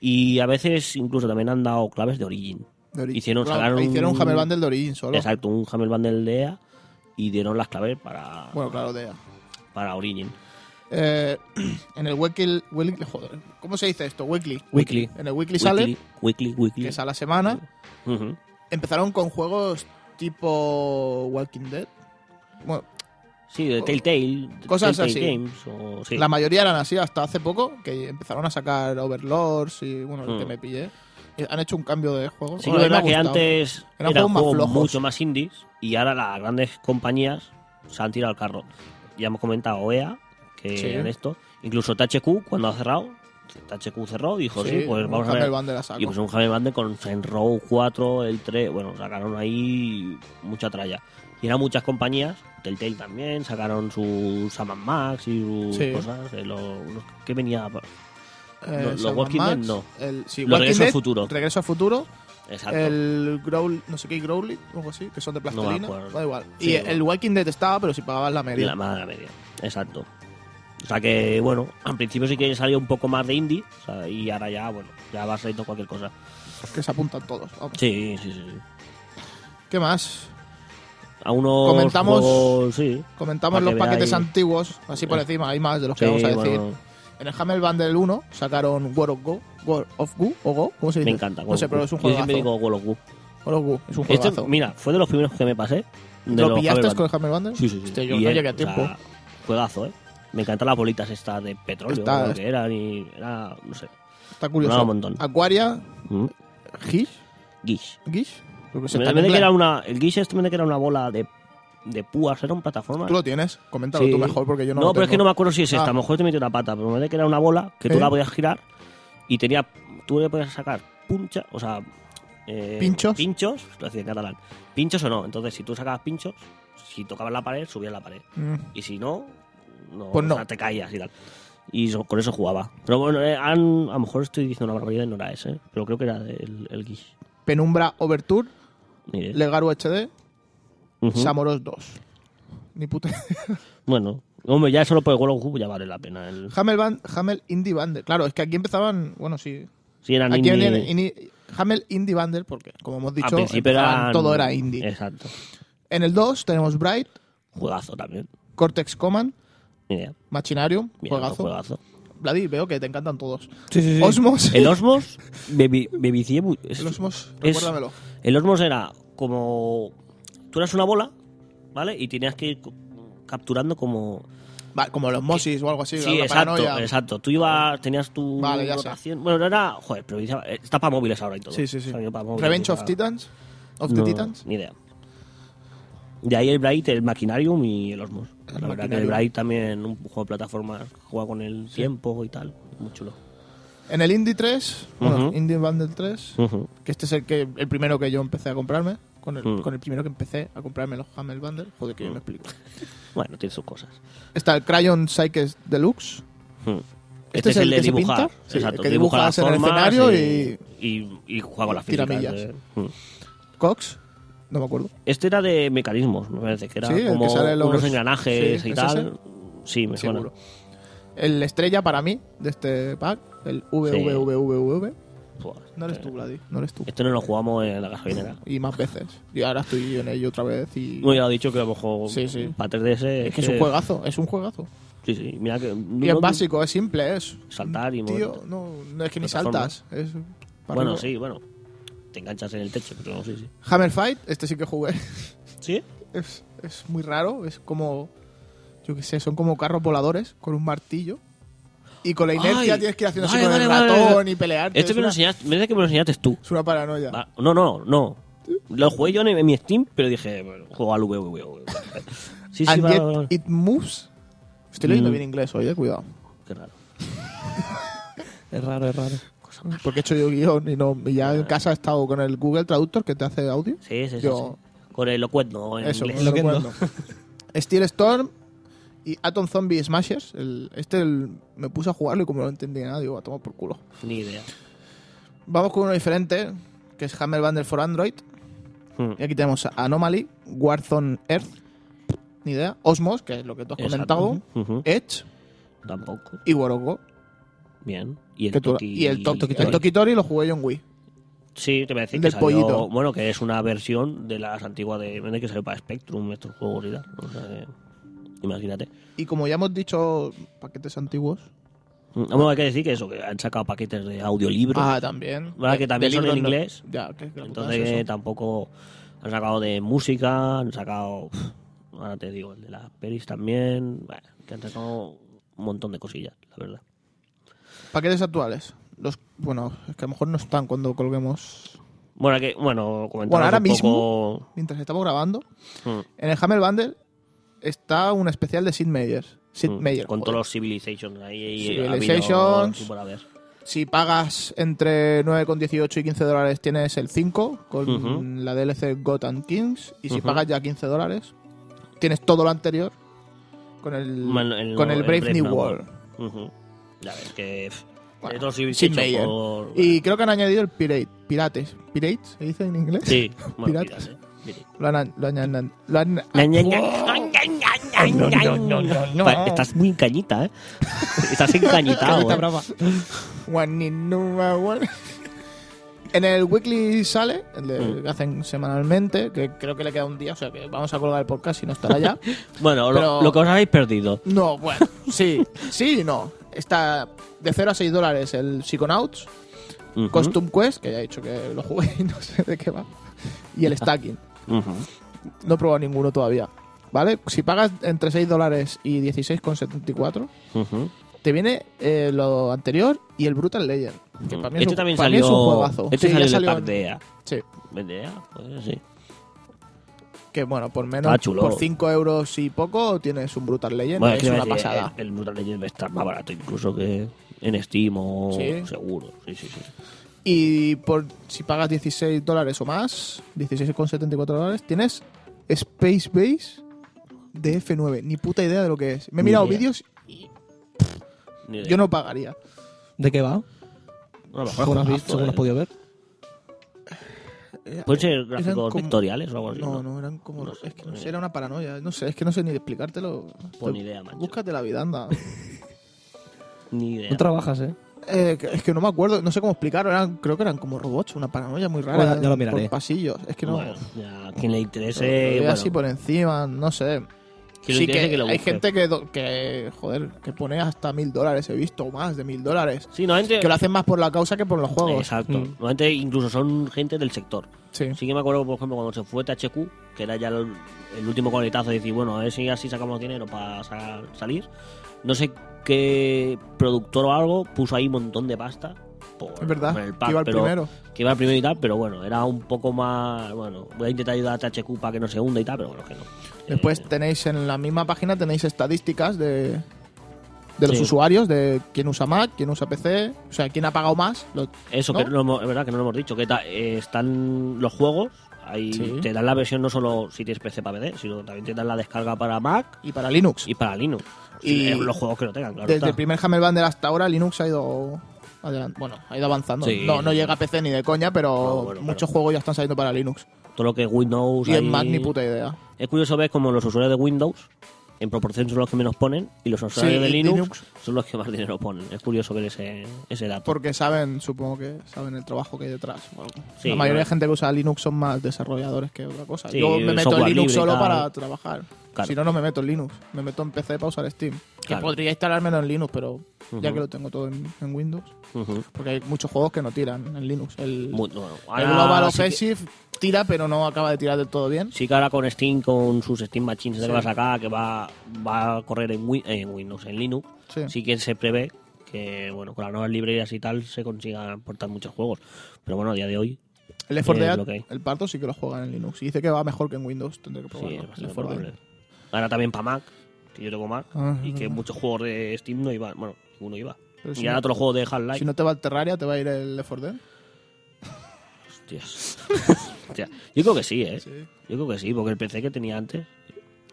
Y a veces incluso también han dado claves de Origin.
De ori-
Hicieron,
Claro,
sacaron
hicieron un Hammer Bundle de Origin solo.
Exacto, un Hammer Bundle de EA y dieron las claves para,
Bueno, claro, de
para Origin.
eh, En el weekly, weekly- Joder, ¿cómo se dice esto? Weekly.
Weekly.
En el weekly, sale,
Weekly, weekly.
que es a la semana,
Ujú.
empezaron con juegos tipo Walking Dead. Bueno,
Sí, de Telltale.
Cosas
Telltale
así.
Games, o- sí.
la mayoría eran así hasta hace poco, que empezaron a sacar Overlords y, bueno, el que
Mm.
me pillé. Y Han hecho un cambio de juego.
Sí, que
Bueno, a
es verdad
mí me
que
ha gustado.
antes
Eran
eran,
juegos más
juegos
flojos.
mucho más indies y ahora las grandes compañías se han tirado al carro. Ya hemos comentado OEA, que
Sí.
en esto, incluso THQ cuando ha cerrado, THQ cerró, dijo, sí,
Sí,
pues
un
vamos a
Hammer
ver.
Bundle a saco.
Y pues un Hammer Band con Row 4, el 3, bueno, sacaron ahí mucha tralla. Y eran muchas compañías, Telltale también, sacaron sus Saman Max y sus
Sí.
cosas, eh, los, los que venía
Eh,
los
Sam
Walking
Max,
Dead no.
el- sí,
Los
Walking
Regreso al
Dead,
Futuro.
Regreso al futuro.
Exacto.
El Growl, no sé qué, Growlit o algo así, que son de
me
plastilina.
acuerdo.
da igual.
Sí,
y
da igual.
el Walking Dead estaba, pero si pagabas la media.
La mala media, exacto. O sea que, bueno, al principio sí que salió un poco más de indie o sea, y ahora ya, bueno, ya vas saliendo cualquier cosa.
Que se apuntan todos. vamos.
Sí, sí, sí. sí.
¿Qué más?
A unos
Comentamos-
juegos, sí.
Comentamos
Para
los
que
paquetes
veáis.
antiguos, así por
Eh.
encima, hay más de los que
Sí,
vamos a decir.
bueno,
En el Hammer Bundle 1 sacaron War of Go, War of Goo o Go, ¿cómo se dice?
me encanta.
No sé, pero es un
Yo
juego.
siempre digo World of Goo.
War of Goo, es un
Este,
juegazo.
mira, fue de los primeros que me pasé. De
¿Lo
los
pillaste
Hammer
con
Band.
el Hammer Bundle?
Sí, sí, sí.
Hostia, yo
Y
no
él,
llegué a
o sea,
tiempo.
juegazo, ¿eh? Me encantan las bolitas estas de petróleo,
Está-
creo que eran, y era, no sé.
Está curioso.
molaba un montón.
Aquaria,
Mm.
Gish,
Guish.
Gish. Creo que se
Me-
está en
me de que
inglés.
era una, el Guish este me de que era una bola de, de púas, era un plataforma.
Tú lo tienes, coméntalo
Sí.
tú mejor porque yo no lo
pero es que no me
tengo.
acuerdo si es esta.
Ah.
A lo mejor te metió una pata, pero me parece que era una bola que
¿Eh?
tú la podías girar y tenía, tú le podías sacar puncha, o sea, eh,
¿Pinchos?
Pinchos, lo decía en catalán. Pinchos o no. Entonces, si tú sacabas pinchos, si tocabas la pared, subías la pared.
Mm.
Y si no, no,
Pues no.
o sea, te caías y tal. Y so- con eso jugaba. Pero bueno, eh, han- a lo mejor estoy diciendo una barbaridad y no era ese, ¿eh? pero creo que era el, el Guish.
Penumbra Overture,
Ni idea.
Legaru HD,
Ujú.
Samoros 2. Ni puta.
Bueno, hombre, ya solo por el World of Goo ya vale la pena. El,
Hamel, Band, Hamel Indie Bundle. Claro, es que aquí empezaban. Bueno, sí.
si eran
Aquí
indie-
venían ini- Hamel Indie Bundle, porque, como hemos
al
dicho,
principio
empezaban-
eran-
todo era indie.
Exacto.
En el 2 tenemos Bright,
Juegazo también.
Cortex Command,
Ni idea.
Machinarium,
Mira,
juegazo.
juegazo.
Vladi, veo que te encantan todos.
Sí, sí, sí.
Osmos.
El Osmos me, vi- me vicié mu- es-
El Osmos,
es-
recuérdamelo.
el Osmos era como. Tú eras una bola, ¿vale? Y tenías que ir co- capturando como.
Va, como los Mosis o algo así.
Sí,
la
exacto,
paranoia.
exacto. Tú ibas, tenías tu
Vale, ya sé.
rotación. Bueno, no era. Joder, pero ya- está para móviles ahora y todo.
Sí, sí, sí.
Ha venido para móviles,
Revenge of
para-
Titans. Of
No,
the Titans.
Ni idea. De ahí el Bright, el Maquinarium y el Osmos.
El
La verdad que el
Maquinarium.
Bright también, un juego de plataformas, juega con el tiempo y tal. Muy chulo.
En el Indie 3, bueno,
Ujú. Mm.
Indie Bundle 3,
Ujú.
que este es el, que, el primero que yo empecé a comprarme, con el,
Mm.
con el primero que empecé a comprarme los Hamel Bundle. Joder, que yo me explico.
Bueno, tiene sus cosas.
Está el Crayon Psyche Deluxe.
Hmm.
Este es el que se
dibujar.
pinta, sí,
Exacto,
el que
dibuja
dibujas
las
en el
formas
escenario
y, y juega con las
tiramillas.
físicas, eh. Hmm.
Cox, no me acuerdo.
Este era de mecanismos, me parece, que era
Sí, el que
como
sale los-
unos engranajes
sí,
y
¿es
tal. Sí, me suena.
Seguro. El estrella para mí de este pack, el VVVVV.
Buah,
No eres tú, Vladi, no eres tú.
Este no lo jugamos en la gasolinera.
Y más veces. Y ahora estoy yo en ello otra vez. Y...
No, ya lo he dicho que lo juego
Sí, sí.
para 3DS.
es que es un juegazo, es un juegazo.
Sí, sí, mira que.
Y es básico, es simple, es.
Saltar y
Tío,
moverte.
no, no es que ni
Plataforma.
saltas. Es para
Bueno,
arriba.
sí, bueno. Te enganchas en el techo, pero no, sí, sí.
Hammer Fight, este sí que jugué.
¿Sí?
Es, es muy raro, es como. Yo qué sé, son como carros voladores con un martillo. Y con la inercia
Ay,
tienes que ir haciendo así
vale,
con el
vale, vale,
ratón
vale.
y pelearte.
Este
es,
me lo
una,
enseñaste, me parece que me lo enseñaste tú.
es una paranoia.
Va- No, no, no. Lo jugué yo en, en mi Steam, pero dije, bueno, juego al VVV. Sí, sí,
And
va,
yet
va, va.
it moves. Estoy leyendo
Mm.
bien inglés hoy, eh, cuidado.
Qué raro.
Es raro, es raro.
Porque he hecho yo guión y, no, y ya en casa he estado con el Google Traductor que te hace audio.
Sí, sí, sí.
Yo-
sí. Con el locuendo en
Eso,
inglés.
lo
Loquendo.
recuerdo. Steel Storm y Atom Zombie Smashers. El, este el- me puse a jugarlo y como no entendía nada, digo, a tomar por culo.
Ni idea.
Vamos con uno diferente, que es Hammer Bundle for Android.
Hmm.
Y aquí tenemos a Anomaly, Warzone Earth, ni idea, Osmos, que es lo que tú has
Exacto.
comentado,
Ujú.
Edge
Tampoco.
y Waroko.
Bien. Y
que
el
tú-
Toki-
y el Toki-
Toki-
el Tokitori lo jugué yo en Wii.
Sí, te voy a decir
del
que salió,
pollito.
Bueno, que es una versión de las antiguas de de que salió para Spectrum, estos juegos y tal. O sea que, imagínate.
Y como ya hemos dicho, paquetes antiguos.
Mm, Bueno, hay que decir que eso, que han sacado paquetes de audiolibros.
Ah, también.
¿Verdad que también
De
son en
libros no-
inglés?
Ya, que- que
Entonces eh,
putas eso.
tampoco han sacado de música, han sacado, pf, ahora te digo, el de las pelis también, bueno, que han sacado un montón de cosillas, la verdad.
Paquetes actuales. Los, bueno, es que a lo mejor no están cuando colguemos.
Bueno, que, bueno, comentamos
Bueno, ahora
un
mismo,
poco...
mientras estamos grabando,
Mm,
en el Hammer Bundle está un especial de Sid Meier. Sid
mm,
Meier.
con
joder.
todos los Civilizations ahí y
Civilizations.
por haber.
Si pagas entre 9,18 y 15 dólares, tienes el 5 con
Ujú.
la DLC Gotham Kings. Y si
Ujú.
pagas ya 15 dólares, tienes todo lo anterior con el,
Man- el
con
no-
el
el
Brave,
Brave
New
No
World.
Ujú. Ya ves que... pf,
Bueno,
de todos
Sid
Civilizations
Meier.
por-
Y creo que han añadido el Pirate. Pirates. ¿Pirates? ¿Se dice en inglés?
Sí, bueno,
Piratas. Ah,
pirata, eh, pirata.
Lo han, lo han- lo han- ¡Oh!
Pa- Estás muy cañita, ¿eh? Estás encañitado.
Cañita
¿eh?
brava. One in number one. En el weekly sale, el de-
Mm.
que hacen semanalmente, que creo que le queda un día, o sea que vamos a colgar el podcast si no estará ya.
Bueno, lo-
Pero-
lo, que os habéis perdido.
No, bueno, sí, sí y no. Está de 0 a 6 dólares el Psychonauts,
Ujú,
Costume Quest, que ya he dicho que lo jugué y no sé de qué va, y el Stacking.
ujú.
No he probado ninguno todavía. ¿Vale? Si pagas entre 6 dólares y 16,74,
Ujú.
te viene eh, lo anterior y el Brutal Legend. Que para mí es
Este
un-
también
para mí es un
salió.
juegazo.
Este
Sí,
salió
ya
en el pack
en-
de EA.
Sí, E
¿De EA? Pues sí.
que bueno, por menos,
Estaba chulo.
por 5 euros y poco, tienes un Brutal Legend.
Bueno,
es
que
una
decir, eh,
pasada.
El, el Brutal Legend está más barato incluso que en Steam o
Sí.
seguro. Sí, sí, sí.
Y por si pagas 16 dólares o más, 16,74 dólares, tienes Space Base de F9. Ni puta idea de lo que es. Me he
Ni
mirado
idea.
vídeos,
Ni idea.
yo no pagaría.
¿De qué va?
A lo mejor
Según has
juegazo,
visto, según
eh.
has podido ver.
Pueden ser
Eran
gráficos
como-
vectoriales o algo así.
No, eh. no, eran como.
No sé,
es que no
no
sé,
sé.
era una paranoia. No sé, es que no sé ni explicártelo.
Pues ni idea, macho.
Búscate la vida, anda.
Ni idea.
No trabajas, ¿eh?
Eh, que- es que no me acuerdo, no sé cómo explicarlo. Eran, creo que eran como robots, una paranoia muy rara.
Bueno, ya lo
por
miraré.
pasillos. Es que no.
Bueno, ya, a quien le
lo- lo
interese.
veía
bueno,
así por encima, no sé.
quien le
Sí
interese
que,
que lo
hay
busque.
gente que, do- que, joder, que pone hasta mil dólares, he visto, o más de mil dólares.
Sí, normalmente- Eh,
Que lo hacen más por la causa que por los juegos.
Exacto.
Mm.
Normalmente incluso son gente del sector.
Sí.
Sí que me acuerdo, por ejemplo, cuando se fue THQ, que era ya el, el último coletazo de decir, bueno, a ver si así sacamos dinero para sa- salir. No sé qué productor o algo puso ahí un montón de pasta. Por,
Es verdad,
por el
que iba el
pero-
primero.
Que iba el primero y tal, pero bueno, era un poco más... Bueno, voy a intentar ayudar a THQ para que no se hunda y tal, pero bueno, que no. eh,
Después tenéis en la misma página tenéis estadísticas de, de los
Sí.
usuarios, de quién usa Mac, quién usa PC, o sea, quién ha pagado más. lo-
Eh, Eso
¿No?
que no hemos- es verdad que no lo hemos dicho, que ta- eh, están los juegos, ahí
Sí.
te dan la versión no solo si tienes PC para PC, sino también te dan la descarga para Mac
y para Linux.
y para Linux.
Y
Y los juegos que lo tengan, claro.
Desde
está.
el primer Hammer Bundle hasta ahora Linux ha ido adelan- bueno, ha ido avanzando.
Sí.
no, no llega a PC ni de coña, pero
No, bueno,
muchos juegos ya están saliendo para Linux.
Todo lo que es Windows.
Y en
ahí-
Mac ni puta idea.
Es curioso ver cómo los usuarios de Windows en proporción son los que menos ponen y los usuarios
Sí,
de
y
Linux,
Linux.
son los que más dinero ponen. Es curioso ver ese, ese dato.
Porque saben, supongo que saben el trabajo que hay detrás. o algo.
Sí,
la mayoría
¿no?
de gente que usa Linux son más desarrolladores que otra cosa.
Sí,
Yo me meto en
software
Linux
libre y
solo
tal.
para trabajar.
Claro.
Si no, no me meto en Linux. Me meto en PC para usar Steam. Que
Claro.
podría instalármelo en Linux, pero ya
Ujú.
que lo tengo todo en, en Windows.
Ujú.
Porque hay muchos juegos que no tiran Pues, en Linux. El,
Muy- bueno,
el
ahora
Global
Ah, sí que-
Offensive tira, pero no acaba de tirar del todo bien.
Sí que ahora con Steam, con sus Steam Machines
Sí.
que va a sacar, que va, va a correr en, Win- en Windows, en Linux,
Sí.
sí que se prevé que bueno con las nuevas librerías y tal se consigan portar muchos juegos. Pero bueno, a día de hoy
El Left 4
Es
Dead,
lo que hay.
el parto sí que lo juegan en Linux. Y dice que va mejor que en Windows. Tendré que
sí,
probarlo.
es
el
bastante
Left 4 Dead.
probable. Ahora también para Mac, que yo tengo Mac,
Ah, es
y que
verdad.
muchos juegos de Steam no iban, bueno, ninguno iba.
Pero si
y ahora
no-
todos los juegos de Half-Life.
Si no te va el Terraria, te va a ir el Left 4 Dead.
Hostias. Hostia, Yo creo que sí, ¿eh?
Sí.
Yo creo que sí, porque el PC que tenía antes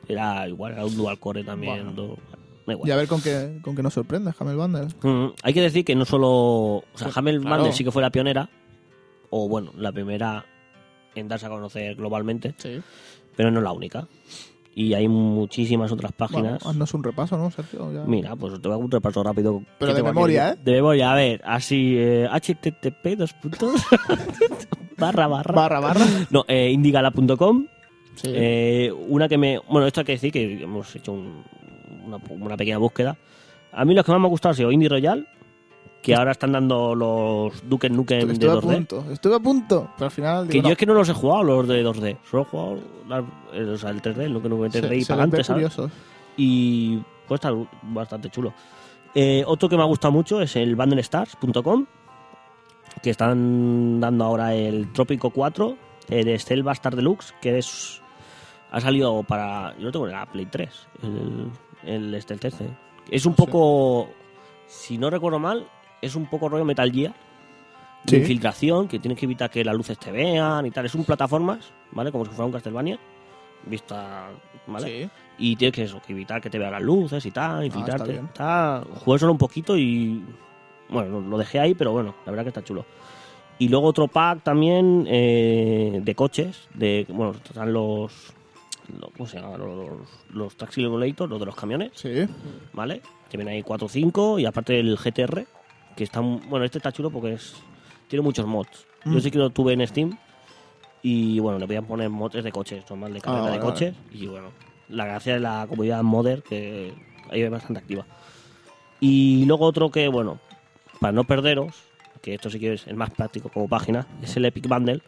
era igual, era un dual core también.
Bueno.
do- bueno, da igual.
Y a ver con qué, con qué nos sorprende, Hamel Bundle.
Mm, hay que decir que no solo. O sea, Hamel
Pues, claro.
Bundle sí que fue la pionera, o bueno, la primera en darse a conocer globalmente,
Sí.
pero no es la única. Y hay muchísimas otras
Bueno,
páginas.
haznos un repaso, ¿no, Sergio? Ya.
Mira, pues te voy a hacer un repaso rápido.
Pero
que
de
tengo aquí.
memoria, ¿eh?
De memoria, a ver, así, eh, http, dos puntos, barra, barra.
Barra, barra.
No, eh, indigala.com.
Sí.
Eh, una que me. Bueno, esto hay que decir que hemos hecho un- una, una pequeña búsqueda. A mí los que más me han gustado han sido Indie Royal, que ahora están dando los Duke Nukem de
estuve a
2D.
punto, estuve a punto, pero al final...
Que
digo,
yo
no.
es que no los he jugado los de 2D, solo he jugado la- el, o sea, el 3D, el Duke Nukem
Se-
3D y
se
para
les ve
adelante, ¿sabes?
curiosos.
Y pues está bastante chulo. Eh, otro que me ha gustado mucho es el bandelstars.com, que están dando ahora el Trópico 4 eh, de Steel Bastard Deluxe, que es ha salido para... Yo lo tengo en la Play 3, el, el Steel 13. Es un poco... Si no recuerdo mal, es un poco rollo Metal Gear. De
Sí.
infiltración, que tienes que evitar que las luces te vean y tal. Es un plataformas, ¿vale? Como si fuera un Castlevania. Vista, ¿vale?
Sí. Ah,
Y tienes que, eso, que evitar que te vean las luces y tal, infiltrarte.
bien.
está Jugué solo un poquito y. Bueno, lo- lo dejé ahí, pero bueno, la verdad que está chulo. Y luego otro pack también eh, de coches, de. Bueno, están los. los- ¿Cómo se llama? Los, los, los Taxi Regulator, los de los camiones.
Sí.
¿vale? Te viene ahí 4 o 5 y aparte el GTR, que está... un- Bueno, este está chulo porque es tiene muchos mods.
Mm.
Yo sí que lo tuve en Steam y, bueno, le podían poner mods de coches, normal, de carrera
Ah,
de
vale,
coches. Y, bueno, la gracia de la comunidad modder que ahí es bastante activa. Y luego otro que, bueno, para no perderos, que esto sí que es el más práctico como página, es el Epic Bundle,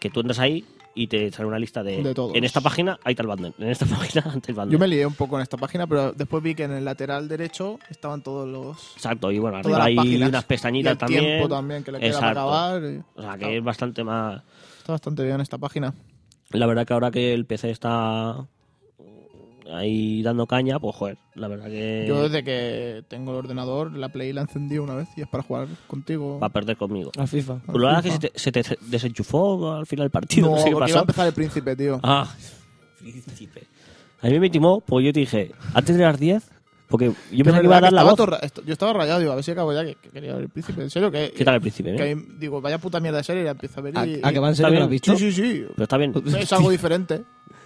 que tú entras ahí y te sale una lista de...
De todos.
En esta página hay tal bundle, en esta página hay tal bundle.
Yo me lié un poco en esta página, pero después vi que en el lateral derecho estaban todos los...
Exacto, y bueno,
Todas
arriba
las
hay
páginas.
unas
Y
pestañitas
el
también.
tiempo también que le queda para acabar. y-
O sea, que es bastante más.
Está bastante bien esta página.
La verdad que ahora que el PC está ahí dando caña, pues joder, la verdad que
Yo desde que tengo el ordenador, la Play la encendí una vez y es para jugar contigo.
va a perder conmigo.
Ah,
Al FIFA.
Pero la verdad que se te, se te desenchufó al final del partido,
no,
no, sé qué
porque iba a
pasó.
empezar el príncipe, tío.
Ah, príncipe. A mí me timó porque yo te dije, antes de las 10, porque yo
Que es
pensaba que iba a
verdad
dar
que
la
estaba
voz.
todo ra- esto- Yo estaba rayado, digo, a ver si acabo ya, que, que quería ver el príncipe. En serio, que,
¿Qué tal el príncipe?
que
eh?
ahí- digo, vaya puta mierda de serie y la empiezo a ver.
A,
y-
a que va en serio,
Está
¿lo
bien.
has visto?
Sí, sí, sí.
Pero está bien.
Es algo diferente.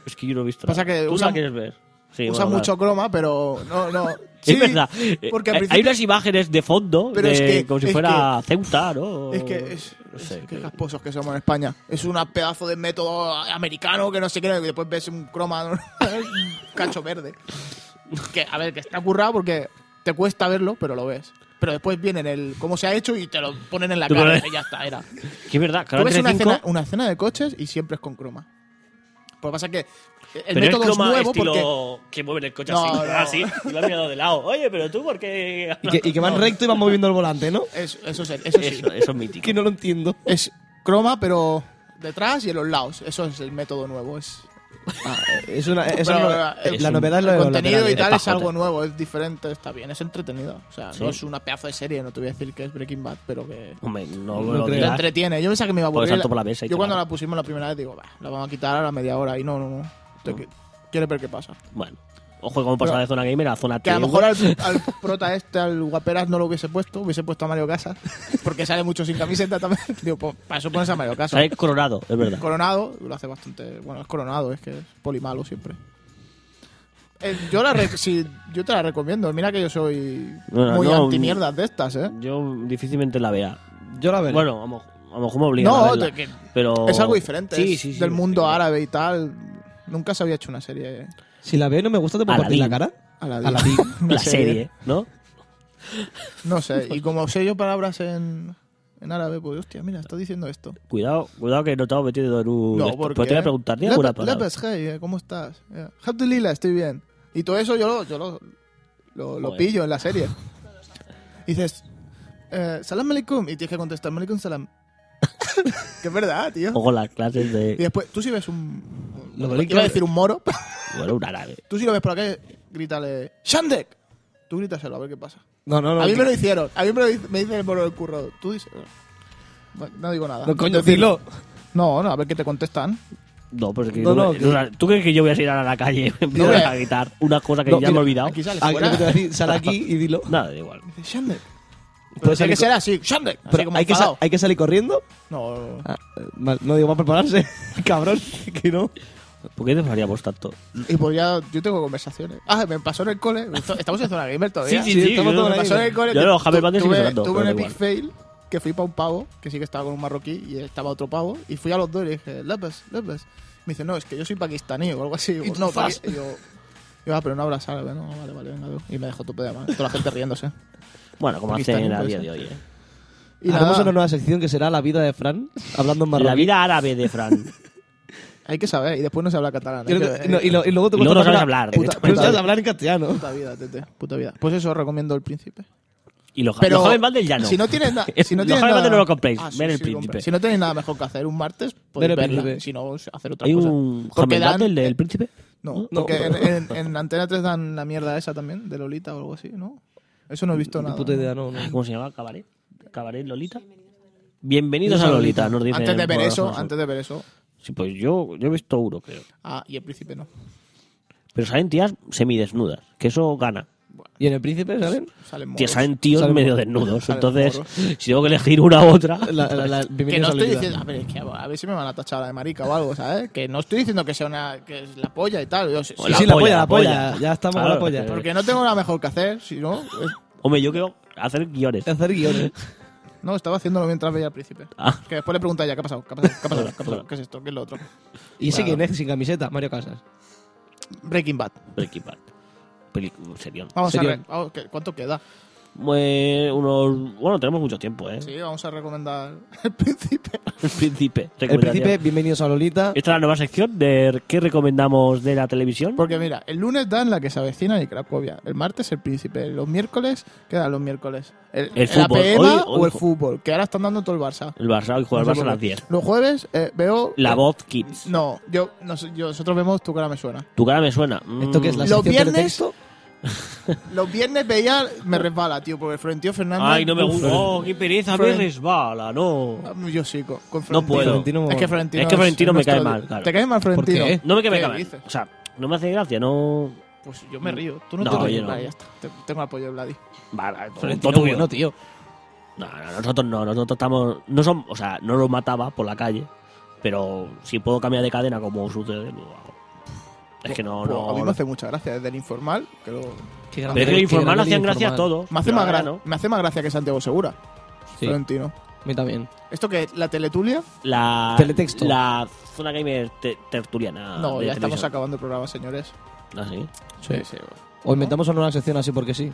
Es que yo no he visto.
Pasa
nada.
que
Tú
usa-
la quieres ver. Sí,
Usa
bueno, claro.
mucho croma, pero no, no.
es verdad.
porque al
Eh, Hay
principio-
unas imágenes de fondo,
Pero
de-
es que-
como si
es
fuera Ceuta, ¿no?
Es que es,
No
es-
sé,
qué
que-
casposos que somos en España. Es un pedazo de método americano que no sé qué, que después ves un croma, un cacho verde. Que, a ver, que está currado porque te cuesta verlo, pero lo ves. Pero después vienen el cómo se ha hecho y te lo ponen en la
Tú
cara
pones-
y ya está, era.
Que es verdad,
Tú
Canal
ves una
35,
escena, una escena de coches y siempre es con croma. Pues pasa que el
pero es
método es,
croma
nuevo
estilo
porque...
que mueven el coche
No,
así,
no.
así, y lo han mirado de lado. Oye, pero tú, ¿por qué...?
Y que, y que van recto y van moviendo el volante, ¿no?
Eso, eso, es- eso sí.
Eso, eso es mítico.
Que no lo entiendo.
Es croma, pero detrás y en los lados. Eso es el método nuevo. Es,
Ah, es una, es
Pero,
una-
eh,
la
es
novedad es lo
el
de los
contenido
laterales.
y tal es
pajote.
algo nuevo, es diferente, está bien, es entretenido. O sea,
Sí.
no es una pedazo de serie, no te voy a decir que es Breaking Bad, pero que
Hombre, no,
No
lo
creo.
te
digas.
entretiene. Yo pensaba que me iba a
Pues
aburrir.
salto por la mesa y
Yo
te
cuando
vas.
la pusimos la primera vez digo, bah, la vamos a quitar a la media hora y no, no, no. Te- que- ¿Quieres ver qué pasa?
Bueno, ojo, como pasa
Pero-
de zona gamer a zona
Que a lo
TV.
mejor al, al prota este, al guaperas, no lo hubiese puesto, hubiese puesto a Mario Casas, porque sale mucho sin camiseta también. Digo, pues, para eso pones a Mario Casas.
Sale Colorado, es verdad.
Coronado lo hace bastante. Bueno, es Coronado, es que es polimalo siempre. Eh, yo, la re- sí, yo te la recomiendo. Mira que yo soy
No,
muy
no,
antimierdas de estas, ¿eh?
Yo difícilmente la vea.
Yo la veré.
Bueno, a lo mejor- a lo mejor me obligan a
No,
verla,
te- que
pero...
es algo diferente.
Sí,
es
sí, sí,
del
sí,
mundo
sí.
árabe y tal. Nunca se había hecho una serie. eh.
si la veo y no me gusta, te puedo partir la
Aladdin.
cara.
Aladdin.
Aladdin.
Una
La
serie.
serie, ¿no?
No sé. Y como sé yo palabras en, en árabe, pues hostia, mira, está diciendo esto.
Cuidado, cuidado que no estamos metido en un...
No,
esto.
porque.
Pero te voy a preguntar, ni
Lepas-
alguna palabra.
lepas, hey, eh, ¿cómo estás? Yeah. Alhamdulillah, estoy bien. Y todo eso yo lo, yo lo, lo, lo
Joder.
pillo en la serie. Y dices, eh, salam alaikum. Y tienes que contestar, alaikum salam. que es verdad, tío.
Ojo las clases
Y
de...
después, tú si ves un.
Lo
iba
bonito
a
es-
decir un moro.
Bueno, un árabe.
tú si lo ves por acá, grítale, ¡Shandek! Tú grítaselo, a ver qué pasa.
No, no, no.
a mí
que-
me lo hicieron. A mí me, lo dice, me dice el moro del curro. Tú dices. Bueno, No digo nada.
No, coño, dilo.
No, no, a ver qué te contestan.
No, pero es que.
No, no,
no- no- ¿Tú crees que yo voy a salir ahora a la calle y me voy
hombre.
a gritar una cosa que
No,
ya me he
mira,
olvidado?
Aquí sales
Ah,
fuera.
creo que te voy a decir, sal aquí y dilo.
Nada, da igual.
Dice, Shandek.
Puede
Tiene
salir
que ser
co-
así, ¡Shandek! Así
Pero
como
hay, que sa-
enfadado.
hay que salir corriendo.
No,
Ah, eh, mal- no digo para prepararse, cabrón, que no.
¿Por qué te faríamos tanto?
y pues ya yo tengo conversaciones. Ah, me pasó en el cole. Estamos en zona gamer todavía.
Sí, sí,
estamos
yo-
todos
Me
ahí.
pasó en el cole.
Yo
tu-
no, Javier Vázquez sigue
tuve,
sonando,
tuve
pero
un
da
epic
igual.
fail que fui para un pavo, que sí que estaba con un marroquí y estaba otro pavo, y fui a los dos y le dije, Lopes, Lopes. Me dice, no, es que yo soy pakistaní o algo así. Digo,
tú
no,
fas.
paqui- y yo, yo, ah, pero no hablas árabe, no, vale, vale, venga tú. Y me dejó tu de mano, toda la gente riéndose.
Bueno, como
Porque
hacen
está
a
bien,
día
puede
de hoy, ¿eh?
Y
Haremos
nada,
una nueva sección que será la vida de Fran, hablando en marroquí.
La vida árabe de Fran.
hay que saber, y después no se habla catalán.
Y,
hay
luego-
que-
no, y lo- y luego te
Y luego no
cuesta
sabes
una-
hablar.
Puta-
directamente.
pero sabes hablar en castellano.
Puta vida, tete, puta vida. Pues eso recomiendo el príncipe.
Y los,
Pero
los Javier Valdez ya no.
Si no tienes nada, si no
Los
tienes
Javier
nada- Ah,
Valdez no lo compréis, ver El
compra.
Príncipe.
Si no tenéis nada mejor que hacer un martes, podéis
Ver El
verla.
Príncipe.
Si no, hacer otra
¿Hay
cosa.
un
Porque
Javier
dan- eh,
Valdez, el del príncipe?
No,
No.
porque en, en- en Antena 3 dan la mierda esa también, de Lolita o algo así, ¿no? Eso no he visto
Ni
nada.
puta idea, no, no.
Ay, ¿Cómo se llama? ¿Cabaret? ¿Cabaret Lolita? Bienvenidos a Lolita, nos dicen.
Antes de ver
por
eso,
Alfonso.
antes de ver eso.
Sí, pues yo, yo he visto uno, creo.
Ah, y el príncipe no.
Pero salen tías semidesnudas, que eso gana.
¿Y en el príncipe salen?
Salen moros.
Tías salen tíos
Salen
medio
moros.
desnudos.
Salen
Entonces,
moros.
si tengo que elegir una u otra.
La, la, la-
Que no
bienvenidos a
estoy
Lolita.
diciendo, a ver, es que a a ver si me van a tachar de marica o algo, ¿sabes? Que no estoy diciendo que sea una que es la polla y tal. Yo, sí,
O
sí,
sí, la polla, la polla. Ya estamos con la
Claro,
polla.
eh,
porque no tengo nada mejor que hacer, si no. es-
Hombre, yo quiero hacer guiones.
Hacer guiones.
No, estaba haciéndolo mientras veía al príncipe.
Ah.
Que después le pregunta ya, ¿qué ha pasado? ¿Qué ha pasado? ¿Qué ha pasado? ¿Qué, ha pasado? ¿Qué es esto? ¿Qué es lo otro?
Y ese
Claro.
que es sin camiseta, Mario Casas.
Breaking Bad.
Breaking Bad. Pelic- serión.
Vamos a
Serio.
re- vamos, ¿qué- ¿Cuánto queda?
Bueno, unos, bueno, tenemos mucho tiempo, ¿eh?
Sí, vamos a recomendar el príncipe.
El príncipe.
El príncipe,
recomendación.
bienvenidos a Lolita.
Esta es la nueva sección de qué recomendamos de la televisión.
Porque mira, el lunes dan la que se avecina y Cracovia. El martes el príncipe. Los miércoles, ¿qué dan los miércoles? El, la
El fútbol.
PM
Hoy- hoy
o el
ju-
fútbol, que ahora están dando todo el Barça.
El Barça, hoy juega el
No
Barça
sé
a
por
las
qué.
10.
Los jueves eh, veo.
La voz Kids.
No, yo, nos- yo- nosotros vemos tu cara me suena.
Tu cara me suena.
¿Esto qué es?
Mm.
¿La
Los
sección
viernes-
teletexto?
Los viernes veía, me resbala, tío, porque Florentino Fernández.
Ay, no me
Uf,
gusta. Oh, qué pereza, me
Fren-
resbala, no.
Ah, Yo sí, con, con
No
Florentino.
puedo.
Florentino-
Es que Florentino,
Es que Florentino me
nuestro-
cae mal, claro.
¿Te caes mal Florentino?
¿Por qué?
No me que me
¿Qué
cae mal.
dices?
O sea, no me hace gracia, no.
Pues yo me río. Tú no,
No,
te ríes.
yo no.
Vale, ya está. Te- tengo apoyo de Vladi.
Vale,
Florentino,
todo tuyo.
bueno, tío.
No, no, nosotros no, nosotros estamos. No son, o sea, no lo mataba por la calle, pero si puedo cambiar de cadena como sucede, lo hago. Es que no,
Pues
no.
a mí
no.
me hace mucha gracia desde el informal. Que lo...
Qué
Pero
grande-
es que el
qué
informal
grande
hacían
el
gracia a
informal.
todo.
me, hace más
Ahora
gra-
no.
me hace más gracia que Santiago Segura.
Sí, a
Florentino.
mí también.
¿Esto que ¿La teletulia?
La,
Teletexto.
La zona gamer te- tertuliana.
no,
de
ya estamos
televisión.
acabando el programa, señores.
Ah, sí.
Sí.
Sí, sí.
O inventamos una nueva sección así porque sí.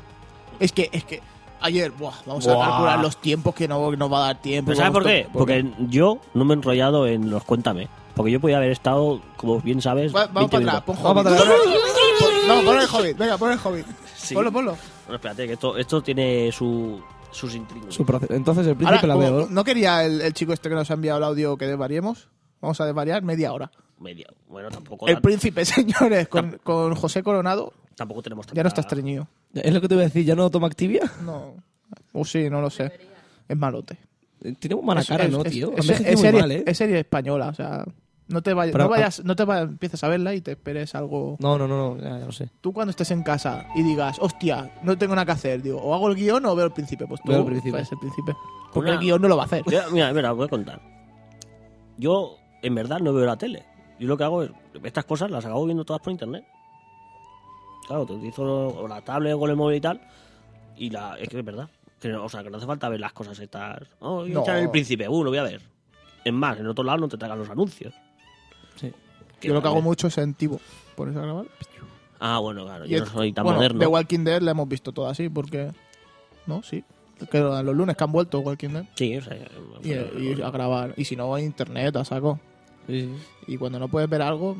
Es que, es que ayer, buah, vamos
Buah.
a calcular los tiempos que no nos va a dar tiempo.
¿Pero sabes
vamos
por qué?
to-
Porque yo no me he enrollado en los cuéntame. Porque yo podía haber estado, como bien sabes.
Va-
20
vamos para atrás, pon
minutos.
Hobbit.
Vamos para
Pon- No, pon el Hobbit, venga, pon el Hobbit.
Sí.
Ponlo, ponlo.
Bueno, espérate, que esto, esto tiene su, sus intríngulis.
Su proceso. Entonces el príncipe
Ahora,
la
como
veo. ¿eh?
¿No quería el, el chico este que nos ha enviado el audio que desvariemos? Vamos a desvariar media hora.
Media. Bueno, tampoco,
El
tan-
príncipe, señores, con, con José Coronado
tampoco tenemos
ya no está
tanta-
estreñido.
Es lo que te iba a decir, ya no toma Activia.
No. O sí, no lo sé. Es malote.
Eh, Tiene muy mala
Es-
cara,
es-
¿no,
es-
tío?
Es,
Envejece
es
muy
serie,
mal, ¿eh?
es serie española, o sea. No te vayas,
Pero-
no vayas, no te vayas, empieces a verla y te esperes algo.
No, no, no, no, ya, ya lo sé.
Tú cuando estés en casa y digas, hostia, no tengo nada que hacer, digo, o hago el guión o veo el príncipe. Pues tú
Veo El Príncipe.
ves el príncipe. Porque
Una-
el guión no lo va a hacer.
Mira, mira, mira, os voy a contar. Yo, en verdad, no veo la tele. Yo lo que hago es. Estas cosas las acabo viendo todas por internet. Claro, te utilizo o la tablet o con el móvil y tal. Y la. Es que es verdad. Que no- o sea, que no hace falta ver las cosas estas. Oh, voy a
No.
echar el príncipe. Uh, lo voy a ver. Es más, en otro lado no te traigan los anuncios.
Sí.
Yo lo que hago
también-
mucho es en Tivo. ¿Pones a grabar?
Ah, bueno, claro.
Y
Yo no
es-
soy tan
bueno,
moderno.
De Walking Dead la hemos visto toda así, porque. ¿No? Sí. Que eran los lunes que han vuelto Walking Dead.
Sí, o sea.
Y,
bueno,
y a grabar. Y si no, a internet, a saco.
Sí, sí.
Y cuando no puedes ver algo,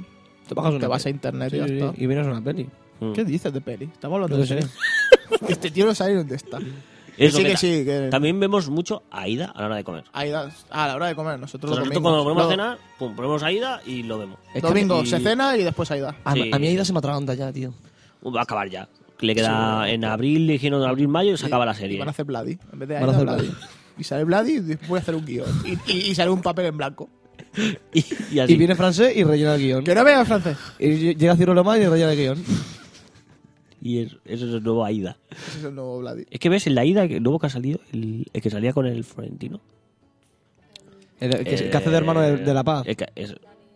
Te bajas una
te vas a
peli.
internet
Sí,
y ya
sí,
está.
sí. Y miras una peli.
mm.
¿Qué dices de peli? Estamos hablando
Yo
de
qué sé.
serie. este tío no sabe dónde está.
Eso,
sí,
que
que
ta-
sí. Que...
También vemos mucho a Aida a la hora de comer.
Ahí das- a la hora de comer, nosotros los
Nosotros
domingos.
cuando ponemos a
Lo-
cenar, pum, ponemos Aida y lo vemos.
Es que
Domingo
y-
se cena y después ahí da.
A,
Sí.
a mí Aida se me atraganta ya, tío.
Uh, Va a acabar ya. Le queda en abril, dijeron en abril, mayo y se acaba la
Y
serie.
van a hacer Vladi. En vez de
Van a
Aida,
hacer
Vladi. Y sale Vladi y después voy a hacer un guión. Y, y- y sale un papel en blanco.
Y, y así.
Y viene francés y rellena el guión.
Que no vea en francés.
Y ll- llega Ciro Loma y rellena el guión.
Y es- eso es el nuevo Aida.
Ese es el nuevo Vladi.
Es que ves en la Aida, el nuevo que ha salido, el, el que salía con el Florentino.
El, el que,
Eh,
que hace de hermano de, de La Paz.
eh,
el que, es-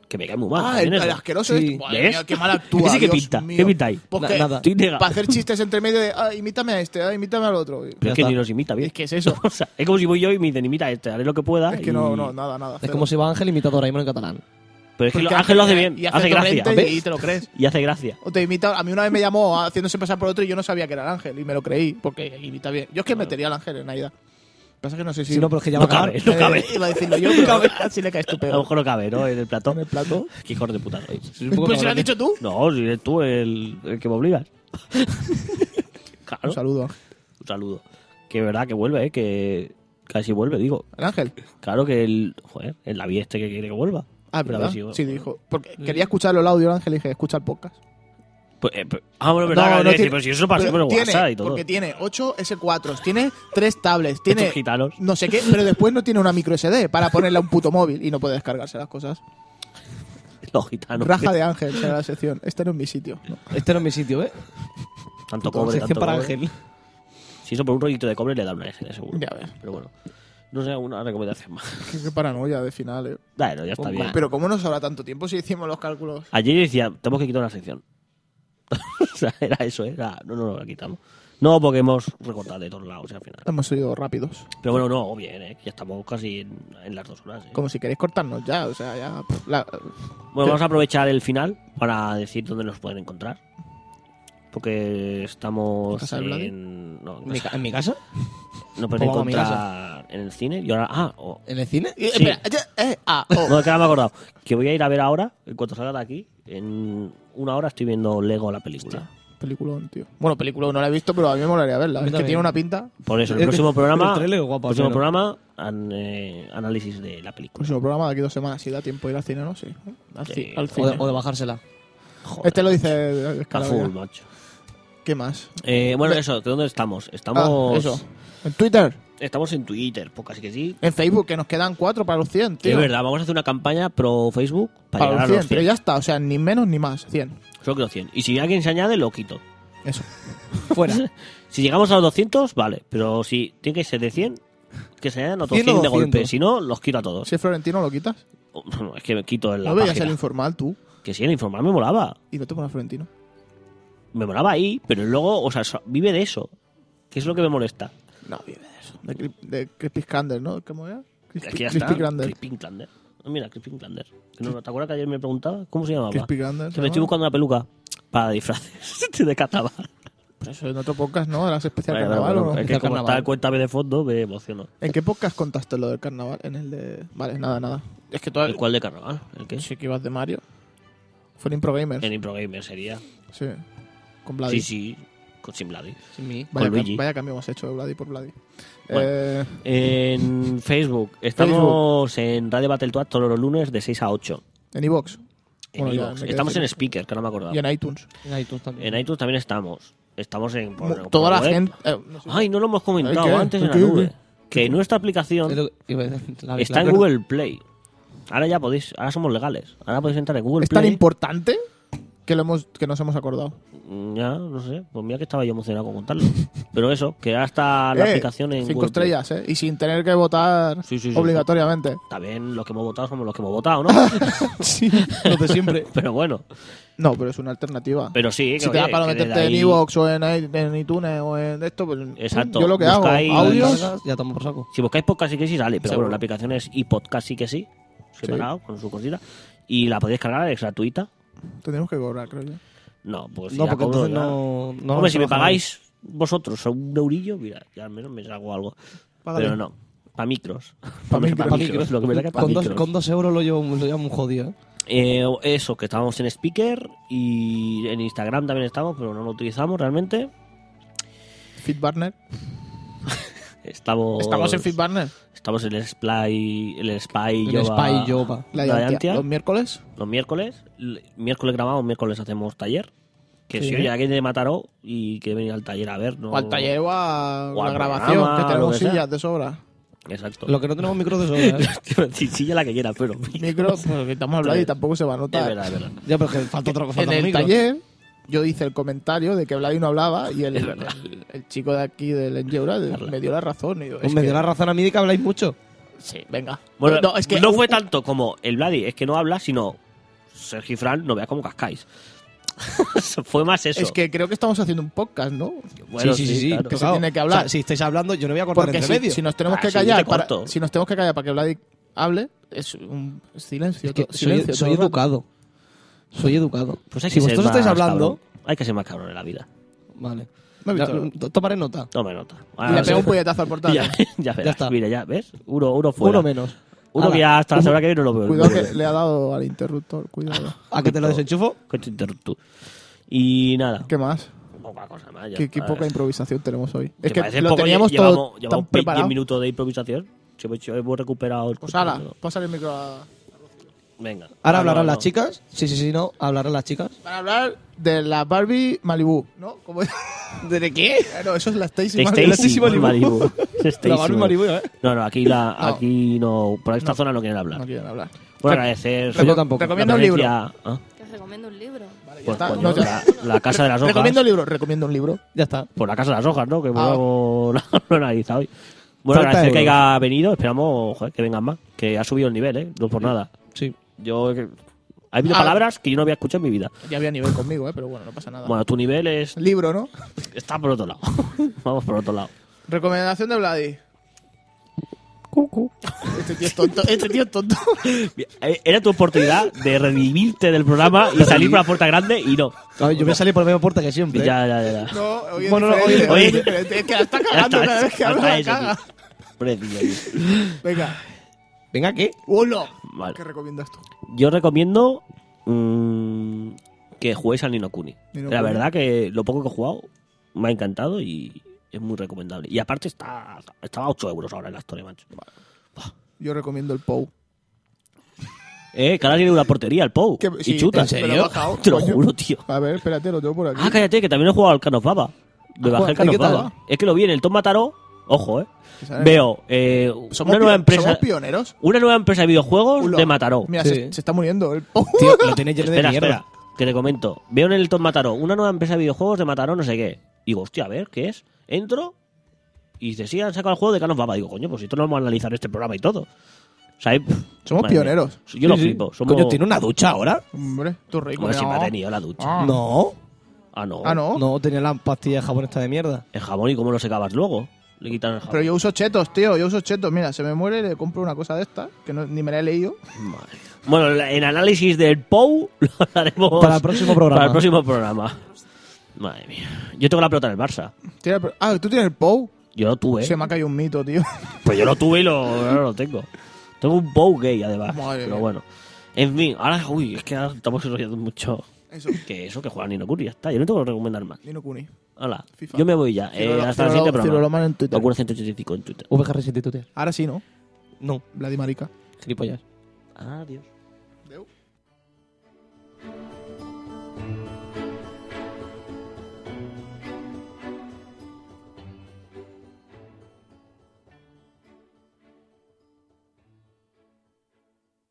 que me cae muy mal.
Ah, el,
también
el
eso.
asqueroso
Sí.
este. Madre
¿Ves?
mía, qué mal actúa.
Ese que
Dios
pinta,
mío.
¿qué pinta ahí?
¿Por
Na-
qué?
nada. Estoy negado.
Para hacer chistes entre medio de, ah, imítame a este, ah, imítame al otro.
Pero
Ya
es que
está.
ni los imita bien.
Es que es eso.
O sea, es como si voy yo y me dicen, imita este, haré lo que pueda.
Es que
y-
no, no, nada, nada.
Es como si va Ángel imitador a Doraemon en catalán.
Pero es que lo- Ángel lo hace bien,
Y
hace gracia.
torrente
¿ves?
Y te lo crees.
Y hace gracia.
O te imita. A mí una vez me llamó haciéndose pasar por otro y yo no sabía que era el ángel y me lo creí porque imita bien. Yo es que metería al ángel en Naida. Pasa que no sé si.
Si no, pero es que ya
No
va a acabar.
cabe, no
Eh,
cabe.
Iba a decirlo yo, pero así le caes tú
A lo
peor.
mejor no cabe, ¿no? En el plató.
En el plato.
Qué hijo de puta sois.
Pues se lo has dicho tú.
No, si eres tú el, el que me obligas. claro.
Un saludo.
Un saludo. Que verdad que vuelve, ¿eh? Que casi vuelve, digo.
¿El ángel?
Claro que el. Joder, el David este que quiere que vuelva.
Ah,
Pero a
¿verdad?
ver si vuelve.
Sí, dijo. Porque quería escucharlo el audio, el ángel, y dije, escucha el podcast.
Pues, eh, pues- ah, bueno, verdad. que decir,
tiene-
pero si eso lo pasé
pero
por el
tiene-
WhatsApp y todo.
Porque tiene 8 S4s, tiene 3 tablets, tiene
Estos gitanos.
no sé qué, pero después no tiene una micro SD para ponerle a un puto móvil y no puede descargarse las cosas.
Los gitanos.
Raja de Ángel será la sección. Este no es mi sitio.
Este no es mi sitio, ¿eh?
Tanto
Con
cobre,
sección
tanto
para
cobre.
Ángel.
Si eso por un rollito de cobre le da una SL seguro.
Ya ves.
Pero bueno. No sé, una recomendación más.
Qué, qué paranoia de final, eh.
Bueno, ya está bien.
Pero ¿cómo nos habrá tanto tiempo si hicimos los cálculos?
Ayer yo decía, tenemos que quitar una sección. o sea, era eso, ¿eh? era. No, no, no, la quitamos. No, porque hemos recortado de todos lados, al final.
Hemos sido rápidos.
Pero bueno, no, bien, ¿eh? ya estamos casi en, en las dos horas. ¿eh?
Como si queréis cortarnos ya, o sea, ya. pff, la-
Bueno, vamos a aprovechar el final para decir dónde nos pueden encontrar. Porque
¿En
estamos
casa de Vladi?
en. No, en
¿Mi
casa-
ca- ¿En mi casa?
nos pueden
o vamos a mi
encontrar en el cine. Y ahora. Ah, o-
¿En el cine?
Eh,
Sí.
Espera, ya, eh, ah, oh.
no, que ahora me he acordado. Que voy a ir a ver ahora, en cuanto salga de aquí. En una hora estoy viendo Lego la película.
Peliculón, tío. Bueno, película no la he visto, pero a mí me molaría verla.
A mí
Es que
también.
tiene una pinta.
Por eso, el
El-
próximo programa.
el trailer es guapo,
próximo
pero-
programa, an- eh, análisis de la película.
Próximo programa de aquí dos semanas. Si da tiempo de ir al cine, ¿no? Sí. Al, ci-
Sí.
al
O
cine.
de, o de bajársela.
Joder,
Este lo dice
está
Escalabria.
full, macho.
¿Qué más?
Eh, bueno,
Ve-
eso, ¿de dónde estamos?
Ah,
Estamos.
eso. En Twitter,
Estamos en Twitter, pues casi que sí.
en Facebook, que nos quedan cuatro para los 100, tío.
Es verdad, vamos a hacer una campaña pro Facebook para,
Para, los
llegar
100,
a los 100.
pero ya está. O sea, ni menos ni más. 100.
Solo quiero 100. Y si alguien se añade, lo quito.
Eso.
Fuera.
Si llegamos a los 200, vale. Pero si tiene que ser de 100, que se añadan otros
100 o
100 de
200.
golpe. Si no, los quito a todos. Oh,
Si es Florentino, lo quitas.
Es que me quito en la
No veías el
página.
informal tú.
Que si el informal me molaba.
Y no te pones Florentino.
Me molaba ahí, pero luego, o sea, so- vive de eso. Que es lo que me molesta.
No, vive de eso. De, Cri- de Crispy Scander, ¿no? ¿Cómo era? Crispy,
Aquí ya
Crispy
está.
Grander.
Crispin Clander. Ah, Mira, Crispin Clander. Que no- ¿Te acuerdas que ayer me preguntaba cómo se llamaba?
Crispy Grander.
Que me estoy buscando una peluca para disfraces de catabal.
Eso en otro podcast, ¿no? Eras especial
Vale,
carnaval,
bueno,
¿o no?
Es
Especial
que como
carnaval.
está el cuéntame de fondo, me emociono.
¿En qué podcast contaste lo del carnaval? En el de... Vale, nada, nada. Es que
¿El
todavía...
cuál de carnaval? ¿El qué?
Sí que ibas de Mario. Fue en Impro Gamers.
En ImproGamer sería.
Sí. Con Vladi.
Sí, sí. Con Sin Vladi.
Sin mí.
Vaya,
con
ca-
Luigi.
vaya cambio hemos hecho de Vladi por Vladi.
Bueno.
Eh,
En Facebook. Estamos en Radio Battletoad todos los lunes de 6 a 8.
en Evox.
En
Bueno, ya,
iVoox.
me quedé
estamos
sin-
en Speaker, que no me acordaba.
Y en iTunes.
En iTunes también.
En iTunes también estamos. Estamos en... por-
Mu-
por
Toda la
web.
gente... eh, no sé.
Ay, no lo hemos
Ay, ¿qué?
comentado antes en la
¿Qué?
nube. Que nuestra
Es
aplicación
lo que- iba a decir, la-
está
la-
en Google Play. Ahora ya podéis... Ahora somos legales. Ahora podéis entrar en Google
¿Es tan
Play.
importante que, lo hemos, que nos hemos acordado?
Ya, no sé. Pues mira que estaba yo emocionado con contarlo. Pero eso, que ahora está la
Eh,
aplicación en
Cinco
Google Play.
estrellas, ¿eh? Y sin tener que votar
Sí, sí, sí.
obligatoriamente.
También los que hemos votado somos los que hemos votado, ¿no?
Sí, los de siempre.
pero bueno,
No, pero es una alternativa.
pero sí. que
si te da
oye,
para
que
meterte
desde
en
ahí-
iVoox o en, i- en iTunes o en esto, pues
Exacto.
yo lo que
Buscáis-
hago, audios,
la- Ya tomo por saco.
Si buscáis podcast sí que sí sale, pero
Seguro.
bueno, la aplicación es iPodcast sí que sí, separado con su cosita. Y la podéis cargar, es gratuita.
tenemos que cobrar, creo yo.
No, pues
No,
ya
porque
cobro,
entonces
ya.
no. no
Hombre, si me
trabaja nadie.
pagáis vosotros a un eurillo, mira, ya al menos me saco algo.
Págale.
Pero no, para micros.
Pa'
Pa'
micros.
pa' micros, Lo que me saca pa'
Con dos,
micros.
con dos euros lo llevo, lo llevo muy jodido. ¿eh?
Eh, eso, que estábamos en Speaker y en Instagram también estamos, pero no lo utilizamos realmente.
Fitbarner.
Estamos,
Estamos en Fitbarner.
Estamos en el Spy, el Spy
El
Yoga-
Spy Yoga.
La
La
Yantia.
Yantia.
Los miércoles.
los miércoles. l- Miércoles grabamos, miércoles hacemos taller. Que
Sí.
si oye alguien de Mataró y que venga al taller a ver. No,
O al taller o a
O
la
al
grabación,
programa,
que tenemos
lo que sea.
sillas de sobra.
Exacto.
Lo que no tenemos micro de sobra. ¿eh?
Sí, sí, ya la que quiera, pero. Es
pues, Micro, porque estamos hablando y tampoco se va a notar.
verdad, es verdad.
ya, pero que falta otra cosa.
en el taller yo hice el comentario de que Blay no hablaba y el,
Es verdad.
el- el chico de aquí del Enyeura
Habla.
me dio la razón. Y yo,
Pues
es
me
que-
dio la razón a mí de que habláis mucho.
Sí, venga.
Bueno,
no, es que
no fue tanto como el Vladi, es que no habla, sino Sergi y Fran, no vea cómo cascáis. fue más eso.
Es que creo que estamos haciendo un podcast, ¿no?
Bueno,
sí, sí, sí. sí,
claro.
que se
claro.
tiene que hablar.
O sea, si estáis hablando, yo no voy a cortar
Porque
entre
si,
medio.
si nos tenemos
Ah,
que
sí, yo te
callar para,
corto.
si nos tenemos que callar para que Vladi hable, es un silencio.
Es que
todo-
soy,
silencio
soy
todo el rato.
educado. Soy educado.
Pues hay
si
que ser
vosotros
más
estáis hablando.
cabrón. Hay que ser más cabrón en la vida.
Vale.
No he visto
Ya,
nada.
tomaré nota.
Tome nota.
Y
Ah,
le pego
sí.
un puñetazo ¿eh? al portal.
Ya, ya verás.
Ya está.
Mira, ya, ¿ves? Uno, uno fuera.
Uno menos.
Uno que
Ala,
ya hasta la semana que viene no lo veo.
Cuidado
No lo
que
veo.
le ha dado al interruptor, cuidado.
¿A que te lo
Punto.
desenchufo?
Con tu interruptor. Y nada.
¿Qué más?
Poca cosa más. ya
Qué, qué
está.
poca improvisación tenemos hoy.
¿Te
Es que
parece
lo
poco?
teníamos
Llevamos-
todo tan
Llevamos 10
preparado.
minutos de improvisación. Si hemos, si hemos recuperado el
Pues ala, pásale el micro a...
Venga.
Ahora
Ah,
hablarán
no,
las
no.
chicas. Sí, sí, sí, no. Hablarán las chicas.
Para hablar de la Barbie Malibu, ¿no? ¿Cómo ¿De qué? No, eso es la Stacy
Stacy
Malibu.
Malibu. Stacy
La Barbie Malibu, ¿eh?
No, no, aquí, la,
No.
aquí no. Por esta zona no quieren hablar.
No quieren hablar.
Bueno, agradecer.
Yo tampoco.
la
Recomiendo un libro.
presencia- ¿Ah?
Que os recomiendo un libro.
Ya
Pues,
está,
coño,
no te-
la, la Casa de las Hojas.
Recomiendo un libro, recomiendo un libro.
Ya está.
Por la Casa de las Hojas, ¿no? Que
Ah.
luego lo he analizado hoy. Bueno,
Falta
agradecer que
euros.
haya venido. Esperamos joder, que vengan más. Que ha subido el nivel, ¿eh? No por nada.
Sí.
Yo. Ha habido
Ah.
palabras que yo no había escuchado en mi vida.
Ya había nivel conmigo, ¿eh? pero bueno, no pasa nada.
Bueno, tu nivel es,
Libro, ¿no?
está por otro lado. Vamos por otro lado.
Recomendación de Vladi. Este tío es tonto, este tío es tonto.
Bien, eh, Era tu oportunidad de redimirte del programa y salir por la puerta grande y no.
A ver, yo voy a salir por la misma puerta que siempre. ¿eh?
Ya, ya, ya. ya.
No, hoy es
Bueno, no,
diferente,
hoy-
hoy es diferente. Es que la está
Ya
cagando cada vez que
ya
habla la
está
caga.
eso, tío. Pobre tío, tío.
Venga,
Venga, ¿qué?
uno.
Vale.
¿Qué recomiendas tú?
Yo recomiendo mm, que juguéis al Nino Kuni.
Ni no
la
Kuni.
verdad que lo poco que he jugado me ha encantado y es muy recomendable. Y aparte está, estaba a 8 euros ahora en la Store, macho.
Yo recomiendo el POU.
Eh, que ahora tiene una portería el Pou.
Que- sí,
y chuta.
¿en serio? Me lo he bajado,
Te lo
coño.
juro, tío.
A ver, espérate, lo tengo por aquí.
Ah, cállate, que también he jugado al Cano Baba. Me
Ah,
bajé
¿y
el Cano
qué tal
Baba.
va?
Es que lo vi en el Tom Mataro. Ojo, eh.
Que sale-
Veo eh,
Somos
una nueva
pio-
empresa.
Somos pioneros.
Una nueva empresa de videojuegos
Ulo.
de Mataró.
Mira,
Sí.
se, se está muriendo el POU.
Tío, lo tienes lleno de
espera,
mierda.
espera, que te comento. Veo en el Tom Mataró una nueva empresa de videojuegos de Mataró, no sé qué. Digo, hostia, a ver, ¿qué es? Entro y dice, sí, han sacado el juego de Canos Baba. Digo, coño, pues esto lo vamos a analizar en este programa y todo. O sea, eh, pff,
Somos
madre mía.
pioneros.
Yo lo
Sí, sí.
flipo. Somos...
Coño, ¿tiene una ducha ahora?
Hombre, tú rico.
Hombre,
no.
siempre ha tenido la ducha.
Ah.
No.
Ah, no.
Ah, no.
No, tenía la pastilla de jabón esta de mierda.
El jabón, ¿y cómo lo secabas luego? Le quitas el jabón.
Pero yo uso chetos, tío. Yo uso chetos. Mira, se me muere, le compro una cosa de estas, que no- ni me la he leído.
Madre. Bueno, la- en análisis del POU lo haremos
Para el próximo programa.
Para el próximo programa. Madre mía. Yo tengo la pelota en el Barça.
Tira, pero- ah, tú tienes el POU.
Yo lo tuve.
Se me ha caído un mito, tío.
Pues yo lo tuve y lo, ahora lo tengo. Tengo un POU gay, además.
Madre
pero
mía.
bueno. En fin, ahora, uy, es que ahora estamos enrollando mucho.
Eso.
Que eso, que juega Nino Kuni, ya está. Yo no tengo que recomendar más.
Nino Kuni.
Hola.
FIFA.
Yo me voy ya. Eh,
Cirolo-
hasta
Cirolo-
el siguiente programa.
Ciroloman en Twitter.
Locura 185 en Twitter.
VGR 7 tuteas.
Ahora sí, ¿no?
No,
Vladimarica.
gilipollas.
Adiós.